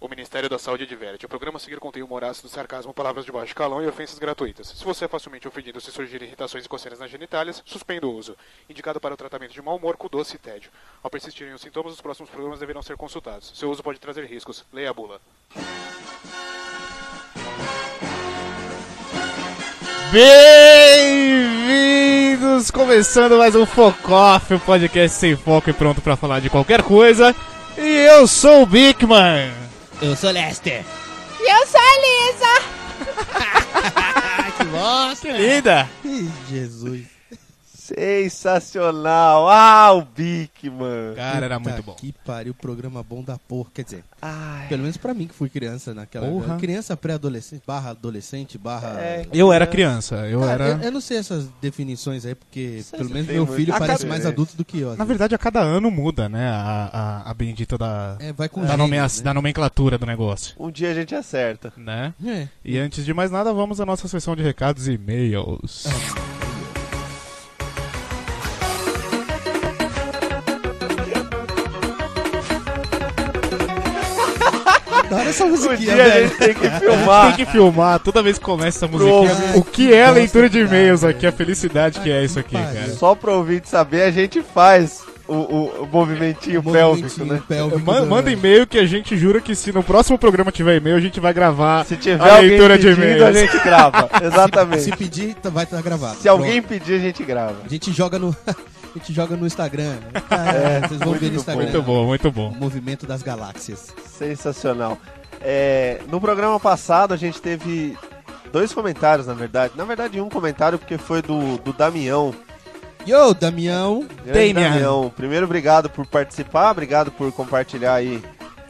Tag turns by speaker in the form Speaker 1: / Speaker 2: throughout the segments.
Speaker 1: O Ministério da Saúde adverte. O programa a seguir contém humor ácido, sarcasmo, palavras de baixo calão e ofensas gratuitas. Se você é facilmente ofendido se surgirem irritações e coceiras nas genitálias, suspenda o uso. Indicado para o tratamento de mau humor com doce e tédio. Ao persistirem os sintomas, os próximos programas deverão ser consultados. Seu uso pode trazer riscos. Leia a bula.
Speaker 2: Bem-vindos! Começando mais um Focoff, o podcast sem foco e pronto pra falar de qualquer coisa. E eu sou o Bigman.
Speaker 3: Eu sou Lester.
Speaker 4: E eu sou a Lisa.
Speaker 3: que bosta!
Speaker 2: Linda!
Speaker 3: Ih, Jesus.
Speaker 5: Sensacional! Ah, o Bic, mano!
Speaker 2: Cara, era
Speaker 3: Puta
Speaker 2: muito bom.
Speaker 3: Que pariu, programa bom da porra. Quer dizer,
Speaker 5: Ai,
Speaker 3: pelo menos pra mim que fui criança naquela
Speaker 2: Porra.
Speaker 3: época. Criança pré-adolescente, barra adolescente, barra...
Speaker 5: É,
Speaker 2: Eu era criança, eu
Speaker 3: Cara,
Speaker 2: era...
Speaker 3: eu, eu não sei essas definições aí, porque
Speaker 5: Isso
Speaker 3: pelo
Speaker 5: aí
Speaker 3: menos
Speaker 5: tem
Speaker 3: meu
Speaker 5: muito.
Speaker 3: filho
Speaker 5: A
Speaker 3: parece
Speaker 5: cada-
Speaker 3: mais
Speaker 5: é.
Speaker 3: adulto do que eu. né?
Speaker 2: Na verdade, a cada ano muda, né, a, a, a bendita da,
Speaker 3: é, vai com
Speaker 2: da,
Speaker 3: gênero,
Speaker 2: nomea-
Speaker 3: né?
Speaker 2: da nomenclatura do negócio,
Speaker 5: um dia a gente acerta.
Speaker 2: né?
Speaker 3: É.
Speaker 2: E antes de mais nada, vamos à nossa sessão de recados e e-mails.
Speaker 3: Da hora essa
Speaker 5: Um
Speaker 3: musiquinha,
Speaker 5: dia a
Speaker 3: velho.
Speaker 5: gente tem que
Speaker 2: Tem
Speaker 5: filmar.
Speaker 2: que filmar toda vez que começa essa musiquinha.
Speaker 3: Ah. Pro-
Speaker 2: O que é
Speaker 3: Nossa,
Speaker 2: leitura de e-mails
Speaker 3: cara.
Speaker 2: aqui? A felicidade que é isso aqui,
Speaker 3: Pariu.
Speaker 2: cara.
Speaker 5: Só pra ouvinte saber, a gente faz o, o- o movimentinho pélvico,
Speaker 3: Movimentinho
Speaker 5: né?
Speaker 3: pélvico
Speaker 2: É Ma-
Speaker 3: do-
Speaker 2: Manda e-mail que a gente jura que se no próximo programa tiver e-mail, a gente vai gravar
Speaker 5: Se tiver
Speaker 2: a
Speaker 5: alguém
Speaker 2: leitura de
Speaker 5: pedindo, a
Speaker 2: e-mails.
Speaker 5: gente grava. Exatamente.
Speaker 3: Se
Speaker 5: Se,
Speaker 3: pedir, tá- vai estar gravado.
Speaker 5: alguém pedir, a gente grava.
Speaker 3: A gente joga no. A gente joga no Instagram. Ah, vocês vão ver no
Speaker 5: É, muito
Speaker 3: Instagram.
Speaker 2: Muito bom, muito
Speaker 3: O
Speaker 2: bom.
Speaker 3: movimento das galáxias.
Speaker 5: Sensacional. É, no programa passado, a gente teve dois comentários, na verdade. Na verdade, um comentário, porque foi do, do Damião.
Speaker 3: Yo, Damião.
Speaker 5: Grande
Speaker 2: Damian.
Speaker 5: Damião, primeiro obrigado por participar, obrigado por compartilhar aí.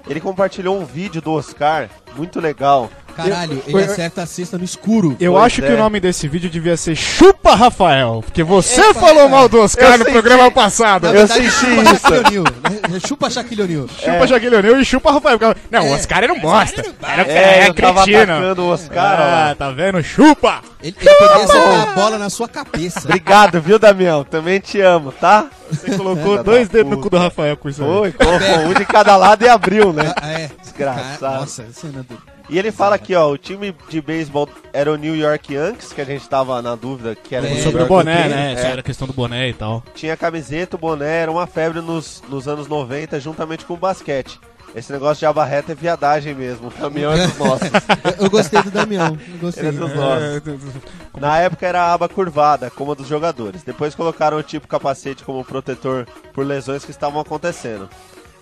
Speaker 5: Ele compartilhou um vídeo do Oscar, muito legal.
Speaker 3: Caralho,
Speaker 2: eu-
Speaker 3: ele acerta a cesta no escuro.
Speaker 2: Eu
Speaker 5: Pois
Speaker 2: acho que
Speaker 5: é.
Speaker 2: o nome desse vídeo devia ser Chupa Rafael, porque você
Speaker 3: Epa,
Speaker 2: falou mal do
Speaker 5: eu
Speaker 2: Oscar no
Speaker 5: senti-
Speaker 2: programa passado.
Speaker 3: Na
Speaker 5: eu
Speaker 3: verdade,
Speaker 5: senti
Speaker 3: chupa
Speaker 5: isso.
Speaker 3: Shaquille O'Neal, né? Chupa Shaquille O'Neal.
Speaker 2: Chupa Jaqueline O'Neal e chupa Rafael. Não, o
Speaker 3: É.
Speaker 2: é. Oscar era um bosta. Era,
Speaker 5: É,
Speaker 2: é,
Speaker 5: eu tava
Speaker 2: cretino.
Speaker 5: atacando o Oscar, ó
Speaker 2: Ah,
Speaker 5: lá.
Speaker 2: tá vendo? Chupa!
Speaker 3: Ele, ele poderia acertar a bola na sua cabeça.
Speaker 5: Obrigado, viu, Damião? Também te amo, tá? Você
Speaker 2: Colocou dois dedos no cu do Rafael com isso aí.
Speaker 5: Foi, colocou um de cada lado e abriu, né?
Speaker 3: Ah, é.
Speaker 5: Desgraçado.
Speaker 3: Cara, Nossa, é cena do.
Speaker 5: E ele fala aqui, ó, o time de beisebol era o New York Yankees, que a gente tava na dúvida que era
Speaker 3: É,
Speaker 5: New
Speaker 2: Sobre o
Speaker 5: York
Speaker 2: boné,
Speaker 5: Yankees.
Speaker 2: né?
Speaker 5: É.
Speaker 2: Isso era questão do boné e tal.
Speaker 5: tinha camiseta, o boné, era uma febre nos, nos anos 90, juntamente com o basquete. Esse negócio de aba reta é viadagem mesmo. O caminhão é dos nossos.
Speaker 3: Eu, eu gostei do Damião. eu Gostei.
Speaker 5: Ele é dos nossos. Na época era a aba curvada, como a dos jogadores. Depois colocaram o tipo capacete como protetor por lesões que estavam acontecendo.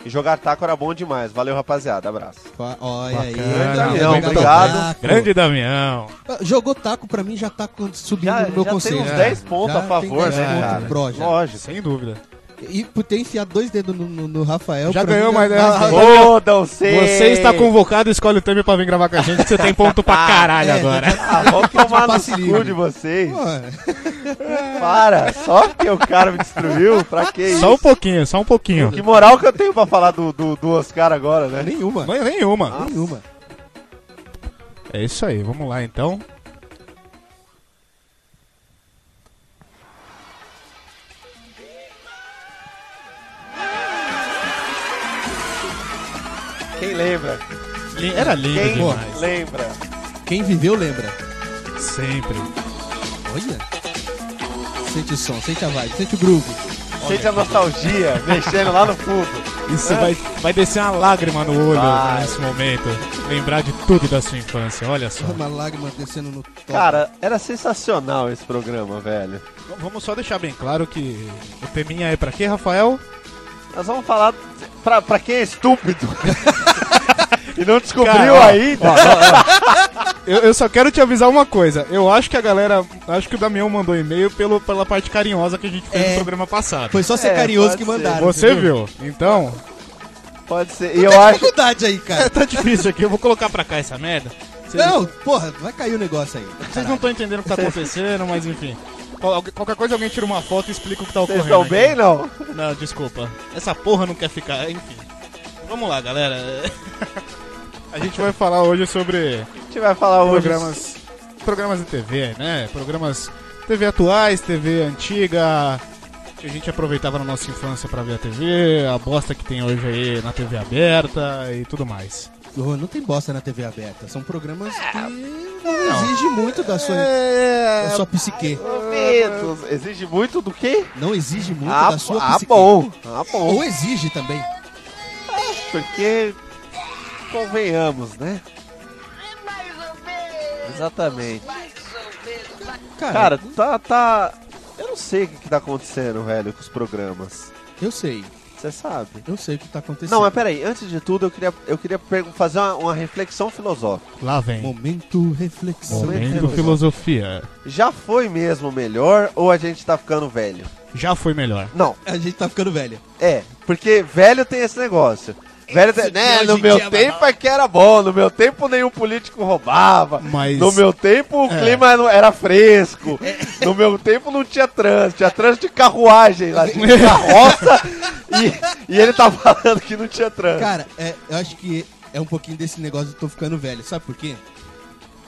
Speaker 5: E jogar taco era bom demais. Valeu, rapaziada. Abraço.
Speaker 3: Olha aí.
Speaker 2: Bacana,
Speaker 3: Damião,
Speaker 5: muito
Speaker 3: jogado.
Speaker 2: Grande Damião.
Speaker 3: Jogou taco pra mim já tá com- subindo
Speaker 5: Já,
Speaker 3: no meu
Speaker 5: já
Speaker 3: conceito.
Speaker 5: tem uns
Speaker 2: é.
Speaker 5: 10 pontos
Speaker 3: né? Já
Speaker 5: a favor,
Speaker 3: tem 10
Speaker 5: né,
Speaker 3: pontos
Speaker 5: cara?
Speaker 3: pro já.
Speaker 5: Lógico.
Speaker 2: Sem dúvida.
Speaker 3: E por ter enfiado dois dedos no, no- no Rafael.
Speaker 2: Já
Speaker 3: pra
Speaker 2: ganhou,
Speaker 3: mim,
Speaker 5: é
Speaker 2: mas-
Speaker 3: mais dez.
Speaker 5: Fodam-se!
Speaker 2: Você está convocado, escolhe o time pra vir gravar com a gente, que você tem ponto pra caralho
Speaker 3: É.
Speaker 2: agora.
Speaker 5: Ah, vão tomar no
Speaker 3: passe
Speaker 5: cu
Speaker 3: livre.
Speaker 5: de vocês.
Speaker 3: Pô,
Speaker 5: Para! Só porque o cara me destruiu? Pra que isso?
Speaker 2: Só um pouquinho, só um pouquinho.
Speaker 5: Que moral que eu tenho pra falar do, do, do Oscar agora, né?
Speaker 3: é nenhuma.
Speaker 2: Mas nenhuma.
Speaker 3: Nenhuma.
Speaker 2: É isso aí, vamos lá então.
Speaker 5: Quem lembra?
Speaker 2: Lin- Era lindo
Speaker 5: Quem
Speaker 2: demais.
Speaker 5: lembra?
Speaker 3: Quem viveu lembra.
Speaker 2: Sempre.
Speaker 3: Olha. Sente o som, sente a vibe, sente o groove.
Speaker 2: é
Speaker 5: Sente a nostalgia mexendo lá no fundo.
Speaker 2: Isso vai, vai descer uma lágrima no olho
Speaker 5: Vai.
Speaker 2: nesse momento. Lembrar de tudo da sua infância, olha só.
Speaker 3: Uma lágrima descendo no top.
Speaker 5: Cara, era sensacional esse programa, velho.
Speaker 2: Vamos só deixar bem claro que o teminha é pra quê, Rafael?
Speaker 5: Nós vamos falar pra, pra quem é estúpido. e não descobriu
Speaker 2: Cara, ó,
Speaker 5: ainda.
Speaker 2: Eu, eu só quero te avisar uma coisa. Eu acho que a galera. Acho que o Damião mandou e-mail pelo, pela parte carinhosa que a gente fez
Speaker 3: É.
Speaker 2: no programa passado.
Speaker 3: Foi só ser
Speaker 5: É,
Speaker 3: carinhoso que
Speaker 5: pode ser.
Speaker 3: mandaram.
Speaker 2: Você
Speaker 3: entendeu?
Speaker 2: viu? Então.
Speaker 5: Pode ser. E
Speaker 3: Tem
Speaker 5: eu acho.
Speaker 3: dificuldade aí, cara.
Speaker 2: tá difícil aqui, eu vou colocar pra cá essa merda. Vocês
Speaker 3: Não, porra, vai cair o negócio aí.
Speaker 2: vocês não estão entendendo o que tá acontecendo, mas enfim. Qual- algu- Qualquer coisa alguém tira uma foto e explica o que tá
Speaker 5: Vocês
Speaker 2: ocorrendo.
Speaker 5: estão bem,
Speaker 2: aqui.
Speaker 5: não?
Speaker 2: Não, desculpa. Essa porra não quer ficar, enfim. Vamos lá, galera. a gente vai falar hoje sobre
Speaker 5: A gente vai falar hoje.
Speaker 2: programas programas de TV, né? Programas TV atuais, TV antiga, que a gente aproveitava na nossa infância pra ver a TV, a bosta que tem hoje aí na TV aberta e tudo mais.
Speaker 3: Luan, não tem bosta na TV aberta. São programas
Speaker 5: É,
Speaker 3: que não exigem muito da sua, da
Speaker 5: é.
Speaker 3: sua psique.
Speaker 5: Medos. Exige muito do quê?
Speaker 3: Não exige muito
Speaker 5: Ah,
Speaker 3: da sua
Speaker 5: ah,
Speaker 3: psique.
Speaker 5: bom. Ah, bom.
Speaker 3: Ou exige também.
Speaker 5: Porque convenhamos, né? Exatamente.
Speaker 3: Cara,
Speaker 5: Cara, tá, tá. Eu não sei o que, que tá acontecendo, velho, com os programas.
Speaker 3: eu sei.
Speaker 5: Você sabe.
Speaker 3: Eu sei o que tá acontecendo.
Speaker 5: Não, mas peraí, antes de tudo, eu queria, eu queria pergun- fazer uma, uma reflexão filosófica.
Speaker 2: Lá vem.
Speaker 3: Momento reflexão.
Speaker 2: Momento filosofia.
Speaker 5: Já foi mesmo melhor ou a gente tá ficando velho?
Speaker 2: Já foi melhor.
Speaker 5: Não,
Speaker 3: A gente tá ficando velho.
Speaker 5: é, porque velho tem esse negócio. Velho tem,
Speaker 3: Isso
Speaker 5: né,
Speaker 3: de
Speaker 5: no
Speaker 3: hoje em
Speaker 5: meu
Speaker 3: dia é
Speaker 5: tempo é que era bom, no meu tempo nenhum político roubava.
Speaker 2: Mas-
Speaker 5: No meu tempo o
Speaker 2: É.
Speaker 5: clima não- era fresco.
Speaker 3: É.
Speaker 5: No meu tempo não tinha trânsito, tinha trânsito de carruagem lá, de carroça. e, e ele tá falando que não tinha trânsito.
Speaker 3: Cara, é, eu acho que é um pouquinho desse negócio de tô ficando velho. Sabe por quê?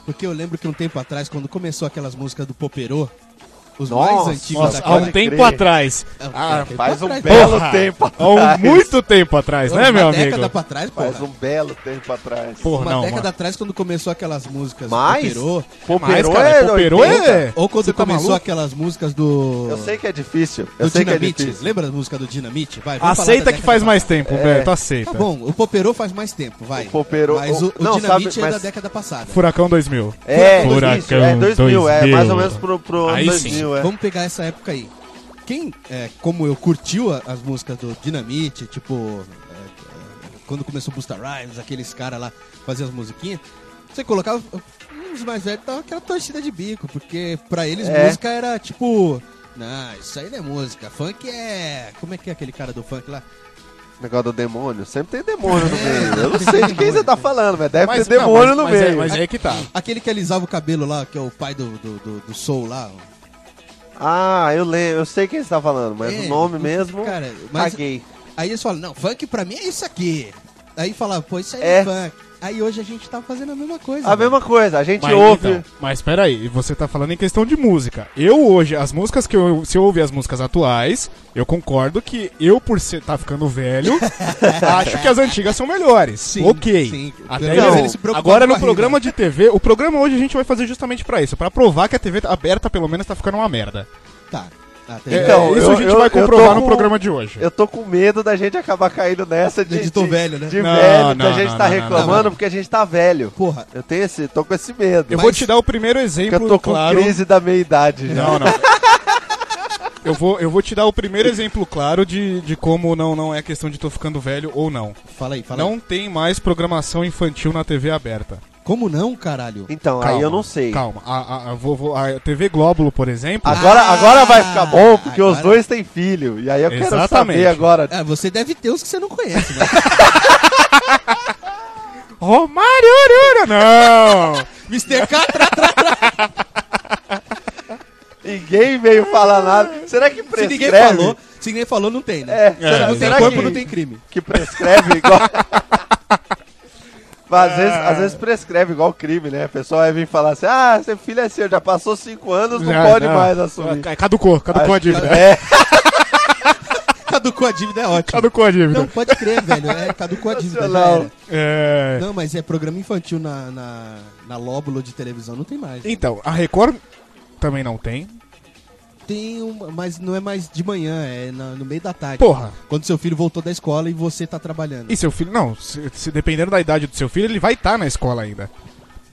Speaker 3: Porque eu lembro que um tempo atrás, quando começou aquelas músicas do Poperô, os
Speaker 5: Nossa,
Speaker 3: mais antigos
Speaker 2: Nossa, há
Speaker 5: pode
Speaker 2: um tempo
Speaker 5: crer.
Speaker 2: atrás.
Speaker 3: É,
Speaker 5: Ah,
Speaker 3: tempo
Speaker 5: faz um
Speaker 3: atrás.
Speaker 5: belo
Speaker 2: Porra.
Speaker 5: tempo
Speaker 2: Há um
Speaker 5: atrás.
Speaker 2: muito tempo atrás, né, meu
Speaker 3: uma
Speaker 2: amigo?
Speaker 3: década pra trás, porra.
Speaker 5: Faz um belo tempo atrás.
Speaker 2: Porra,
Speaker 3: Uma
Speaker 2: não,
Speaker 3: década
Speaker 2: mano.
Speaker 3: atrás, quando começou aquelas músicas
Speaker 5: Mas-
Speaker 3: do
Speaker 2: Mas,
Speaker 3: Poperô,
Speaker 5: Poperô
Speaker 2: cara,
Speaker 5: é
Speaker 2: Poperô
Speaker 5: 80.
Speaker 2: é...
Speaker 3: ou quando
Speaker 2: Você tá
Speaker 3: começou
Speaker 2: maluco?
Speaker 3: aquelas músicas do...
Speaker 5: Eu sei que é difícil. Eu
Speaker 3: do
Speaker 5: sei que é
Speaker 3: Dinamite.
Speaker 5: difícil.
Speaker 3: Lembra a música do Dinamite? Vai, vamos falar da
Speaker 2: Aceita que
Speaker 3: década
Speaker 2: faz
Speaker 3: pra
Speaker 2: mais
Speaker 3: trás.
Speaker 2: tempo,
Speaker 5: É.
Speaker 2: velho. Tu aceita.
Speaker 3: Tá bom, o Poperô faz mais tempo, vai.
Speaker 5: O Poperô-
Speaker 3: Mas o, o
Speaker 5: não,
Speaker 3: Dinamite
Speaker 5: sabe,
Speaker 3: é da
Speaker 5: mas-
Speaker 3: década passada.
Speaker 2: Furacão 2000.
Speaker 5: É,
Speaker 2: Furacão
Speaker 5: isso, é 2000, é
Speaker 2: 2000.
Speaker 5: mais ou menos pro, pro ano
Speaker 2: Aí
Speaker 5: 2000, é.
Speaker 3: Vamos pegar essa época aí. Quem, é, como eu, curtiu a- as músicas do Dinamite, tipo, é, é, quando começou o Busta Rhymes, aqueles caras lá faziam as musiquinhas, você colocava, os mais velhos tava aquela torcida de bico, porque pra eles
Speaker 5: É.
Speaker 3: música era tipo, não, isso aí não é música, funk é... Como é que é aquele cara do funk lá?
Speaker 5: Negócio do demônio, sempre tem demônio no meio. Eu não sei de quem você tá falando, mas deve ter
Speaker 2: não,
Speaker 5: demônio um no
Speaker 2: mas é-
Speaker 5: meio.
Speaker 2: mas é que tá.
Speaker 3: Aquele que alisava o cabelo lá, que é o pai do, do, do, do Soul lá.
Speaker 5: Ah, eu lembro, eu sei quem você tá falando, mas
Speaker 3: É,
Speaker 5: o nome
Speaker 3: o-
Speaker 5: mesmo.
Speaker 3: cara, mas-
Speaker 5: caguei.
Speaker 3: Aí eles falam, não, funk pra mim é isso aqui. Aí falava, pô, isso aí é,
Speaker 5: É.
Speaker 3: funk. Aí hoje a gente tá fazendo a mesma coisa.
Speaker 5: A
Speaker 3: velho.
Speaker 5: mesma coisa, a gente
Speaker 2: é Mas,
Speaker 5: ouve.
Speaker 2: então, mas peraí, você tá falando em questão de música. Eu hoje, as músicas que eu. Se eu ouvir as músicas atuais, eu concordo que eu, por ser, tá ficando velho, acho que as antigas são melhores.
Speaker 3: Sim,
Speaker 2: ok.
Speaker 3: sim.
Speaker 2: Até
Speaker 3: Pelo menos
Speaker 2: eu-
Speaker 3: eles se preocuparam
Speaker 2: Agora
Speaker 3: com
Speaker 2: no
Speaker 3: a
Speaker 2: programa de TV, o programa hoje a gente vai fazer justamente pra isso, pra provar que a TV aberta pelo menos tá ficando uma merda.
Speaker 3: Tá. Ah, tem-
Speaker 5: Então,
Speaker 2: É, isso
Speaker 5: eu-
Speaker 2: a gente
Speaker 5: eu-
Speaker 2: vai
Speaker 5: eu tô
Speaker 2: comprovar no
Speaker 5: com-
Speaker 2: programa de hoje.
Speaker 5: Eu tô com medo da gente acabar caindo nessa de.
Speaker 3: De tô velho, né?
Speaker 5: De
Speaker 2: Não,
Speaker 5: velho,
Speaker 2: não,
Speaker 5: da gente
Speaker 2: não,
Speaker 5: tá
Speaker 2: não, não,
Speaker 5: reclamando
Speaker 3: não.
Speaker 5: porque a gente tá velho.
Speaker 3: Porra,
Speaker 5: Eu tenho esse, tô com esse medo.
Speaker 2: Eu
Speaker 3: Mas-
Speaker 2: vou te dar o primeiro
Speaker 5: porque
Speaker 2: exemplo,
Speaker 5: eu tô com
Speaker 2: claro.
Speaker 5: crise da meia idade já.
Speaker 2: Não, não. Eu vou, eu vou te dar o primeiro exemplo claro de, de como não, não é questão de tô ficando velho ou não.
Speaker 3: fala aí, fala aí.
Speaker 2: Não tem mais programação infantil na TV aberta.
Speaker 3: Como não, caralho?
Speaker 5: Então, aí eu não sei.
Speaker 2: Calma. A, a- a- vou- vou- a TV Glóbulo, por exemplo.
Speaker 5: Agora,
Speaker 3: Ah,
Speaker 5: agora vai ficar bom porque os
Speaker 3: agora-
Speaker 5: dois têm filho. E aí eu quero
Speaker 2: Exatamente.
Speaker 5: saber agora.
Speaker 3: Ah, você deve ter os que você não conhece, né?
Speaker 2: Romário Urura! Não!
Speaker 3: Mr. Catra,
Speaker 5: Ninguém veio falar nada. Será
Speaker 3: se
Speaker 5: que prescreve?
Speaker 3: ninguém falou, se ninguém falou, não tem, né?
Speaker 5: É, será,
Speaker 2: não
Speaker 3: Não tem
Speaker 5: será
Speaker 3: corpo,
Speaker 5: que,
Speaker 3: não tem crime.
Speaker 5: que prescreve igual. Mas às, vezes, às vezes prescreve igual crime, né? O pessoal vai vir falar assim: ah, seu filho é seu, já passou cinco anos, não
Speaker 2: Já,
Speaker 5: pode mais assumir.
Speaker 2: Ah, Caducou, caducou a dívida.
Speaker 5: É,
Speaker 3: Caducou a dívida, é ótimo.
Speaker 2: Caducou a
Speaker 3: Não,
Speaker 2: dívida.
Speaker 3: pode crer, velho. É, caducou a dívida, já
Speaker 5: Sensacional.
Speaker 3: era.
Speaker 2: É...
Speaker 3: Não, mas é programa infantil na, na, na lóbulo de televisão, não tem mais.
Speaker 2: Então, a Record também não tem.
Speaker 3: Tem um, mas não é mais de manhã, é na- no meio da tarde.
Speaker 2: Porra.
Speaker 3: Quando seu filho voltou da escola e você tá trabalhando.
Speaker 2: E seu filho, não, se, se dependendo da idade do seu filho, ele vai estar na escola ainda.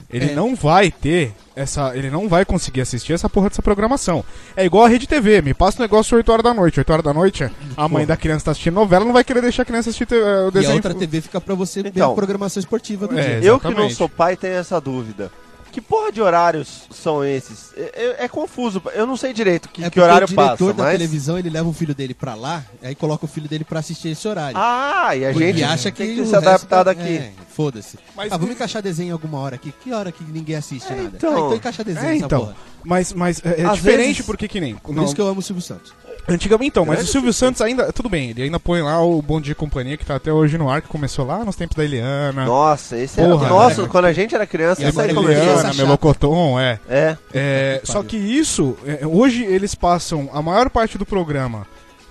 Speaker 2: Ele
Speaker 3: É.
Speaker 2: não vai ter essa. Ele não vai conseguir assistir essa porra dessa programação. É igual a Rede TV, me passa o negócio 8 horas da noite. 8 horas da noite, a mãe da criança tá assistindo novela, não vai querer deixar a criança assistir te- eh, o
Speaker 3: E a
Speaker 2: desenho.
Speaker 3: outra TV fica pra você ver
Speaker 5: Então.
Speaker 3: a programação esportiva do
Speaker 2: É,
Speaker 3: dia.
Speaker 5: eu que não
Speaker 2: Exatamente.
Speaker 5: sou pai tenho essa dúvida. Que porra de horários são esses? É, é- é confuso. Eu não sei direito que,
Speaker 3: É
Speaker 5: que
Speaker 3: porque
Speaker 5: horário
Speaker 3: o diretor
Speaker 5: passa,
Speaker 3: da
Speaker 5: mas.
Speaker 3: televisão, ele leva o filho dele pra lá, aí coloca o filho dele pra assistir esse horário.
Speaker 5: Ah, e a
Speaker 3: Porque
Speaker 5: gente
Speaker 3: acha que
Speaker 5: tem
Speaker 3: o
Speaker 5: que se adaptar
Speaker 3: resto-
Speaker 5: daqui.
Speaker 3: É, foda-se.
Speaker 2: Mas-
Speaker 3: ah, vamos encaixar desenho em alguma hora aqui. Que hora que ninguém assiste nada?
Speaker 5: então.
Speaker 3: Ah, então encaixa desenho
Speaker 2: É,
Speaker 3: nessa
Speaker 2: então.
Speaker 3: porra.
Speaker 2: Mas, mas é, é
Speaker 5: Às
Speaker 2: diferente
Speaker 5: vezes-
Speaker 2: porque que nem.
Speaker 3: Por
Speaker 2: não,
Speaker 3: isso que eu amo o Silvio Santos.
Speaker 2: Antigamente então, mas o Silvio Santos ainda. Tudo bem, ele ainda põe lá o Bom Dia e Companhia, que tá até hoje no ar, que começou lá nos tempos da Eliana.
Speaker 5: Nossa, esse
Speaker 2: Ah. Porra,
Speaker 5: era. Nossa,
Speaker 2: cara.
Speaker 5: quando a gente era criança,
Speaker 3: E
Speaker 5: isso aí
Speaker 3: agora
Speaker 5: começou.
Speaker 3: criança
Speaker 2: Eliana,
Speaker 3: chata.
Speaker 2: Melocoton, é.
Speaker 5: É.
Speaker 2: É,
Speaker 3: que
Speaker 2: só
Speaker 3: pariu.
Speaker 2: que isso, é, hoje eles passam a maior parte do programa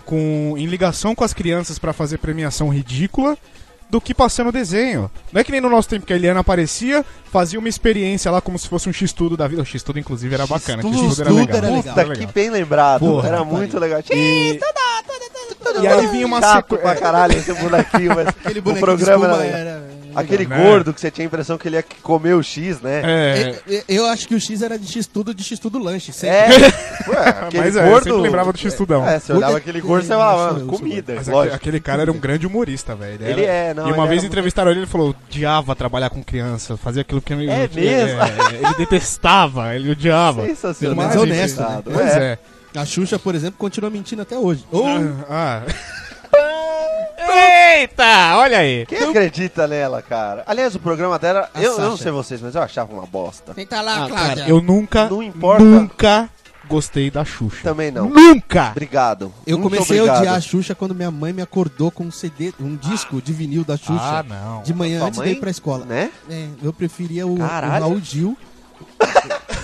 Speaker 2: com em ligação com as crianças pra fazer premiação ridícula. do que passando desenho. Não é que nem no nosso tempo que a Eliana aparecia, fazia uma experiência lá como se fosse um X-Tudo da vida. O X-Tudo, inclusive, era bacana. que
Speaker 3: X-Tudo
Speaker 2: X-Tudo era legal.
Speaker 3: era legal.
Speaker 5: Puta, que bem lembrado.
Speaker 3: Porra,
Speaker 5: era
Speaker 3: cara.
Speaker 5: muito legal.
Speaker 2: E,
Speaker 5: Tudo
Speaker 2: e aí vinha uma
Speaker 5: chato
Speaker 2: sequ-
Speaker 5: pra caralho esse bonequinho, mas
Speaker 3: Aquele
Speaker 5: o
Speaker 3: bonequinho
Speaker 5: programa
Speaker 3: de
Speaker 5: era,
Speaker 3: espuma
Speaker 5: legal.
Speaker 3: legal.
Speaker 5: Aquele
Speaker 2: né?
Speaker 5: gordo que você tinha a impressão que ele ia comer o X, né?
Speaker 2: É,
Speaker 3: Eu- eu- Eu acho que o X era de X tudo, de X tudo lanche. sempre.
Speaker 5: Ué, É. aquele
Speaker 2: mas é, eu
Speaker 5: gordo...
Speaker 2: sempre lembrava do X-Tudão.
Speaker 5: É, você olhava aquele gordo e você falava, mano,
Speaker 3: Nossa,
Speaker 5: comida,
Speaker 2: Mas aque-
Speaker 5: lógico.
Speaker 2: aquele cara era um grande humorista, velho.
Speaker 5: Ele
Speaker 2: era-
Speaker 5: é, não,
Speaker 2: E uma
Speaker 5: ele
Speaker 2: vez
Speaker 5: era
Speaker 2: entrevistaram ele, ele falou, odiava trabalhar com criança, fazia aquilo que...
Speaker 5: É mesmo?
Speaker 2: ele detestava, ele odiava.
Speaker 5: Sensacional.
Speaker 3: Mas
Speaker 5: Muito
Speaker 3: honesto, né?
Speaker 5: engraçado.
Speaker 2: Pois
Speaker 5: É.
Speaker 2: é.
Speaker 3: A Xuxa, por exemplo, continua mentindo até hoje. Ou
Speaker 2: Ah. Eita, olha aí.
Speaker 5: Quem acredita nela, cara? Aliás, o programa dela,
Speaker 3: A
Speaker 5: eu, eu não
Speaker 3: Sasha.
Speaker 5: sei vocês, mas eu achava uma bosta.
Speaker 4: Senta lá,
Speaker 3: Ah,
Speaker 4: Cláudia.
Speaker 2: Eu nunca,
Speaker 5: Não importa.
Speaker 2: nunca gostei da Xuxa.
Speaker 5: Também não.
Speaker 2: Nunca!
Speaker 5: Obrigado.
Speaker 3: eu
Speaker 5: Muito
Speaker 3: comecei a
Speaker 5: obrigado.
Speaker 3: odiar a Xuxa quando minha mãe me acordou com um CD, um disco de vinil da Xuxa.
Speaker 2: Ah, não.
Speaker 3: De manhã
Speaker 5: Sua
Speaker 3: antes de
Speaker 5: mãe?
Speaker 3: ir pra escola.
Speaker 5: Né?
Speaker 3: É, eu preferia o, o
Speaker 5: Caralho.
Speaker 3: Raul Gil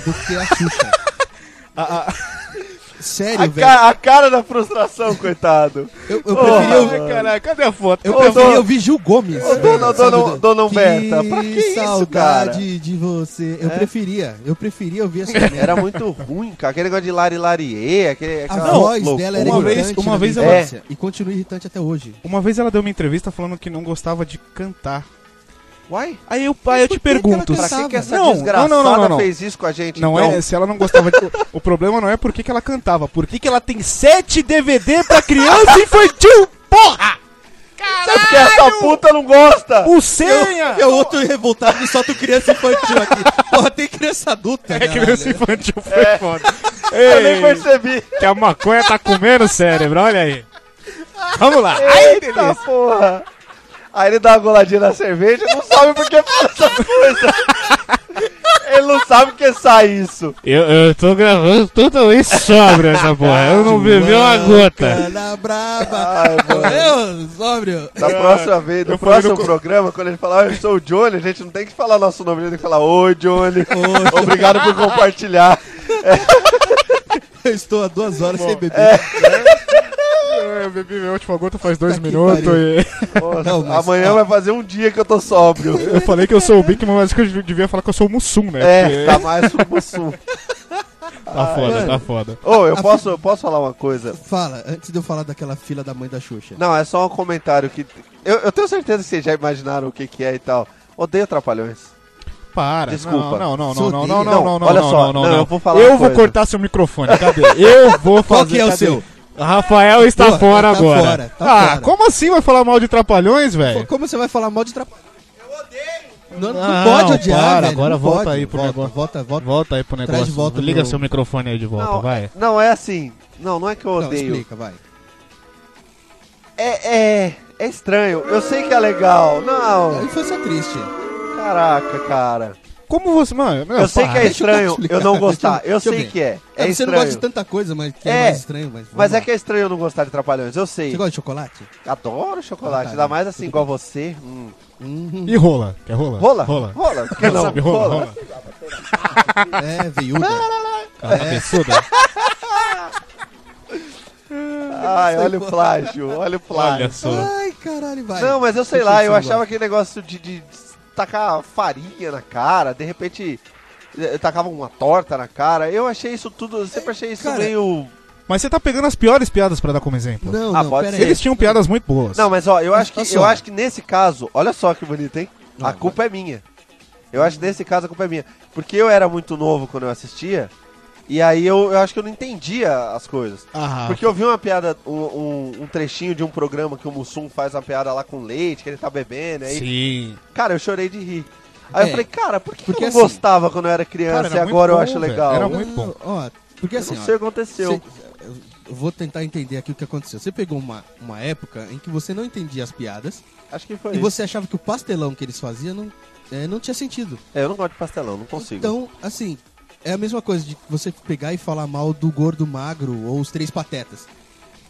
Speaker 3: do que a Xuxa.
Speaker 5: A,
Speaker 3: Sério, velho.
Speaker 5: ca- a Ah, cara da frustração, coitado.
Speaker 3: Eu, eu
Speaker 5: Porra,
Speaker 3: preferia o
Speaker 5: mano.
Speaker 2: Caralho, cadê a foto?
Speaker 3: Eu
Speaker 5: Ô,
Speaker 3: preferi
Speaker 5: dona-
Speaker 3: ouvir Gil Gomes.
Speaker 5: Ô, dona-
Speaker 3: sabe,
Speaker 5: dona-
Speaker 3: do-
Speaker 5: dona Humberta, pra que isso, É?
Speaker 3: saudade de você. Eu preferia. Eu preferia ouvir essa merda.
Speaker 5: Era muito ruim, cara. Aquele negócio de larilarie, aquele.
Speaker 3: A
Speaker 5: aquela
Speaker 3: voz
Speaker 5: loucura.
Speaker 3: dela era
Speaker 2: Uma vez-
Speaker 3: irritante
Speaker 2: uma
Speaker 3: na
Speaker 2: vez
Speaker 3: minha
Speaker 5: ela-
Speaker 3: infância, E continua irritante até hoje.
Speaker 2: Uma vez ela deu uma entrevista falando que não gostava de cantar.
Speaker 5: Uai?
Speaker 2: Aí eu, aí eu te pergunto.
Speaker 3: ela
Speaker 5: Pra
Speaker 3: cantava?
Speaker 5: que, que essa
Speaker 2: Não,
Speaker 5: desgraçada
Speaker 2: não, não, não, não, não.
Speaker 5: fez isso com a gente?
Speaker 2: Não
Speaker 5: então?
Speaker 2: é, se ela não gostava de. O problema não é por que que ela cantava, por que que ela tem sete DVD pra criança infantil, porra!
Speaker 5: É porque essa puta não gosta!
Speaker 2: O senha!
Speaker 3: é outro revoltado que solta criança infantil aqui. Porra, tem criança adulta.
Speaker 2: É criança infantil, foi foda.
Speaker 5: Eu nem
Speaker 2: Ei,
Speaker 5: percebi!
Speaker 2: que a maconha tá comendo o cérebro, olha aí. Vamos lá.
Speaker 5: Eita porra! Aí ele dá uma goladinha na cerveja e não sabe por que fala essa coisa! Ele não sabe o que sai isso!
Speaker 2: Eu, eu tô gravando tudo isso sobre essa porra. Eu não bebi uma gota.
Speaker 3: Cana braba.
Speaker 5: Ai, mano.
Speaker 3: Eu, sóbrio.
Speaker 5: Da próxima vez, no
Speaker 2: É, eu falei
Speaker 5: próximo
Speaker 2: no co-
Speaker 5: programa, quando ele falar, "Ah, eu sou o Johnny, a gente não tem que falar nosso nome, a gente tem que falar, oi Johnny, obrigado por compartilhar.
Speaker 3: Eu estou há duas horas sem beber.
Speaker 2: É, Eu bebi minha última gota faz dois
Speaker 3: Puta que
Speaker 2: minutos
Speaker 3: pariu.
Speaker 2: e.
Speaker 5: Nossa,
Speaker 3: Não, mas-
Speaker 5: amanhã vai fazer um dia que eu tô sóbrio.
Speaker 2: Eu falei que eu sou o Big, mas acho que eu devia falar que eu sou o Mussum, né?
Speaker 5: É, tá mais pro Mussum.
Speaker 2: Porque Tá foda, tá foda.
Speaker 5: Ô, eu posso, eu posso falar uma coisa?
Speaker 3: Fala, antes de eu falar daquela fila da mãe da Xuxa.
Speaker 5: Não, é só um comentário que... Eu, eu tenho certeza que vocês já imaginaram o que que é e tal. Odeio Trapalhões.
Speaker 2: Para.
Speaker 5: Desculpa.
Speaker 2: Não, não, não,
Speaker 3: Você
Speaker 2: não, não,
Speaker 3: odeia?
Speaker 2: não, não, não, não,
Speaker 5: Olha
Speaker 2: não, não,
Speaker 5: só, não,
Speaker 2: não.
Speaker 5: eu vou falar
Speaker 2: Eu
Speaker 5: uma
Speaker 2: vou
Speaker 5: coisa.
Speaker 2: cortar seu microfone, cadê? Eu vou fazer.
Speaker 3: Qual que é o
Speaker 2: cadê?
Speaker 3: seu?
Speaker 2: Rafael está
Speaker 3: Pô,
Speaker 2: fora
Speaker 3: tá
Speaker 2: agora.
Speaker 3: fora, tá
Speaker 2: ah,
Speaker 3: fora.
Speaker 2: como assim vai falar mal de Trapalhões,
Speaker 3: Pô,
Speaker 2: velho?
Speaker 3: como você vai falar mal de trapalhões? é. Eu odeio! Não, não
Speaker 2: Ah, Não,
Speaker 3: pode odiar,
Speaker 2: para,
Speaker 3: velho,
Speaker 2: agora
Speaker 3: não
Speaker 2: volta
Speaker 3: pode.
Speaker 2: aí pro
Speaker 3: volta,
Speaker 2: negócio.
Speaker 3: Volta, volta.
Speaker 2: Volta aí pro
Speaker 3: Traz
Speaker 2: negócio.
Speaker 3: de volta
Speaker 2: Liga
Speaker 3: pro-
Speaker 2: seu microfone aí de volta,
Speaker 5: não,
Speaker 2: vai.
Speaker 5: Não, é assim. Não, não é que eu
Speaker 3: Não,
Speaker 5: odeio.
Speaker 3: explica, vai.
Speaker 5: é, é, é estranho. Eu sei que é legal.
Speaker 3: A
Speaker 5: Não,
Speaker 3: infância é triste.
Speaker 5: caraca, cara.
Speaker 2: Como você. Mano, meu,
Speaker 5: Eu sei
Speaker 2: para.
Speaker 5: que é
Speaker 3: deixa eu
Speaker 5: estranho
Speaker 3: explicar,
Speaker 5: eu não gostar.
Speaker 3: deixa eu-
Speaker 5: Eu
Speaker 3: deixa eu
Speaker 5: sei
Speaker 3: ver.
Speaker 5: que é.
Speaker 3: É,
Speaker 5: É
Speaker 3: você não gosta de
Speaker 5: estranho.
Speaker 3: tanta coisa, mas que é,
Speaker 5: É,
Speaker 3: mais estranho. Mas, vamos
Speaker 5: Mas é
Speaker 3: lá.
Speaker 5: que é estranho eu não gostar de Trapalhões, eu sei.
Speaker 3: Você gosta de chocolate?
Speaker 5: Adoro
Speaker 3: Ah,
Speaker 5: chocolate,
Speaker 3: tá,
Speaker 5: ainda
Speaker 3: né?
Speaker 5: mais assim, igual você. Hum.
Speaker 3: Uhum.
Speaker 2: E rola. Quer rola?
Speaker 5: Rola?
Speaker 2: Rola.
Speaker 5: Rola. Por que não?
Speaker 2: Sabe, rola,
Speaker 5: Rola.
Speaker 2: rola.
Speaker 3: É, veiuda.
Speaker 2: Cara, cabeçuda.
Speaker 5: Ai, olha o plágio, olha o
Speaker 2: Olha
Speaker 5: plágio.
Speaker 2: só.
Speaker 3: Ai, caralho, vai.
Speaker 5: Não, mas eu sei
Speaker 3: Por que
Speaker 5: lá,
Speaker 3: você
Speaker 5: eu
Speaker 3: não
Speaker 5: achava
Speaker 3: gosta?
Speaker 5: aquele negócio de, de tacar farinha na cara, de repente eh, tacava uma torta na cara. Eu achei isso tudo, eu sempre achei isso
Speaker 3: cara,
Speaker 5: meio.
Speaker 2: Mas você tá pegando as piores piadas pra dar como exemplo.
Speaker 3: Não, é.
Speaker 5: Ah,
Speaker 3: não,
Speaker 5: pode
Speaker 3: pera
Speaker 5: ser.
Speaker 3: aí.
Speaker 2: Eles tinham piadas muito boas.
Speaker 5: Não, mas ó, eu acho que
Speaker 3: Olha
Speaker 5: eu
Speaker 3: só.
Speaker 5: acho que nesse caso, olha só que bonito, hein?
Speaker 3: Não,
Speaker 5: a culpa é minha. Eu acho que nesse caso a culpa é minha, porque eu era muito novo quando eu assistia. E aí eu, eu acho que eu não entendia as coisas.
Speaker 2: Ah,
Speaker 5: Porque eu vi uma piada, um, um- um trechinho de um programa que o Mussum faz uma piada lá com leite, que ele tá bebendo, aí
Speaker 2: sim.
Speaker 5: Cara, eu chorei de rir. Aí
Speaker 3: É.
Speaker 5: eu falei, cara, por que
Speaker 3: Porque
Speaker 5: eu não
Speaker 3: assim-
Speaker 5: gostava quando eu era criança
Speaker 2: Cara, era
Speaker 5: e
Speaker 2: muito
Speaker 5: agora eu
Speaker 2: bom,
Speaker 5: acho
Speaker 2: velho.
Speaker 5: legal?
Speaker 2: Era
Speaker 5: Eu
Speaker 2: muito bom.
Speaker 3: Ó, porque assim,
Speaker 5: não
Speaker 3: ó.
Speaker 5: sei o que aconteceu.
Speaker 3: Cê- eu vou tentar entender aqui o que aconteceu. Você pegou uma, uma época em que você não entendia as piadas
Speaker 5: Acho que foi
Speaker 3: e
Speaker 5: isso.
Speaker 3: você achava que o pastelão que eles faziam não, é, não tinha sentido.
Speaker 5: É, eu não gosto de pastelão, não consigo.
Speaker 3: Então, assim, é a mesma coisa de você pegar e falar mal do gordo magro ou os três patetas.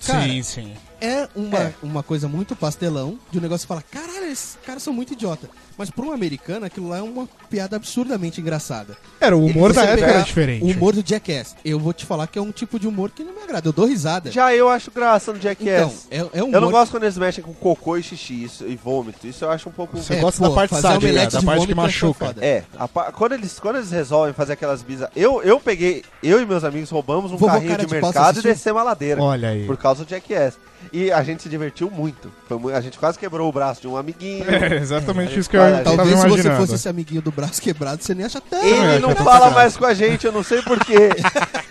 Speaker 3: Cara,
Speaker 2: sim, sim.
Speaker 3: é uma,
Speaker 5: É.
Speaker 3: uma coisa muito pastelão de um negócio que você fala, caralho, esses caras são muito idiota. Mas pra um americano, aquilo lá é uma piada absurdamente engraçada.
Speaker 2: Era, o humor
Speaker 3: Você
Speaker 2: da época
Speaker 3: pegar
Speaker 2: era diferente.
Speaker 3: O humor do Jackass. Eu vou te falar que é um tipo de humor que não me agrada. Eu dou risada.
Speaker 5: Já eu acho graça no
Speaker 3: então,
Speaker 5: Jackass.
Speaker 3: é, é um humor...
Speaker 5: eu não gosto quando eles mexem com cocô e xixi isso, e vômito. Isso eu acho um pouco.
Speaker 3: é
Speaker 2: Você gosta da parte
Speaker 3: fazer
Speaker 2: sádica,
Speaker 3: omelete
Speaker 2: da
Speaker 3: de
Speaker 2: parte que
Speaker 3: vômito
Speaker 2: machuca.
Speaker 3: foda.
Speaker 5: É, a pa- quando, eles, quando eles resolvem fazer aquelas bizas. Eu, eu peguei, eu e meus amigos roubamos um
Speaker 3: Vovô
Speaker 5: carrinho
Speaker 3: Cara
Speaker 5: de
Speaker 3: de Pau,
Speaker 5: mercado e
Speaker 3: assistiu?
Speaker 5: descemos a ladeira.
Speaker 2: Olha aí.
Speaker 5: Por causa do Jackass. E a gente se divertiu muito. Foi mu- a gente quase quebrou o braço de um amiguinho.
Speaker 2: É exatamente isso que eu
Speaker 5: Olha,
Speaker 2: tava
Speaker 3: Talvez se você
Speaker 2: imaginando.
Speaker 3: fosse esse amiguinho do braço quebrado, você nem acha tanto.
Speaker 5: Ele
Speaker 2: É,
Speaker 5: não
Speaker 2: já tá
Speaker 5: fala
Speaker 2: sacado.
Speaker 5: mais com a gente, eu não sei porquê.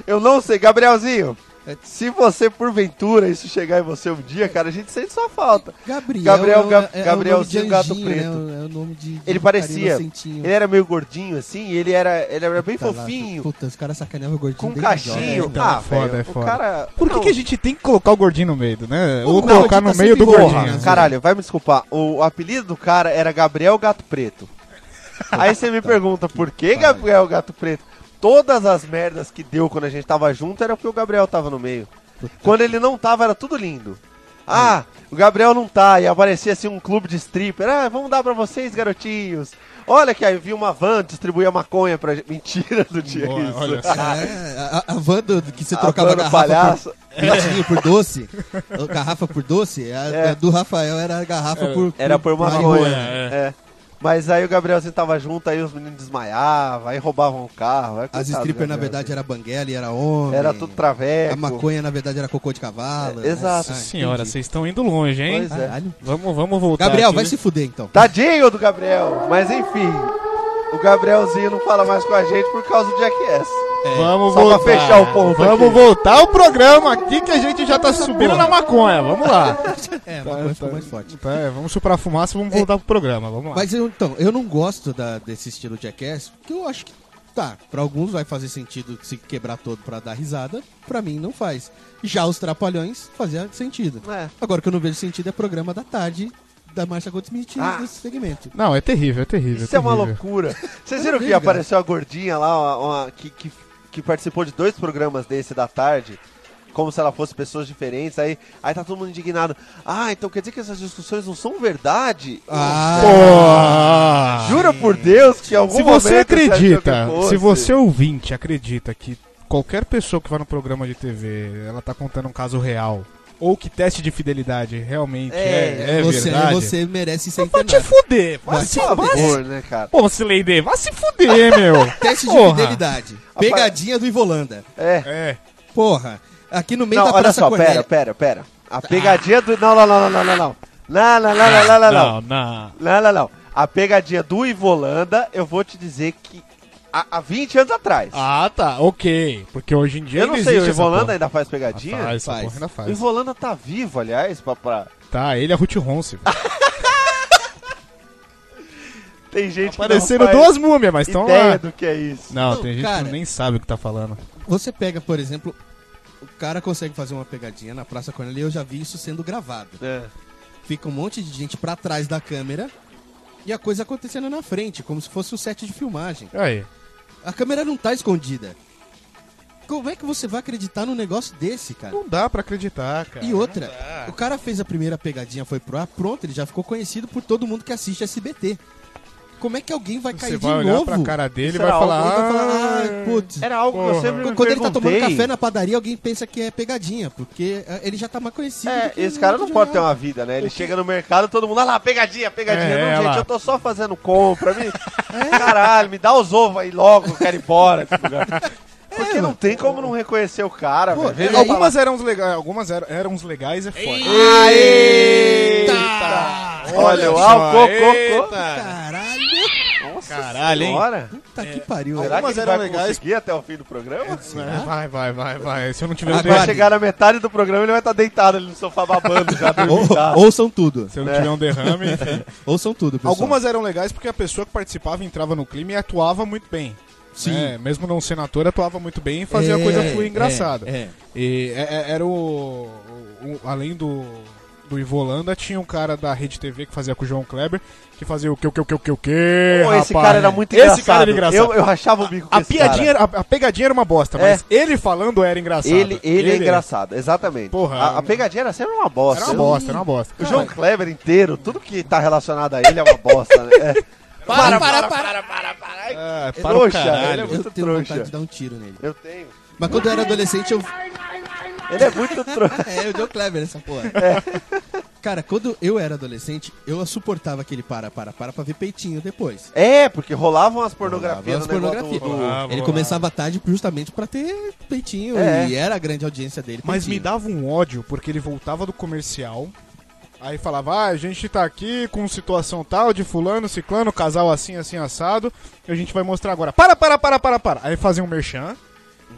Speaker 5: Eu não sei. Gabrielzinho, se você, porventura, isso chegar em você um dia, cara, a gente sente sua falta.
Speaker 3: Gabriel,
Speaker 5: Gabriel,
Speaker 3: é o-
Speaker 5: Ga-
Speaker 3: é,
Speaker 5: Gabrielzinho
Speaker 3: o nome de
Speaker 5: Gato
Speaker 3: anjinho, né?
Speaker 5: Preto.
Speaker 3: É o- é o nome de- de
Speaker 5: Ele
Speaker 3: um
Speaker 5: parecia-
Speaker 3: cara inocentinho.
Speaker 5: Ele era meio gordinho, assim, e ele era, ele era bem
Speaker 3: Tá lá,
Speaker 5: fofinho,
Speaker 3: Puta, os caras sacaneavam o gordinho.
Speaker 5: com um
Speaker 3: bem né?
Speaker 5: cachinho.
Speaker 2: então,
Speaker 5: ah,
Speaker 2: é foda,
Speaker 5: velho,
Speaker 2: é
Speaker 5: o
Speaker 2: foda.
Speaker 5: cara...
Speaker 2: Por que,
Speaker 5: Não,
Speaker 2: que a gente tem que colocar o gordinho no meio, né? Ou
Speaker 3: não,
Speaker 2: colocar
Speaker 3: o gordinho
Speaker 2: no
Speaker 3: tá
Speaker 2: meio do
Speaker 3: sempre gordo,
Speaker 2: gordinho.
Speaker 3: né?
Speaker 5: Caralho, vai me desculpar. O, o apelido do cara era Gabriel Gato Preto. Aí você me pergunta, por que Gabriel Gato Preto? Todas as merdas que deu quando a gente tava junto era porque o Gabriel tava no meio. Quando ele não tava, era tudo lindo. Ah,
Speaker 2: Hum.
Speaker 5: o Gabriel não tá, e aparecia assim um clube de stripper. Ah, vamos dar pra vocês, garotinhos. Olha que aí vi uma van distribuir a maconha pra gente. Mentira do dia
Speaker 2: Boa,
Speaker 5: isso.
Speaker 2: olha só.
Speaker 3: É, a, a van do, do que você
Speaker 5: A
Speaker 3: trocava
Speaker 5: van do
Speaker 3: garrafa
Speaker 5: palhaço.
Speaker 3: por latinha por doce, ou garrafa por doce, a,
Speaker 5: É.
Speaker 3: a do Rafael era a garrafa por...
Speaker 5: Era por uma
Speaker 3: maconha.
Speaker 5: maconha. É. Mas aí o Gabrielzinho tava junto, aí os meninos desmaiavam, aí roubavam o carro. aí
Speaker 3: As
Speaker 5: coitado do
Speaker 3: stripper, na
Speaker 5: Gabrielzinho.
Speaker 3: verdade, era banguela e era homem.
Speaker 5: Era tudo traveco.
Speaker 3: A maconha, na verdade, era cocô de cavalo.
Speaker 5: É, exato.
Speaker 2: Nossa
Speaker 3: Ah,
Speaker 2: senhora,
Speaker 3: entendi.
Speaker 2: vocês estão indo longe, hein?
Speaker 5: Pois é.
Speaker 3: Caralho.
Speaker 2: Vamos, vamos voltar.
Speaker 3: Gabriel,
Speaker 2: aqui.
Speaker 3: vai se fuder, então.
Speaker 5: Tadinho do Gabriel. Mas enfim, o Gabrielzinho não fala mais com a gente por causa do Jackass.
Speaker 3: É,
Speaker 2: Vamos
Speaker 5: Só pra
Speaker 2: voltar.
Speaker 5: fechar o ponto
Speaker 2: Vamos
Speaker 5: aqui.
Speaker 2: voltar o programa aqui que a gente já tá subindo
Speaker 3: porra.
Speaker 2: na maconha. Vamos lá.
Speaker 3: É, a maconha ficou mais forte.
Speaker 2: Tá, é, vamos superar a fumaça e vamos voltar pro programa. Vamos lá.
Speaker 3: Mas eu, então, eu não gosto da- desse estilo Jackass, porque eu acho que, tá, pra alguns vai fazer sentido se quebrar todo pra dar risada, pra mim não faz. Já os Trapalhões fazia sentido.
Speaker 5: É.
Speaker 3: Agora o que eu não vevejo sentido é programa da tarde da Marcia Goldsmith
Speaker 5: Ah.
Speaker 3: nesse segmento.
Speaker 2: Não, é terrível, é terrível.
Speaker 5: Isso é uma
Speaker 2: terrível.
Speaker 5: loucura. Vocês
Speaker 3: Eu
Speaker 5: viram
Speaker 3: não
Speaker 5: que
Speaker 3: vi, cara.
Speaker 5: apareceu a gordinha lá, uma, uma- que, que, que participou de dois programas desse da tarde, como se ela fosse pessoas diferentes, aí, aí tá todo mundo indignado. Ah, então quer dizer que essas discussões não são verdade?
Speaker 3: Ah.
Speaker 2: Porra!
Speaker 5: Jura por Deus que em algum
Speaker 2: Se você
Speaker 5: momento é achou que
Speaker 2: acredita, se
Speaker 5: fosse.
Speaker 2: você ouvinte acredita que qualquer pessoa que vai no programa de TV, ela tá contando um caso real, ou que teste de fidelidade realmente é, é,
Speaker 3: você,
Speaker 2: verdade,
Speaker 3: você merece ser
Speaker 2: vai te
Speaker 3: internado.
Speaker 2: fuder, vai,
Speaker 3: Vai
Speaker 2: se
Speaker 3: te
Speaker 2: fuder.
Speaker 5: Horror, né, cara?
Speaker 2: Pô, você Leide, vai se fuder, meu.
Speaker 3: Teste de
Speaker 2: Porra.
Speaker 3: fidelidade. Pegadinha do Ivolanda.
Speaker 5: É.
Speaker 2: É.
Speaker 3: Porra. Aqui no meio
Speaker 5: Não,
Speaker 3: da
Speaker 5: olha
Speaker 3: Praça
Speaker 5: só,
Speaker 3: Cornélia.
Speaker 5: pera, pera, pera. A pegadinha do. Não, não, não, não, não, não, não. Não, não, não, não, não, não, não.
Speaker 2: não, não.
Speaker 5: Não, não, não. A pegadinha do Ivolanda, eu vou te dizer que. Há há 20 anos atrás.
Speaker 2: Ah, tá, ok. Porque hoje em dia
Speaker 5: eu não
Speaker 2: ainda
Speaker 5: sei, o
Speaker 2: existe essa
Speaker 5: Ivolanda
Speaker 2: porra.
Speaker 5: ainda faz
Speaker 2: Ah,
Speaker 5: pegadinha?
Speaker 2: faz, essa
Speaker 3: Faz.
Speaker 2: porra ainda
Speaker 5: O
Speaker 2: faz.
Speaker 5: Ivolanda tá vivo, aliás, pra. pra-
Speaker 2: Tá, ele é Ruth Ronce.
Speaker 5: Tem gente
Speaker 2: Apareceram
Speaker 5: que não faz
Speaker 2: duas múmias, mas estão
Speaker 5: ideia
Speaker 2: lá.
Speaker 5: do que é isso.
Speaker 2: Não,
Speaker 3: Não,
Speaker 2: tem gente
Speaker 3: cara.
Speaker 2: que nem sabe o que tá falando.
Speaker 3: Você pega, por exemplo, o cara consegue fazer uma pegadinha na Praça Cornélia, eu já vi isso sendo gravado.
Speaker 5: É.
Speaker 3: Fica um monte de gente pra trás da câmera e a coisa acontecendo na frente, como se fosse um set de filmagem.
Speaker 2: Aí.
Speaker 3: A câmera não tá escondida. Como é que você vai acreditar num negócio desse, cara?
Speaker 2: Não dá pra acreditar, cara.
Speaker 3: E outra, o cara fez a primeira pegadinha, foi pro ar, pronto, ele já ficou conhecido por todo mundo que assiste SBT. Como é que alguém vai cair
Speaker 2: Você
Speaker 3: de
Speaker 2: vai olhar
Speaker 3: novo?
Speaker 2: pra cara dele e
Speaker 5: Isso
Speaker 2: vai
Speaker 5: era
Speaker 2: falar.
Speaker 3: Alguém vai falar,
Speaker 2: "Ah,
Speaker 3: ah, putz.
Speaker 5: Era algo que eu
Speaker 2: Porra.
Speaker 5: sempre me
Speaker 3: Quando ele tá tomando
Speaker 5: perguntei.
Speaker 3: café na padaria, alguém pensa que é pegadinha, porque eh, ele já tá mais conhecido. do que
Speaker 5: É, esse
Speaker 3: o
Speaker 5: cara
Speaker 3: mundo
Speaker 5: não pode ter
Speaker 3: geral.
Speaker 5: uma vida, né? Ele chega no mercado, todo mundo, olha lá, pegadinha, pegadinha.
Speaker 2: É,
Speaker 5: não, gente,
Speaker 2: ela.
Speaker 5: eu tô só fazendo compra. Me... Caralho, me dá os ovos aí logo, eu quero ir embora. desse lugar.
Speaker 2: É,
Speaker 5: Porque não tem como não reconhecer o cara,
Speaker 3: Pô,
Speaker 5: velho. Ele fala,
Speaker 2: Algumas eram uns legais, algumas eram, eram uns legais é foda.
Speaker 5: Eita! Olha o álcool.
Speaker 3: Caralho,
Speaker 2: Caralho, hein?
Speaker 5: Senhora,
Speaker 3: puta que pariu.
Speaker 5: É. será que
Speaker 2: Algumas
Speaker 5: ele
Speaker 2: eram
Speaker 5: vai
Speaker 2: legais. É,
Speaker 5: conseguir até o fim do programa?
Speaker 2: Vai, vai, vai, vai. Se eu não tiver um
Speaker 5: Vai
Speaker 3: Aguarde.
Speaker 2: derrame,
Speaker 5: chegar na metade do programa, ele vai estar deitado ali no sofá babando já dormindo. tá?
Speaker 3: Ou- ouçam tudo.
Speaker 2: se eu não tiver um derrame, enfim.
Speaker 3: Ouçam tudo, pessoal.
Speaker 2: Algumas eram legais porque a pessoa que participava entrava no clima e atuava muito bem.
Speaker 3: Sim.
Speaker 2: né? mesmo não sendo ator, atuava muito bem e fazia a
Speaker 3: É,
Speaker 2: coisa fluir
Speaker 3: é,
Speaker 2: engraçada.
Speaker 3: é.
Speaker 2: E é- é- era o, o- o- Além do. do Ivolanda, tinha um cara da Rede TV que fazia com o João Kleber, que fazia o que, o que, o que, o que, o que,
Speaker 5: Pô, esse
Speaker 2: rapaz?
Speaker 5: cara era muito
Speaker 2: Esse
Speaker 5: engraçado.
Speaker 2: cara era engraçado.
Speaker 5: Eu, eu rachava o bico com
Speaker 2: a
Speaker 5: esse
Speaker 2: piadinha,
Speaker 5: cara. É.
Speaker 2: era- a, a pegadinha era uma bosta, mas ele falando era engraçado.
Speaker 5: Ele, ele, é engraçado, exatamente.
Speaker 2: Porra,
Speaker 5: a, a
Speaker 2: é-
Speaker 5: pegadinha era sempre uma bosta.
Speaker 2: Era uma bosta, era uma bosta.
Speaker 5: O João Kleber inteiro, tudo que tá relacionado a ele é uma bosta, né? É.
Speaker 3: Para, para, para.
Speaker 2: Ah, para o
Speaker 5: Trouxa, ele
Speaker 2: caralho.
Speaker 5: é
Speaker 3: Eu
Speaker 5: muito
Speaker 3: tenho vontade de
Speaker 5: trouxa.
Speaker 3: dar um tiro nele.
Speaker 5: Eu tenho.
Speaker 3: Mas quando eu era adolescente, eu.
Speaker 5: Ele é muito trouxa.
Speaker 3: É, eu dei o Kleber nessa porra.
Speaker 5: É.
Speaker 3: Cara, quando eu era adolescente, eu suportava aquele para, para, para pra ver peitinho depois.
Speaker 5: É, porque rolavam as pornografias
Speaker 3: As
Speaker 5: no negócio
Speaker 3: pornografia.
Speaker 5: do- do-
Speaker 2: Rolava,
Speaker 3: Ele
Speaker 2: rolava.
Speaker 3: começava tarde justamente pra ter peitinho
Speaker 5: É.
Speaker 3: e era a grande audiência dele.
Speaker 2: Mas me
Speaker 3: peitinho.
Speaker 2: dava um ódio, porque ele voltava do comercial, aí falava, ah, a gente tá aqui com situação tal, de fulano, ciclano, casal assim, assim, assado, e a gente vai mostrar agora. Para, para, para, para, para. Aí fazia um merchan.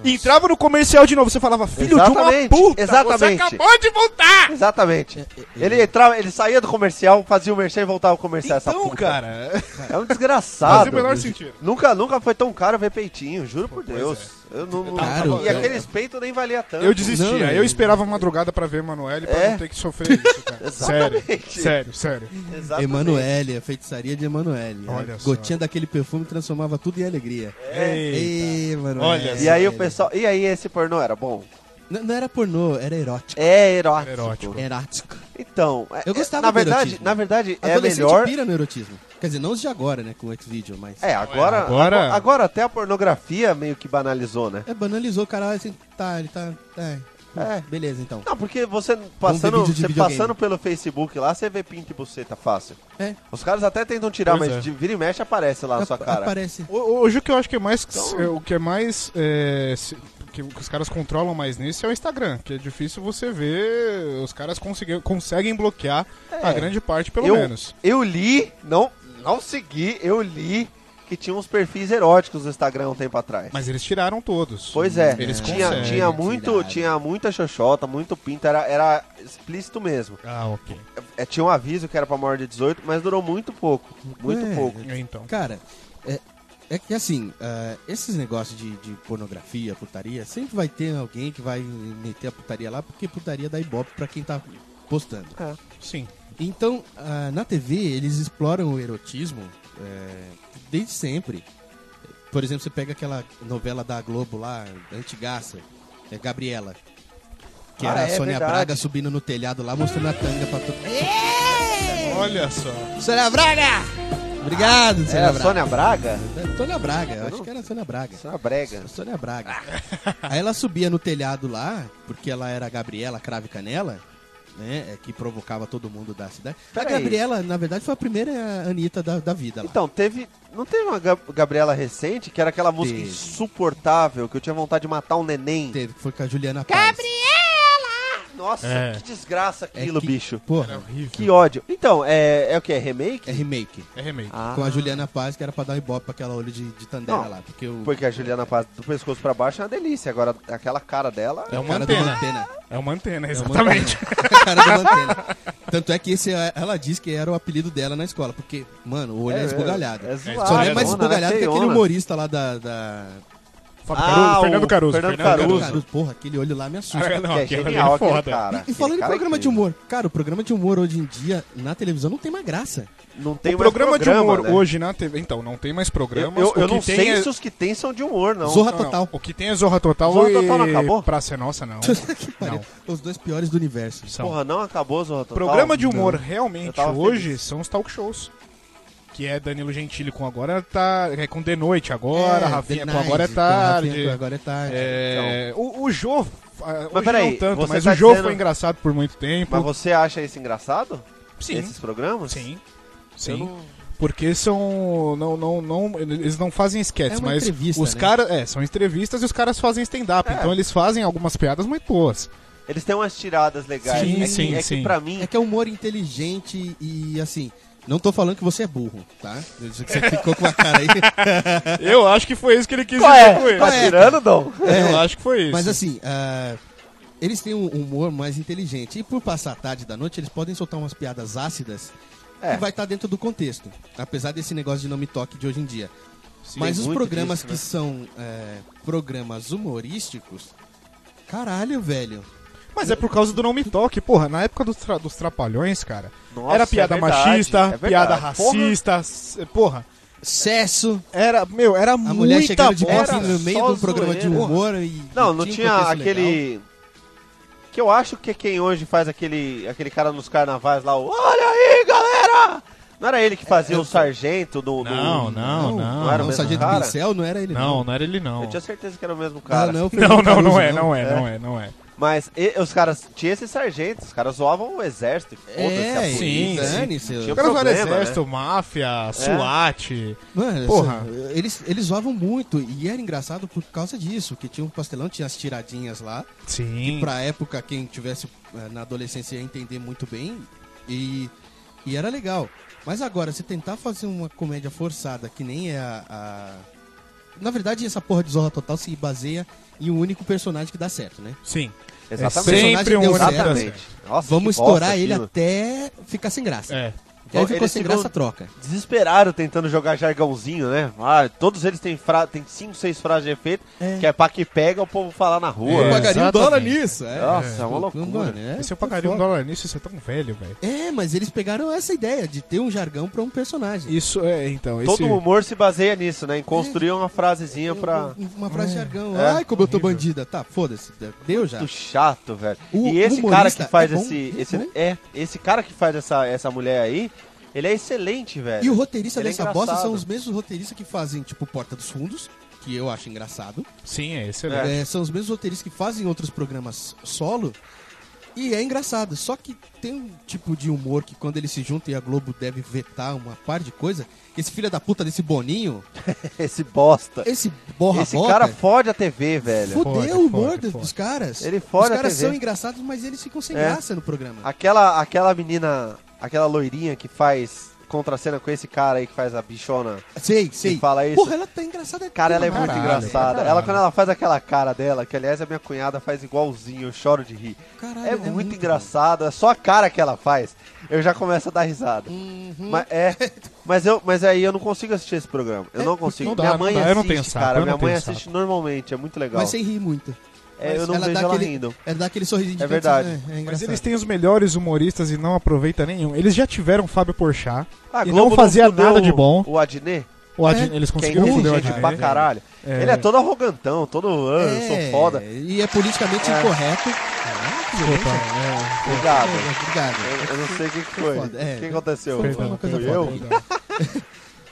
Speaker 2: e Entrava no comercial de novo, você falava, filho
Speaker 5: Exatamente,
Speaker 2: de uma puta,
Speaker 5: exatamente.
Speaker 2: você acabou de voltar!
Speaker 5: Exatamente.
Speaker 3: é,
Speaker 5: Ele entrava, ele saía do comercial, fazia o merchan e voltava ao comercial essa
Speaker 2: Então,
Speaker 5: puta.
Speaker 2: cara,
Speaker 5: É um
Speaker 2: fazia
Speaker 5: desgraçado.
Speaker 2: o menor sentido.
Speaker 5: Nunca, nunca foi tão caro ver peitinho, juro por Deus. Eu não, não-
Speaker 3: Caro,
Speaker 5: e
Speaker 3: cara.
Speaker 5: aqueles peitos nem valia tanto.
Speaker 2: Eu desistia,
Speaker 3: Não,
Speaker 2: eu
Speaker 3: eu-
Speaker 2: esperava a madrugada pra ver Emanuele pra
Speaker 5: É.
Speaker 2: não ter que sofrer isso, cara. sério,
Speaker 5: Exatamente.
Speaker 2: sério, sério.
Speaker 5: Exatamente.
Speaker 3: Emanuele, a feitiçaria de Emanuele.
Speaker 2: Olha
Speaker 3: a
Speaker 2: só.
Speaker 3: gotinha daquele perfume transformava tudo em alegria.
Speaker 5: É,
Speaker 3: Ei, Emanuele.
Speaker 2: Olha
Speaker 5: E aí o pessoal. E aí esse pornô era bom?
Speaker 3: Não, não era pornô, era erótico.
Speaker 5: É erótico.
Speaker 2: Erótico.
Speaker 3: Erótico.
Speaker 5: Então, é-
Speaker 3: Eu gostava
Speaker 5: na
Speaker 3: do
Speaker 5: verdade,
Speaker 3: erotismo.
Speaker 5: na verdade é
Speaker 3: Adolescente
Speaker 5: melhor.
Speaker 3: pira no erotismo. Quer dizer, não os de agora, né, com o X-Video, mas...
Speaker 5: É, agora,
Speaker 2: Agora-
Speaker 5: agora agora até a pornografia meio que banalizou, né?
Speaker 3: É, banalizou o cara, assim, tá, ele tá... É, beleza, então.
Speaker 5: Não, porque você
Speaker 3: ver
Speaker 5: passando,
Speaker 3: vídeo de
Speaker 5: você
Speaker 3: videogame.
Speaker 5: passando pelo Facebook lá, você vê pinto e buceta fácil.
Speaker 3: É.
Speaker 5: Os caras até tentam tirar,
Speaker 2: Pois
Speaker 5: mas
Speaker 2: é.
Speaker 5: de vira e mexe aparece lá na sua
Speaker 3: Ap-
Speaker 5: cara.
Speaker 3: Aparece.
Speaker 2: O- Hoje o que eu acho que é mais.
Speaker 5: Então-
Speaker 2: O que é mais. é, se- que os caras controlam mais nisso é o Instagram, que é difícil você ver. Os caras conseguem, conseguem bloquear a grande parte, pelo
Speaker 5: É. eu,
Speaker 2: menos.
Speaker 5: eu li, não, não segui, eu li que tinha uns perfis eróticos no Instagram um tempo atrás.
Speaker 2: Mas eles tiraram todos.
Speaker 5: Pois é,
Speaker 2: Eles
Speaker 5: tinha,
Speaker 2: conseguem.
Speaker 5: tinha, muito,
Speaker 3: Tiraram.
Speaker 5: tinha muita xoxota, muito pinta, era, era explícito mesmo.
Speaker 2: Ah, ok.
Speaker 5: É, tinha um aviso que era pra maior de 18, mas durou muito pouco, muito
Speaker 3: É.
Speaker 5: pouco.
Speaker 2: Então.
Speaker 3: Cara, é, é que assim, ah, esses negócios de, de pornografia, putaria, sempre vai ter alguém que vai meter a putaria lá, porque putaria dá ibope pra quem tá postando.
Speaker 2: Sim.
Speaker 3: Então, ah, na TV, eles exploram o erotismo é, desde sempre. Por exemplo, você pega aquela novela da Globo lá, antigaça, é Gabriela. Que
Speaker 5: Ah,
Speaker 3: era a
Speaker 5: é
Speaker 3: Sônia
Speaker 5: verdade.
Speaker 3: Braga subindo no telhado lá, mostrando a tanga pra todo
Speaker 2: Olha só.
Speaker 3: Sônia Braga! Obrigado, Sônia
Speaker 5: Era a
Speaker 3: Braga.
Speaker 5: Sônia Braga?
Speaker 3: Sônia Braga, eu acho que era Sônia Braga.
Speaker 5: Sônia Brega.
Speaker 3: Sônia Braga.
Speaker 5: Ah.
Speaker 3: Aí ela subia no telhado lá, porque ela era a Gabriela Crave Canela, né? é, Que provocava todo mundo da cidade.
Speaker 5: Pera
Speaker 3: a Gabriela, na verdade, foi a primeira Anitta da, da vida lá.
Speaker 5: Então, teve. Não teve uma Gab- Gabriela recente que era aquela música
Speaker 3: Teve.
Speaker 5: insuportável que eu tinha vontade de matar um neném?
Speaker 3: Teve, que foi com a Juliana Paz.
Speaker 4: Gabriela!
Speaker 5: Nossa,
Speaker 2: É.
Speaker 5: que desgraça
Speaker 3: É
Speaker 5: aquilo,
Speaker 3: que-
Speaker 5: bicho.
Speaker 2: É
Speaker 3: Porra,
Speaker 2: horrível.
Speaker 5: Que ódio. Então, é, é o que? É remake?
Speaker 3: é remake.
Speaker 2: É remake.
Speaker 5: Ah,
Speaker 3: Com a Juliana Paz, que era pra dar um ibope pra aquela olho de, de Tandera
Speaker 5: Não,
Speaker 3: lá. Porque o
Speaker 5: Porque a Juliana Paz do pescoço pra baixo é uma delícia. Agora, aquela cara dela.
Speaker 2: É uma
Speaker 3: cara do
Speaker 2: antena.
Speaker 3: Mantena.
Speaker 2: É uma antena,
Speaker 3: É o
Speaker 2: exatamente.
Speaker 3: Mantena. cara do Mantena. Tanto é que esse, ela disse que era o apelido dela na escola, porque, mano, o olho é, esbugalhado.
Speaker 5: É,
Speaker 2: Ah,
Speaker 5: zoado,
Speaker 3: Só não é
Speaker 2: é
Speaker 3: mais
Speaker 5: zona,
Speaker 3: esbugalhado
Speaker 5: é
Speaker 3: que aquele
Speaker 5: feiona.
Speaker 3: humorista lá da. da-
Speaker 2: Fábio
Speaker 5: Ah,
Speaker 2: Caruso,
Speaker 5: o
Speaker 2: Fernando Caruso.
Speaker 5: Fernando Caruso.
Speaker 3: Cara, porra, aquele olho lá me assusta.
Speaker 2: Ah, não,
Speaker 5: Que é
Speaker 2: aquele ali
Speaker 5: genial
Speaker 2: é foda.
Speaker 5: aquele cara.
Speaker 3: e, e falando em
Speaker 5: Aquele cara
Speaker 3: programa
Speaker 5: é
Speaker 3: de humor, cara, o programa de humor hoje em dia na televisão não tem mais graça.
Speaker 5: Não tem
Speaker 2: o
Speaker 5: mais
Speaker 2: programa, de humor
Speaker 5: né?
Speaker 2: hoje na TV. Então, não tem mais
Speaker 5: Eu,
Speaker 2: programas.
Speaker 5: eu, eu
Speaker 2: o que
Speaker 5: não
Speaker 2: tem
Speaker 5: sei
Speaker 2: é-
Speaker 5: se os que tem são de humor, não.
Speaker 3: Zorra
Speaker 2: Não, não.
Speaker 3: Total.
Speaker 2: O que tem é Zorra Total
Speaker 5: Zorra
Speaker 2: e
Speaker 5: Total não acabou?
Speaker 2: Praça é Nossa, não.
Speaker 3: que
Speaker 2: não.
Speaker 3: pariu. Os dois piores do universo.
Speaker 2: São.
Speaker 5: Porra, não acabou, Zorra Total. então.
Speaker 2: programa de humor
Speaker 5: Eu
Speaker 2: realmente
Speaker 5: tava
Speaker 2: hoje são os talk shows. Que é Danilo Gentili com agora tá. É com De Noite agora,
Speaker 3: É,
Speaker 2: Rafinha
Speaker 3: The
Speaker 2: com Agora é
Speaker 3: Night, com Rafinha
Speaker 2: tarde.
Speaker 3: com
Speaker 5: Tá.
Speaker 3: Agora é tarde.
Speaker 2: É, o, o Jô. ah, hoje
Speaker 5: Então. peraí,
Speaker 2: não tanto,
Speaker 5: você
Speaker 2: mas
Speaker 5: tá
Speaker 2: o Jô
Speaker 5: dizendo-
Speaker 2: foi engraçado por muito tempo.
Speaker 5: Mas você acha isso engraçado?
Speaker 2: Sim,
Speaker 5: Esses programas?
Speaker 2: sim.
Speaker 5: Eu
Speaker 2: Sim.
Speaker 5: não-
Speaker 2: Porque são. Não, não, não, eles não fazem
Speaker 3: É
Speaker 2: sketches,
Speaker 3: uma
Speaker 2: mas
Speaker 3: entrevista,
Speaker 2: os
Speaker 3: né?
Speaker 2: caras. É, são entrevistas e os caras fazem
Speaker 5: É.
Speaker 2: stand-up. Então eles fazem algumas piadas muito boas.
Speaker 5: Eles têm umas tiradas legais.
Speaker 2: Sim,
Speaker 5: é que,
Speaker 2: sim,
Speaker 5: é
Speaker 2: sim.
Speaker 5: que pra mim.
Speaker 3: É que é humor inteligente e assim. Não tô falando que você é burro, tá? Eu sei que Você ficou com a cara aí.
Speaker 2: Eu acho que foi isso que ele quis
Speaker 5: Qual
Speaker 2: dizer com
Speaker 5: é?
Speaker 2: ele.
Speaker 5: Tá
Speaker 3: é?
Speaker 5: tirando, Dom?
Speaker 2: Eu acho que foi isso.
Speaker 3: Mas assim, ah, eles têm um humor mais inteligente. E por passar a tarde da noite, eles podem soltar umas piadas ácidas
Speaker 5: É.
Speaker 3: que vai estar dentro do contexto. Apesar desse negócio de não me toque de hoje em dia.
Speaker 5: Sim,
Speaker 3: Mas
Speaker 5: tem
Speaker 3: os
Speaker 5: muito
Speaker 3: programas
Speaker 5: disso,
Speaker 3: que é,
Speaker 5: né?
Speaker 3: são é, programas humorísticos, caralho, velho.
Speaker 2: Mas é por causa do Não Me Toque, porra. Na época dos, tra- dos Trapalhões, cara,
Speaker 5: Nossa,
Speaker 2: era piada
Speaker 5: é verdade,
Speaker 2: machista,
Speaker 5: é verdade.
Speaker 2: piada
Speaker 5: Porra.
Speaker 2: racista, s- porra.
Speaker 3: Cesso,
Speaker 2: Era, meu, era
Speaker 3: a mulher
Speaker 2: muita
Speaker 3: chegando de
Speaker 2: bosta.
Speaker 3: biquíni no meio
Speaker 5: só
Speaker 3: do programa de
Speaker 5: zoeira.
Speaker 3: humor e...
Speaker 5: Não, não
Speaker 3: um
Speaker 5: tinha
Speaker 3: contexto legal.
Speaker 5: aquele. Que eu acho que é quem hoje faz aquele, aquele cara nos carnavais lá, o Olha aí, galera! Não era ele que fazia o sargento do. do-
Speaker 2: Não, não, não.
Speaker 5: não era o
Speaker 3: o
Speaker 5: mesmo
Speaker 3: Sargento
Speaker 5: cara?
Speaker 3: Pincel não era ele.
Speaker 2: Não, não era ele
Speaker 5: Eu
Speaker 2: não.
Speaker 5: tinha certeza que era o mesmo
Speaker 3: Ah,
Speaker 5: cara.
Speaker 3: não, foi o
Speaker 2: Não, não,
Speaker 3: Caruso,
Speaker 2: não é, não é, não é, não é.
Speaker 5: Mas e- os caras. Tinha esses sargentos, os caras zoavam o exército. e foda-se a
Speaker 3: É, sim,
Speaker 5: polícia.
Speaker 3: dane-se.
Speaker 5: Tinha
Speaker 2: Os caras eram
Speaker 5: problema, né? É.
Speaker 2: exército, máfia, SWAT.
Speaker 3: Mano,
Speaker 2: Porra.
Speaker 3: essa- Eles, eles zoavam muito e era engraçado por causa disso, que tinha um pastelão, tinha as tiradinhas lá.
Speaker 2: Sim.
Speaker 3: Pra época, quem tivesse eh, na adolescência ia entender muito bem e, e era legal. Mas agora, se tentar fazer uma comédia forçada, que nem é a, a- Na verdade, essa porra de Zorra Total se baseia em um único personagem que dá certo, né?
Speaker 2: Sim.
Speaker 5: Exatamente.
Speaker 3: É
Speaker 2: Sempre um
Speaker 3: Personagem deu
Speaker 2: único
Speaker 3: certo.
Speaker 2: dançante.
Speaker 5: Exatamente. Nossa,
Speaker 3: Vamos
Speaker 5: que bosta
Speaker 3: estourar ele
Speaker 5: aquilo.
Speaker 3: até ficar sem graça.
Speaker 2: É.
Speaker 3: E aí
Speaker 5: Bom,
Speaker 3: ficou
Speaker 5: eles
Speaker 3: sem
Speaker 5: ficam-
Speaker 3: graça, troca.
Speaker 5: Desesperado tentando jogar jargãozinho, né? Ah, todos eles têm, fra... têm cinco, seis frases de efeito,
Speaker 3: É.
Speaker 5: que é pra que pega o povo falar na rua.
Speaker 2: É.
Speaker 3: Eu
Speaker 5: né?
Speaker 3: pagaria um
Speaker 2: exatamente.
Speaker 3: dólar nisso. É.
Speaker 5: Nossa, é tá uma loucura.
Speaker 3: Mano, é,
Speaker 2: Se eu
Speaker 3: foi
Speaker 2: pagaria um
Speaker 3: foda.
Speaker 2: dólar nisso, você é tão velho, velho.
Speaker 3: É, mas eles pegaram essa ideia de ter um jargão pra um personagem.
Speaker 2: Isso é, então.
Speaker 5: Todo
Speaker 2: esse...
Speaker 5: humor se baseia nisso, né? Em construir uma frasezinha pra.
Speaker 3: É. Um- Uma frase de jargão.
Speaker 5: É.
Speaker 3: Ai, como eu tô bandida. Tá, foda-se. Deu já.
Speaker 5: Muito chato, velho.
Speaker 3: O
Speaker 5: e esse cara
Speaker 3: humorista
Speaker 5: que faz
Speaker 3: é bom,
Speaker 5: esse.
Speaker 3: é
Speaker 5: esse
Speaker 3: bom.
Speaker 5: é, esse cara que faz essa, essa mulher aí, ele é excelente, velho.
Speaker 3: E o roteirista
Speaker 5: Ele é
Speaker 3: dessa bosta
Speaker 5: engraçado.
Speaker 3: são os mesmos roteiristas que fazem, tipo, Porta dos Fundos, que eu acho engraçado.
Speaker 2: Sim, é excelente.
Speaker 3: É, são os mesmos roteiristas que fazem outros programas solo. E é engraçado. Só que tem um tipo de humor que quando eles se juntam e a Globo deve vetar uma par de coisa. Esse filho da puta desse Boninho,
Speaker 5: Esse bosta.
Speaker 3: esse borra
Speaker 5: esse
Speaker 3: bota,
Speaker 5: cara fode a TV, velho.
Speaker 3: fudeu
Speaker 2: é Foda,
Speaker 3: o humor
Speaker 2: foda,
Speaker 3: do-
Speaker 2: foda.
Speaker 3: dos caras.
Speaker 5: Ele é fode
Speaker 3: Os
Speaker 5: a
Speaker 3: caras
Speaker 5: TV.
Speaker 3: são engraçados, mas eles ficam sem
Speaker 5: É.
Speaker 3: graça no programa.
Speaker 5: Aquela, aquela menina, aquela loirinha que faz contracena com esse cara aí que faz a bichona.
Speaker 3: Sei, sei.
Speaker 5: E fala isso.
Speaker 3: Porra, ela tá engraçada.
Speaker 5: Cara, ela é
Speaker 3: demais.
Speaker 5: muito
Speaker 2: Caralho,
Speaker 5: engraçada.
Speaker 2: caralho.
Speaker 5: Ela, quando ela faz aquela cara dela, que aliás a minha cunhada faz igualzinho, eu choro de rir.
Speaker 3: Caralho,
Speaker 5: é,
Speaker 3: é
Speaker 5: muito,
Speaker 3: muito
Speaker 5: engraçado, é só a cara que ela faz. Eu já começo a dar risada.
Speaker 2: Uhum.
Speaker 5: Mas, é, mas, eu, mas aí eu não consigo assistir esse programa. Eu
Speaker 3: É,
Speaker 5: não
Speaker 3: porque
Speaker 5: consigo.
Speaker 2: não dá,
Speaker 5: minha
Speaker 2: não
Speaker 5: mãe
Speaker 2: dá, eu não
Speaker 5: assiste,
Speaker 2: tenho saco,
Speaker 5: cara.
Speaker 2: eu
Speaker 5: Minha
Speaker 2: não
Speaker 5: mãe
Speaker 2: tenho
Speaker 5: assiste normalmente, é muito legal.
Speaker 3: Mas sem rir muito.
Speaker 5: É, eu
Speaker 3: Mas
Speaker 5: não
Speaker 3: ela
Speaker 5: vejo
Speaker 3: dá
Speaker 5: ela
Speaker 3: aquele-
Speaker 5: rindo.
Speaker 3: Ela dá aquele sorrisinho de
Speaker 5: É
Speaker 3: cantinho,
Speaker 5: verdade.
Speaker 3: né? É,
Speaker 2: Mas
Speaker 3: engraçado.
Speaker 2: eles têm os melhores humoristas e não aproveita nenhum. Eles já tiveram Fábio Porchat.
Speaker 5: A
Speaker 2: E
Speaker 5: Ah, Globo
Speaker 2: não fazia
Speaker 5: fudeu
Speaker 2: nada
Speaker 5: o-
Speaker 2: de bom.
Speaker 5: O Adnet,
Speaker 2: O Adnet- Eles
Speaker 5: que é
Speaker 2: conseguiram foder o
Speaker 5: inteligente
Speaker 2: Adnet.
Speaker 5: pra caralho.
Speaker 2: É.
Speaker 5: Ele é todo arrogantão, todo. "Ah, eu sou foda.
Speaker 3: E é politicamente incorreto. É, que
Speaker 2: Desculpa,
Speaker 3: violência.
Speaker 2: é,
Speaker 5: Obrigado.
Speaker 3: É, obrigado.
Speaker 5: Ah, Eu, eu não sei o que que
Speaker 3: Foi
Speaker 5: foi.
Speaker 3: foda, é.
Speaker 5: O que aconteceu?
Speaker 3: Foi
Speaker 2: perdão,
Speaker 3: uma coisa
Speaker 5: Fui
Speaker 2: perdão,
Speaker 5: eu?
Speaker 3: foda.
Speaker 2: perdão.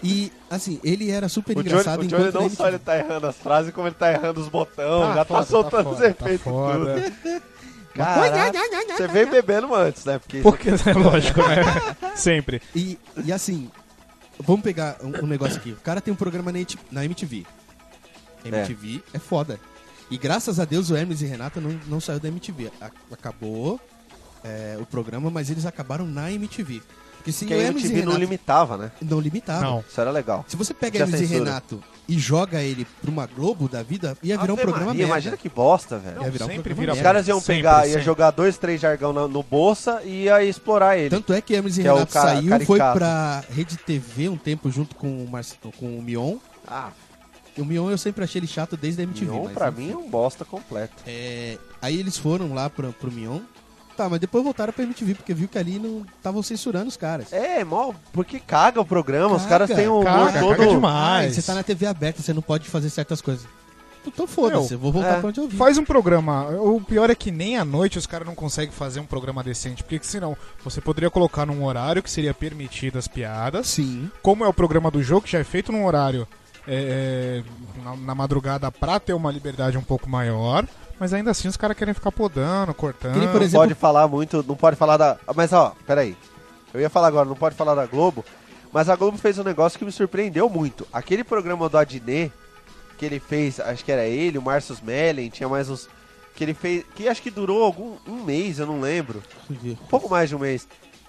Speaker 3: E, assim, ele era super
Speaker 5: O
Speaker 3: engraçado
Speaker 5: Johnny, o Johnny
Speaker 3: enquanto
Speaker 5: não
Speaker 3: ele
Speaker 5: só ele tá errando as frases, como ele tá errando os botões,
Speaker 2: foda,
Speaker 5: já tá soltando os
Speaker 2: foda, tá
Speaker 5: efeitos tudo.
Speaker 2: foda.
Speaker 3: né?
Speaker 5: Caraca, você veio bebendo antes, né? Porque
Speaker 2: Porque, é lógico, né? Sempre.
Speaker 3: E, e, assim, vamos pegar um, um negócio aqui. O cara tem um programa na, MT na MTV. MTV é. foda. E graças a Deus o Hermes e Renata não, não saiu da MTV. A- acabou é, o programa, mas eles acabaram na MTV. Porque se
Speaker 5: é que
Speaker 3: o
Speaker 5: a
Speaker 3: Hermes e
Speaker 5: MTV não
Speaker 3: Renato
Speaker 5: limitava, né?
Speaker 3: não limitava.
Speaker 2: Não.
Speaker 5: Isso era legal.
Speaker 3: Se você pega
Speaker 5: Tinha
Speaker 3: Hermes e
Speaker 5: censura.
Speaker 3: Renato e joga ele pra uma Globo da vida, ia virar um
Speaker 5: Ave
Speaker 3: programa
Speaker 5: Maria,
Speaker 3: merda.
Speaker 5: Imagina que bosta, velho.
Speaker 3: Ia virar um
Speaker 2: Sempre
Speaker 3: programa
Speaker 2: vira
Speaker 5: Os
Speaker 3: merda.
Speaker 5: caras iam
Speaker 2: Sempre,
Speaker 5: pegar, ia
Speaker 2: sempre.
Speaker 5: jogar dois, três jargão na- no bolsa e ia explorar ele.
Speaker 3: Tanto é que Hermes e
Speaker 5: Que é o
Speaker 3: Renato
Speaker 5: cara-
Speaker 3: saiu,
Speaker 5: caricato.
Speaker 3: foi pra Rede TV um tempo junto com o, Marci- com o Mion.
Speaker 5: Ah,
Speaker 3: E o Mion eu sempre achei ele chato desde a MTV.
Speaker 5: Mion
Speaker 3: mas,
Speaker 5: pra
Speaker 3: enfim.
Speaker 5: mim é um bosta completo.
Speaker 3: É, aí eles foram lá pro, pro Mion. Tá, mas depois voltaram pra MTV, porque viu que ali não estavam censurando os caras.
Speaker 5: É, mal, porque caga o programa, os
Speaker 3: Caga,
Speaker 5: caras têm um humor
Speaker 2: Caga,
Speaker 5: todo...
Speaker 2: caga
Speaker 3: Ai,
Speaker 2: demais.
Speaker 3: você tá na TV aberta, você não pode fazer certas coisas. Então foda-se, eu vou voltar
Speaker 5: é.
Speaker 3: pra onde eu vim.
Speaker 2: Faz um programa. O pior é que nem à noite os caras não conseguem fazer um programa decente. Porque senão você poderia colocar num horário que seria permitido as piadas.
Speaker 3: Sim.
Speaker 2: Como é o programa do jogo, que já é feito num horário é, é, na, na madrugada pra ter uma liberdade um pouco maior. Mas ainda assim os caras querem ficar podando, cortando.
Speaker 3: Que nem, por
Speaker 5: Não pode falar muito, não pode falar da. Mas ó, peraí. Eu ia falar agora, não pode falar da Globo, mas a Globo fez um negócio que me surpreendeu muito. Aquele programa do Adnet, que ele fez, acho que era ele, o Marcius Mellen, tinha mais uns. Que ele fez. Que acho que durou algum um mês, eu não lembro. Um pouco mais de um mês.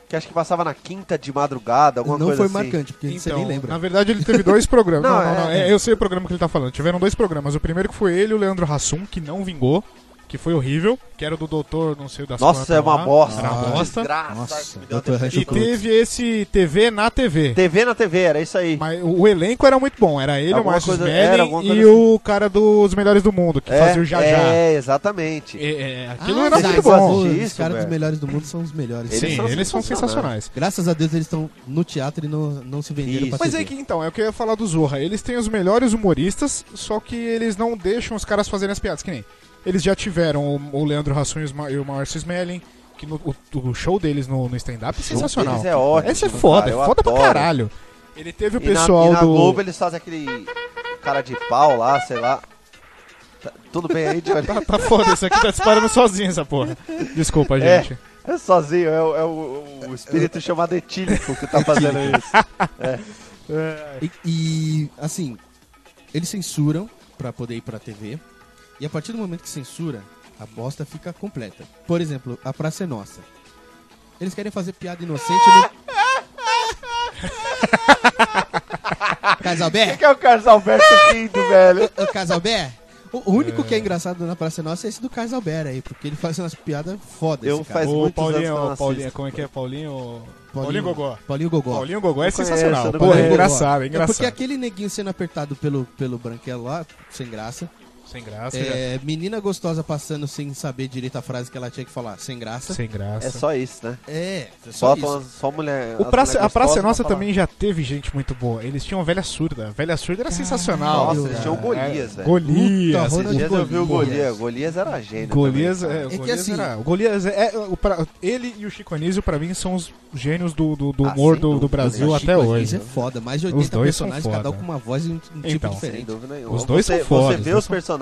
Speaker 5: Que acho que passava na quinta de madrugada, alguma
Speaker 3: Não
Speaker 5: coisa
Speaker 3: foi
Speaker 5: assim.
Speaker 3: marcante, porque você
Speaker 2: Então,
Speaker 3: nem lembra.
Speaker 2: na verdade ele teve dois programas. não,
Speaker 5: Não,
Speaker 2: não, não,
Speaker 5: é-
Speaker 2: é- eu sei o programa que ele tá falando. Tiveram dois programas. O primeiro que foi ele e o Leandro Hassum, que não vingou. que foi horrível, que era o do doutor, não sei das
Speaker 5: Nossa,
Speaker 2: quantas
Speaker 5: é uma
Speaker 2: lá.
Speaker 5: bosta.
Speaker 2: Era uma
Speaker 5: que
Speaker 2: bosta.
Speaker 5: Desgraça.
Speaker 3: Nossa,
Speaker 5: Me deu
Speaker 3: Dr.
Speaker 5: até-
Speaker 3: Rancho
Speaker 2: E
Speaker 3: Cruz.
Speaker 2: teve esse TV na TV.
Speaker 5: TV na TV, era isso aí.
Speaker 2: Mas o elenco era muito bom. Era ele,
Speaker 5: Alguma
Speaker 2: o Marcos
Speaker 5: coisa- era,
Speaker 2: Melling
Speaker 5: alguma
Speaker 2: e
Speaker 5: coisa assim.
Speaker 2: o cara dos Melhores do Mundo, que fazia o Jajá.
Speaker 5: É, exatamente.
Speaker 2: É, é, aquilo
Speaker 3: Ah,
Speaker 2: era
Speaker 5: sim,
Speaker 2: muito
Speaker 5: fazia-
Speaker 2: bom.
Speaker 3: Os
Speaker 5: Isso,
Speaker 3: caras dos
Speaker 5: velho.
Speaker 3: melhores do mundo são os melhores.
Speaker 5: Eles
Speaker 2: Sim,
Speaker 5: são
Speaker 2: eles são sensacionais.
Speaker 3: Graças a Deus eles estão no teatro e não, não se venderam
Speaker 5: Isso.
Speaker 3: pra
Speaker 2: Mas
Speaker 3: TV.
Speaker 2: é que então, é o que eu ia falar do Zorra. Eles têm os melhores humoristas, só que eles não deixam os caras fazerem as piadas, que nem. Eles já tiveram o- o Leandro Hassum e os Ma- e o Márcio Smelling, que no- o, o show deles no, no stand-up é sensacional.
Speaker 5: Eles é ótimo.
Speaker 2: Esse é foda,
Speaker 5: cara, eu
Speaker 2: é foda pra
Speaker 5: adoro.
Speaker 2: caralho. Ele teve o
Speaker 5: E na-
Speaker 2: pessoal
Speaker 5: e na,
Speaker 2: do.
Speaker 5: Globo eles fazem aquele cara de pau lá, sei lá. Tá- tudo bem aí, Johnny?
Speaker 2: Tá, tá foda, isso aqui tá disparando sozinho essa porra. Desculpa,
Speaker 5: É.
Speaker 2: gente.
Speaker 5: É sozinho, é, o- é o, o espírito chamado etílico que tá fazendo isso.
Speaker 3: E, e, assim, eles censuram pra poder ir pra TV. E a partir do momento que censura, a bosta fica completa. Por exemplo, a Praça é Nossa. Eles querem fazer piada inocente no.
Speaker 5: O
Speaker 3: Casalbé?
Speaker 5: que é o Carlos Alberto rindo, velho?
Speaker 3: Ô, Casalbé? O único que é engraçado na Praça é Nossa é esse do Casalbé aí, porque ele faz umas piadas fodas.
Speaker 5: Eu
Speaker 3: esse
Speaker 5: faz
Speaker 2: O
Speaker 5: muitos
Speaker 2: Paulinho,
Speaker 5: anos que eu não
Speaker 2: Paulinho,
Speaker 5: assisto.
Speaker 2: como é que é? Paulinho. Paulinho Gogó.
Speaker 3: Paulinho Gogó.
Speaker 2: Paulinho Gogó é
Speaker 5: Não conheço,
Speaker 2: sensacional.
Speaker 5: não
Speaker 2: Pô,
Speaker 5: conheço.
Speaker 2: é engraçado, é engraçado.
Speaker 3: porque aquele neguinho sendo apertado pelo, pelo branquelo lá, sem graça.
Speaker 2: Sem graça, já-
Speaker 3: É, menina gostosa passando sem saber direito a frase que ela tinha que falar, sem graça.
Speaker 2: sem graça.
Speaker 5: É só isso, né?
Speaker 3: É, é só
Speaker 5: Só,
Speaker 3: isso.
Speaker 5: só, só mulher.
Speaker 2: O
Speaker 5: as
Speaker 2: praça, a
Speaker 5: mulher
Speaker 2: Praça
Speaker 5: gostosa
Speaker 2: é Nossa
Speaker 5: pra falar.
Speaker 2: também já teve gente muito boa. Eles tinham a Velha Surda. A Velha Surda era sensacional.
Speaker 5: Nossa, eles
Speaker 3: cara.
Speaker 5: tinham o Golias, velho.
Speaker 2: É, Golias.
Speaker 3: Puta,
Speaker 5: Esses dias eu vi o
Speaker 3: Golias.
Speaker 5: Golias. Golias era gênio.
Speaker 2: Golias,
Speaker 5: também,
Speaker 2: é,
Speaker 5: cara.
Speaker 2: o
Speaker 3: que
Speaker 2: Golias
Speaker 3: assim-
Speaker 2: era- o Golias é, é, o pra- ele e o Chico Anísio pra mim são os gênios do, do, do
Speaker 5: Ah,
Speaker 2: humor
Speaker 5: sem
Speaker 2: do, do
Speaker 5: dúvida,
Speaker 2: Brasil
Speaker 5: né?
Speaker 2: até
Speaker 3: Chico Anísio
Speaker 2: hoje.
Speaker 3: é foda, mais de
Speaker 2: Os
Speaker 3: 80
Speaker 2: dois são
Speaker 3: personagens,
Speaker 2: foda.
Speaker 3: cada um com uma voz e um, um tipo
Speaker 2: Então.
Speaker 5: Sem
Speaker 3: diferente.
Speaker 5: dúvida nenhuma.
Speaker 2: Os dois
Speaker 5: você,
Speaker 2: são fodas,
Speaker 5: Você vê
Speaker 2: né?
Speaker 5: os personagens,